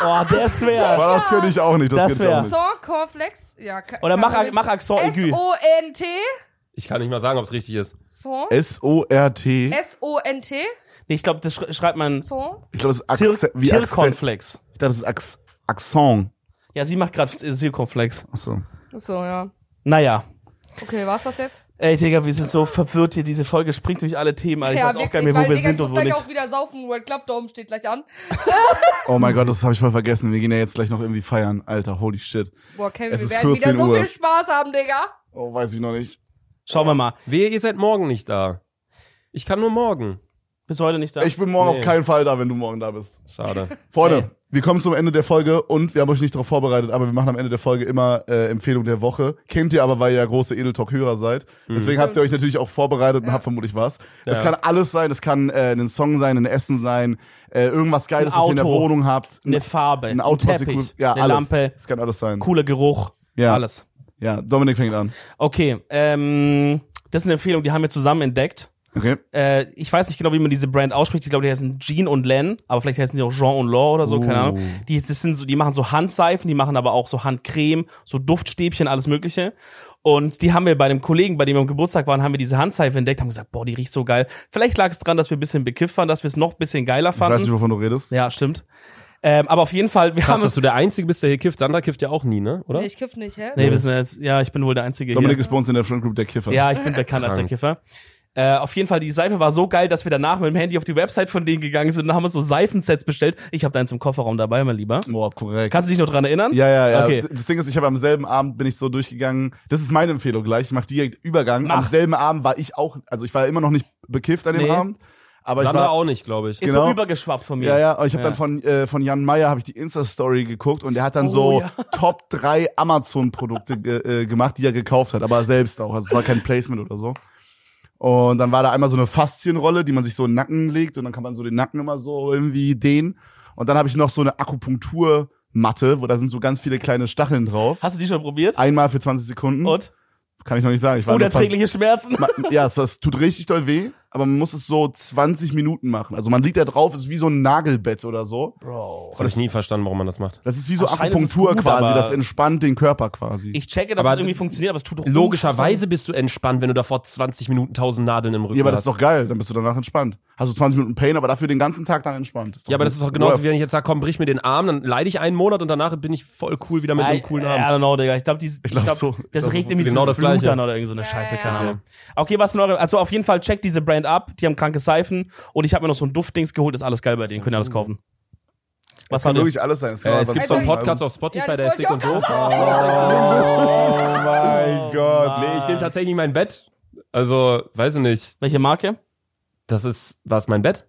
B: Oh, der ist schwer.
A: Aber das könnte ich auch nicht. Das,
B: Das
A: das könnte ich auch
B: wär-
A: nicht.
D: Accent Cornflex? Ja, ka-
B: Oder
D: kann
B: mach,
D: man nicht.
B: mach oh, Accent aigu.
D: S-O-N-T?
C: Ich kann nicht mal sagen, ob es richtig ist.
D: Son?
A: S-O-R-T.
D: S-O-N-T?
B: Nee, ich glaube, das sch- schreibt man
D: Son?
A: Ich glaube, das ist
B: Zir-
A: Accent. Wie Accent.
B: Circumflex.
A: Ich dachte, das ist Ax- Accent.
B: Ja, sie macht gerade Circumflex.
A: Achso.
D: So, ja.
B: Naja.
D: Okay, war's das jetzt?
B: Ey, Digga, wir sind so verwirrt hier. Diese Folge springt durch alle Themen. Alter. Ich weiß auch gar nicht mehr,
D: weil,
B: wo wir
D: Digga,
B: sind und
D: ich muss
B: wo
D: gleich
B: nicht.
D: auch wieder saufen. World Club da oben steht gleich an.
A: Oh mein Gott, das habe ich voll vergessen. Wir gehen ja jetzt gleich noch irgendwie feiern. Alter, holy shit.
D: Boah, Kevin,
A: Es
D: wir
A: ist
D: werden wieder
A: 14
D: so
A: Uhr.
D: viel Spaß haben, Digga.
A: Oh, weiß ich noch nicht.
B: Schauen wir mal.
C: Wehe, ihr seid morgen nicht da. Ich kann nur morgen.
B: Bis heute nicht da.
A: Ich bin morgen
C: Nee.
A: auf keinen Fall da, wenn du morgen da bist.
C: Schade.
A: Freunde,
B: Ey.
A: wir kommen zum Ende der Folge und wir haben euch nicht darauf vorbereitet, aber wir machen am Ende der Folge immer äh, Empfehlung der Woche. Kennt ihr aber, weil ihr ja große Edeltalk-Hörer seid.
B: Mhm.
A: Deswegen habt ihr euch natürlich auch vorbereitet und habt vermutlich was. Es
C: Ja.
A: kann alles sein, es kann äh, ein Song sein, ein Essen sein, äh, irgendwas Geiles,
B: Ein
A: was ihr in der
B: Auto.
A: Wohnung habt.
B: eine Farbe, ein,
A: ein Auto, was ihr cool-
B: Teppich,
A: ja,
B: eine
A: alles.
B: Lampe,
A: Es kann alles sein.
B: cooler Geruch,
A: Ja.
B: alles.
A: Ja, Dominik fängt an.
B: Okay, ähm, das ist eine Empfehlung, die haben wir zusammen entdeckt.
A: Okay.
B: Äh, ich weiß nicht genau, wie man diese Brand ausspricht. Ich glaube, die heißen Jean und Len, aber vielleicht heißen die auch Jean und Law oder so, keine
A: Oh.
B: Ahnung. Die, das sind so, die machen so Handseifen, die machen aber auch so Handcreme, so Duftstäbchen, alles Mögliche. Und die haben wir bei einem Kollegen, bei dem wir am Geburtstag waren, haben wir diese Handseife entdeckt, haben gesagt, boah, die riecht so geil. Vielleicht lag es dran, dass wir ein bisschen bekifft waren, dass wir es noch ein bisschen geiler
A: Ich weiß
B: fanden.
A: nicht, wovon du redest.
B: ja, stimmt. Ähm, aber auf jeden Fall, wir
C: Krass,
B: haben
C: dass
B: es.
C: du der Einzige bist, der hier kifft. Sandra kifft ja auch nie, ne? Oder?
D: Nee, ich kiff nicht, hä?
B: Nee, wir sind jetzt, ja, ich bin wohl der Einzige hier.
A: Dominik ist bei uns in der Friendgroup der Kiffer.
B: Ja, ich bin bekannt als der
C: Krank.
B: Kiffer. Äh, auf jeden Fall, die Seife war so geil, dass wir danach mit dem Handy auf die Website von denen gegangen sind und haben uns so Seifensets bestellt. Ich habe da eins im Kofferraum dabei, mein Lieber.
A: Boah, korrekt.
B: Kannst du dich noch dran erinnern?
A: ja, ja, ja.
B: Okay.
A: Das Ding ist, ich habe am selben Abend bin ich so durchgegangen. Das ist meine Empfehlung gleich. Ich mache direkt Übergang. Am
B: Mach.
A: selben Abend war ich auch, also ich war immer noch nicht bekifft an dem
B: Nee.
A: Abend, aber ich
C: Sandra
A: war
C: auch nicht, glaube ich.
B: Ist
A: genau.
B: so übergeschwappt von mir.
A: Ja, ja, aber ich habe
B: Ja.
A: dann von, äh, von Jan Meyer habe ich die Insta-Story geguckt und der hat dann so
B: Oh, ja.
A: Top 3 Amazon-Produkte ge äh, gemacht, die er gekauft hat, aber er selbst auch. Also es war kein Placement oder so. Und dann war da einmal so eine Faszienrolle, die man sich so in den Nacken legt und dann kann man so den Nacken immer so irgendwie dehnen. Und dann habe ich noch so eine Akupunkturmatte, wo da sind so ganz viele kleine Stacheln drauf.
B: Hast du die schon probiert?
A: Einmal für 20 Sekunden.
B: Und?
A: Kann ich noch nicht sagen. Ich war nur 20
B: Unerträgliche Schmerzen.
A: man, ja, es, es tut richtig doll weh, aber man muss es so 20 Minuten machen. Also man liegt da drauf, ist wie so ein Nagelbett oder so.
B: Bro.
C: Das habe ich nie verstanden, warum man das macht.
A: Das ist wie so
B: Anscheinend ist es
A: Akupunktur
B: gut,
A: quasi,
B: aber-
A: das entspannt den Körper quasi.
B: Ich checke, dass
C: Aber
B: es irgendwie funktioniert, aber es tut doch
C: Logischerweise bist du entspannt, wenn du davor 20 Minuten 1000 Nadeln im Rücken
A: ja, aber das
C: hast.
A: ist doch geil, dann bist du danach entspannt. Hast du 20 Minuten Pain, aber dafür den ganzen Tag dann entspannt.
C: ja, aber das ist
A: auch
C: auch genauso, wie wenn ich jetzt sage, komm, brich mir den Arm, dann leide ich einen Monat und danach bin ich voll cool wieder mit
B: I,
C: einem coolen
B: I
C: Arm.
B: don't know, Digga. Ich glaube, ich
A: glaub
B: glaub,
A: so. Ich
B: das
A: glaub,
B: regt
A: so
B: irgendwie
C: genau
B: so
C: das
B: Blut
C: Gleiche.
B: an oder irgend so eine
D: Ja,
B: Scheiße,
D: ja.
B: keine Ahnung. Okay, was in eure, also auf jeden Fall checkt diese Brand ab, die haben kranke Seifen und ich habe mir noch so ein Duftdings geholt, ist alles geil bei denen, könnt ihr alles kaufen. Was
A: Was kann
B: hat ihr?
A: wirklich alles sein. Es,
C: Äh,
A: kann
C: es
A: auch
C: gibt
A: was
C: so einen
A: sein. Also,
C: Podcast auf
D: Also, Ja,
C: Spotify,
D: das
C: der ist
D: wollte ich
C: dick und
D: auch
C: doof.
D: gerade sagen.
A: Oh mein Gott.
C: Oh. Nee, ich
B: Ah.
C: nehme tatsächlich mein Bett. Also, weiß ich nicht.
B: Welche Marke?
C: Das ist, war es mein Bett?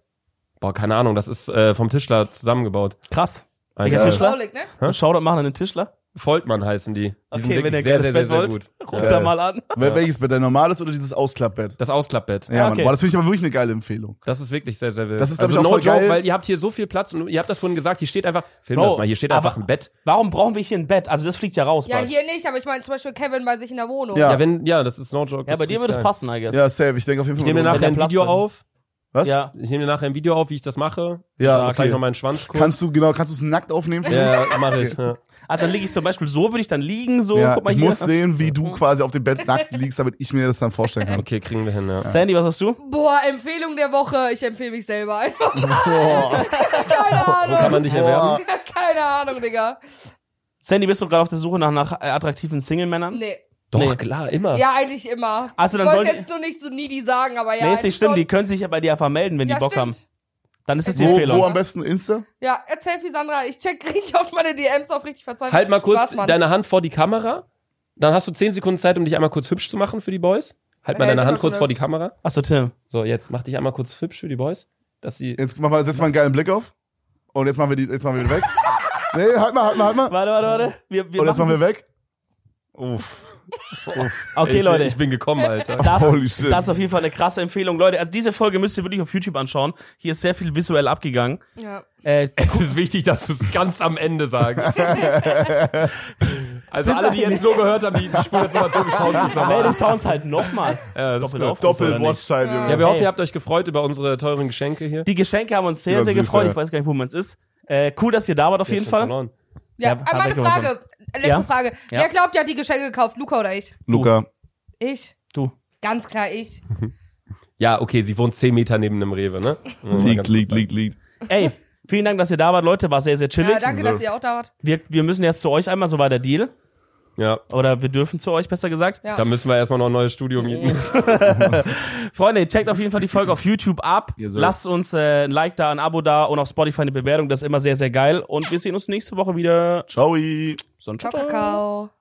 C: Boah, keine Ahnung, das ist äh, vom Tischler zusammengebaut.
B: Krass.
C: Ein
B: Welcher
C: äh,
B: Tischler?
D: Traulig, ne?
C: Hä?
B: Shoutout machen an den Tischler.
C: Voltmann heißen die. die sind
B: Okay, wenn ihr
C: wirklich
B: geiles Bett wollt, ruft da
A: Ja.
B: mal an.
A: Wel- Welches Bett? Dein normales oder dieses Ausklappbett?
C: Das Ausklappbett.
A: Ja, Mann.
B: okay.
A: Boah, das finde ich aber wirklich eine geile Empfehlung.
C: Das ist wirklich sehr, sehr wild.
A: Das ist, glaub ich,
C: also
A: auch
C: no
A: voll
C: joke,
A: geil.
C: weil ihr habt hier so viel Platz und ihr habt das vorhin gesagt, hier steht einfach, film
B: Bro,
C: das mal, hier steht
B: aber-
C: einfach ein Bett.
B: Warum brauchen wir hier ein Bett? Also das fliegt ja raus
D: Ja,
B: bald.
D: hier nicht, aber ich meine zum Beispiel Kevin bei sich in der Wohnung.
A: Ja.
C: Ja, wenn, ja, das ist no
B: ja,
C: joke. das
B: bei
C: ist
B: dir
C: richtig
B: würde es
C: geil.
B: passe, I guess.
A: Ja, safe. Ich denke auf jeden
C: Ich
A: Fall.
C: nehme mir
A: mal
C: nachher
B: der
C: ein
B: Platz
C: Video
B: drin.
C: auf.
A: Was?
B: Ja.
C: Ich nehme mir nachher ein Video auf, wie ich das mache.
A: Ja,
C: Da kann
A: okay.
C: ich noch meinen Schwanz gucken.
A: Kannst du, genau, kannst du es nackt aufnehmen? für mich?
C: ja, ja, mach ich. Ja.
B: Also dann liege ich zum Beispiel so, würde ich dann liegen, so,
A: ja,
B: guck mal
A: ich
B: hier.
A: muss sehen, wie du quasi auf dem Bett nackt liegst, damit ich mir das dann vorstellen kann.
C: Okay, kriegen wir hin, ja.
B: Sandy, was hast du?
D: Boah, Empfehlung der Woche. Ich empfehle mich selber einfach.
A: Boah.
D: Keine
C: Wo kann man
D: Ahnung.
C: dich erwerben?
B: Oh.
D: Keine Ahnung, Digga.
B: Sandy, bist du gerade auf der Suche nach, nach äh, attraktiven Single-Männern?
D: Nee.
C: Doch,
B: Nee.
C: klar, immer.
D: Ja, eigentlich immer.
B: Also, dann
D: ich wollte
B: sollte-
D: jetzt nur nicht so needy sagen, aber ja.
B: nee, ist
D: eigentlich
B: nicht stimmt.
D: schon.
B: Die können sich ja bei dir einfach melden, wenn
D: ja,
B: die Bock
D: stimmt.
B: haben. Dann ist das die
A: Wo, wo am
B: Empfehlung.
A: besten Insta?
D: Ja, erzähl viel, Sandra. Ich check richtig oft meine DMs auf richtig verzweifelt.
C: Halt mal kurz
D: Spaß, Mann.
C: deine Hand vor die Kamera. Dann hast du 10 Sekunden Zeit, um dich einmal kurz hübsch zu machen für die Boys. Halt mal
D: Ja, ich
C: deine
D: bin
C: Hand
D: doch
C: kurz
D: schon
C: vor die
D: hübsch.
C: Kamera.
B: Achso, Tim.
C: So, jetzt mach dich einmal kurz hübsch für die Boys. Dass sie.
A: Jetzt mach mal, setz mal einen geilen Blick auf. Und jetzt machen wir die, jetzt machen wir die weg. Nee, halt mal, halt mal, halt mal.
B: Warte, warte, warte. Wir, wir
A: Und Oh, jetzt machen wir
B: machen
A: weg. Uff.
C: Oh,
A: Uff.
B: das- Okay,
C: ich,
B: Leute.
C: Bin, ich bin gekommen, Alter.
B: das,
A: Holy shit.
B: das ist auf jeden Fall eine krasse Empfehlung. Leute, also diese Folge müsst ihr wirklich auf YouTube anschauen. Hier ist sehr viel visuell abgegangen.
D: Ja.
B: Äh,
C: Es ist wichtig, dass du es ganz am Ende sagst. also alle, die jetzt so gehört haben, die, die spulen jetzt nochmal zurück. schauen sich's noch
B: nee,
C: mal
B: die
C: an.
B: schauen es halt nochmal.
C: Ja, das ist
B: Doppel
C: gut.
B: auf. oder
A: Doppel
B: nicht?
A: Watchtime, Junge.
C: Ja, wir hoffen,
B: Ey.
C: ihr habt euch gefreut über unsere teuren Geschenke hier.
B: Die Geschenke haben uns sehr,
A: Ja,
B: sehr
A: süß,
B: gefreut.
A: ja.
B: Ich weiß gar nicht, wo man es ist. Äh, cool, dass ihr da wart auf jeden
C: Schon
B: Fall.
C: verloren.
D: Ja,
B: Ja,
D: aber
B: hab
D: meine
B: ich auch schon.
D: Frage. Letzte
B: Ja?
D: Frage. Wer
B: Ja.
D: glaubt, ihr hat die Geschenke gekauft? Luca oder ich?
A: Luca.
D: Ich.
B: Du.
D: Ganz klar ich.
C: Ja, okay, sie wohnt 10 Meter neben einem Rewe, ne? Muss man
A: Liegt,
C: ganz kurz
A: liegt,
C: sagen.
A: liegt, liegt.
B: Ey, vielen Dank, dass ihr da wart, Leute. War sehr, sehr chillig.
D: Ja, danke, dass ihr auch da wart.
B: wir, wir müssen jetzt zu euch einmal, so war der Deal.
C: Ja.
B: Oder wir dürfen zu euch, besser gesagt.
D: Ja.
C: Da müssen wir erstmal noch ein neues Studio mieten.
B: Freunde, checkt auf jeden Fall die Folge auf YouTube ab.
A: Ihr sollt.
B: Lasst uns äh, ein Like da, ein Abo da und auf Spotify eine Bewertung. Das ist immer sehr, sehr geil. Und wir sehen uns nächste Woche wieder.
A: Ciao.
B: Sonntag.
D: Ciao, Kakao.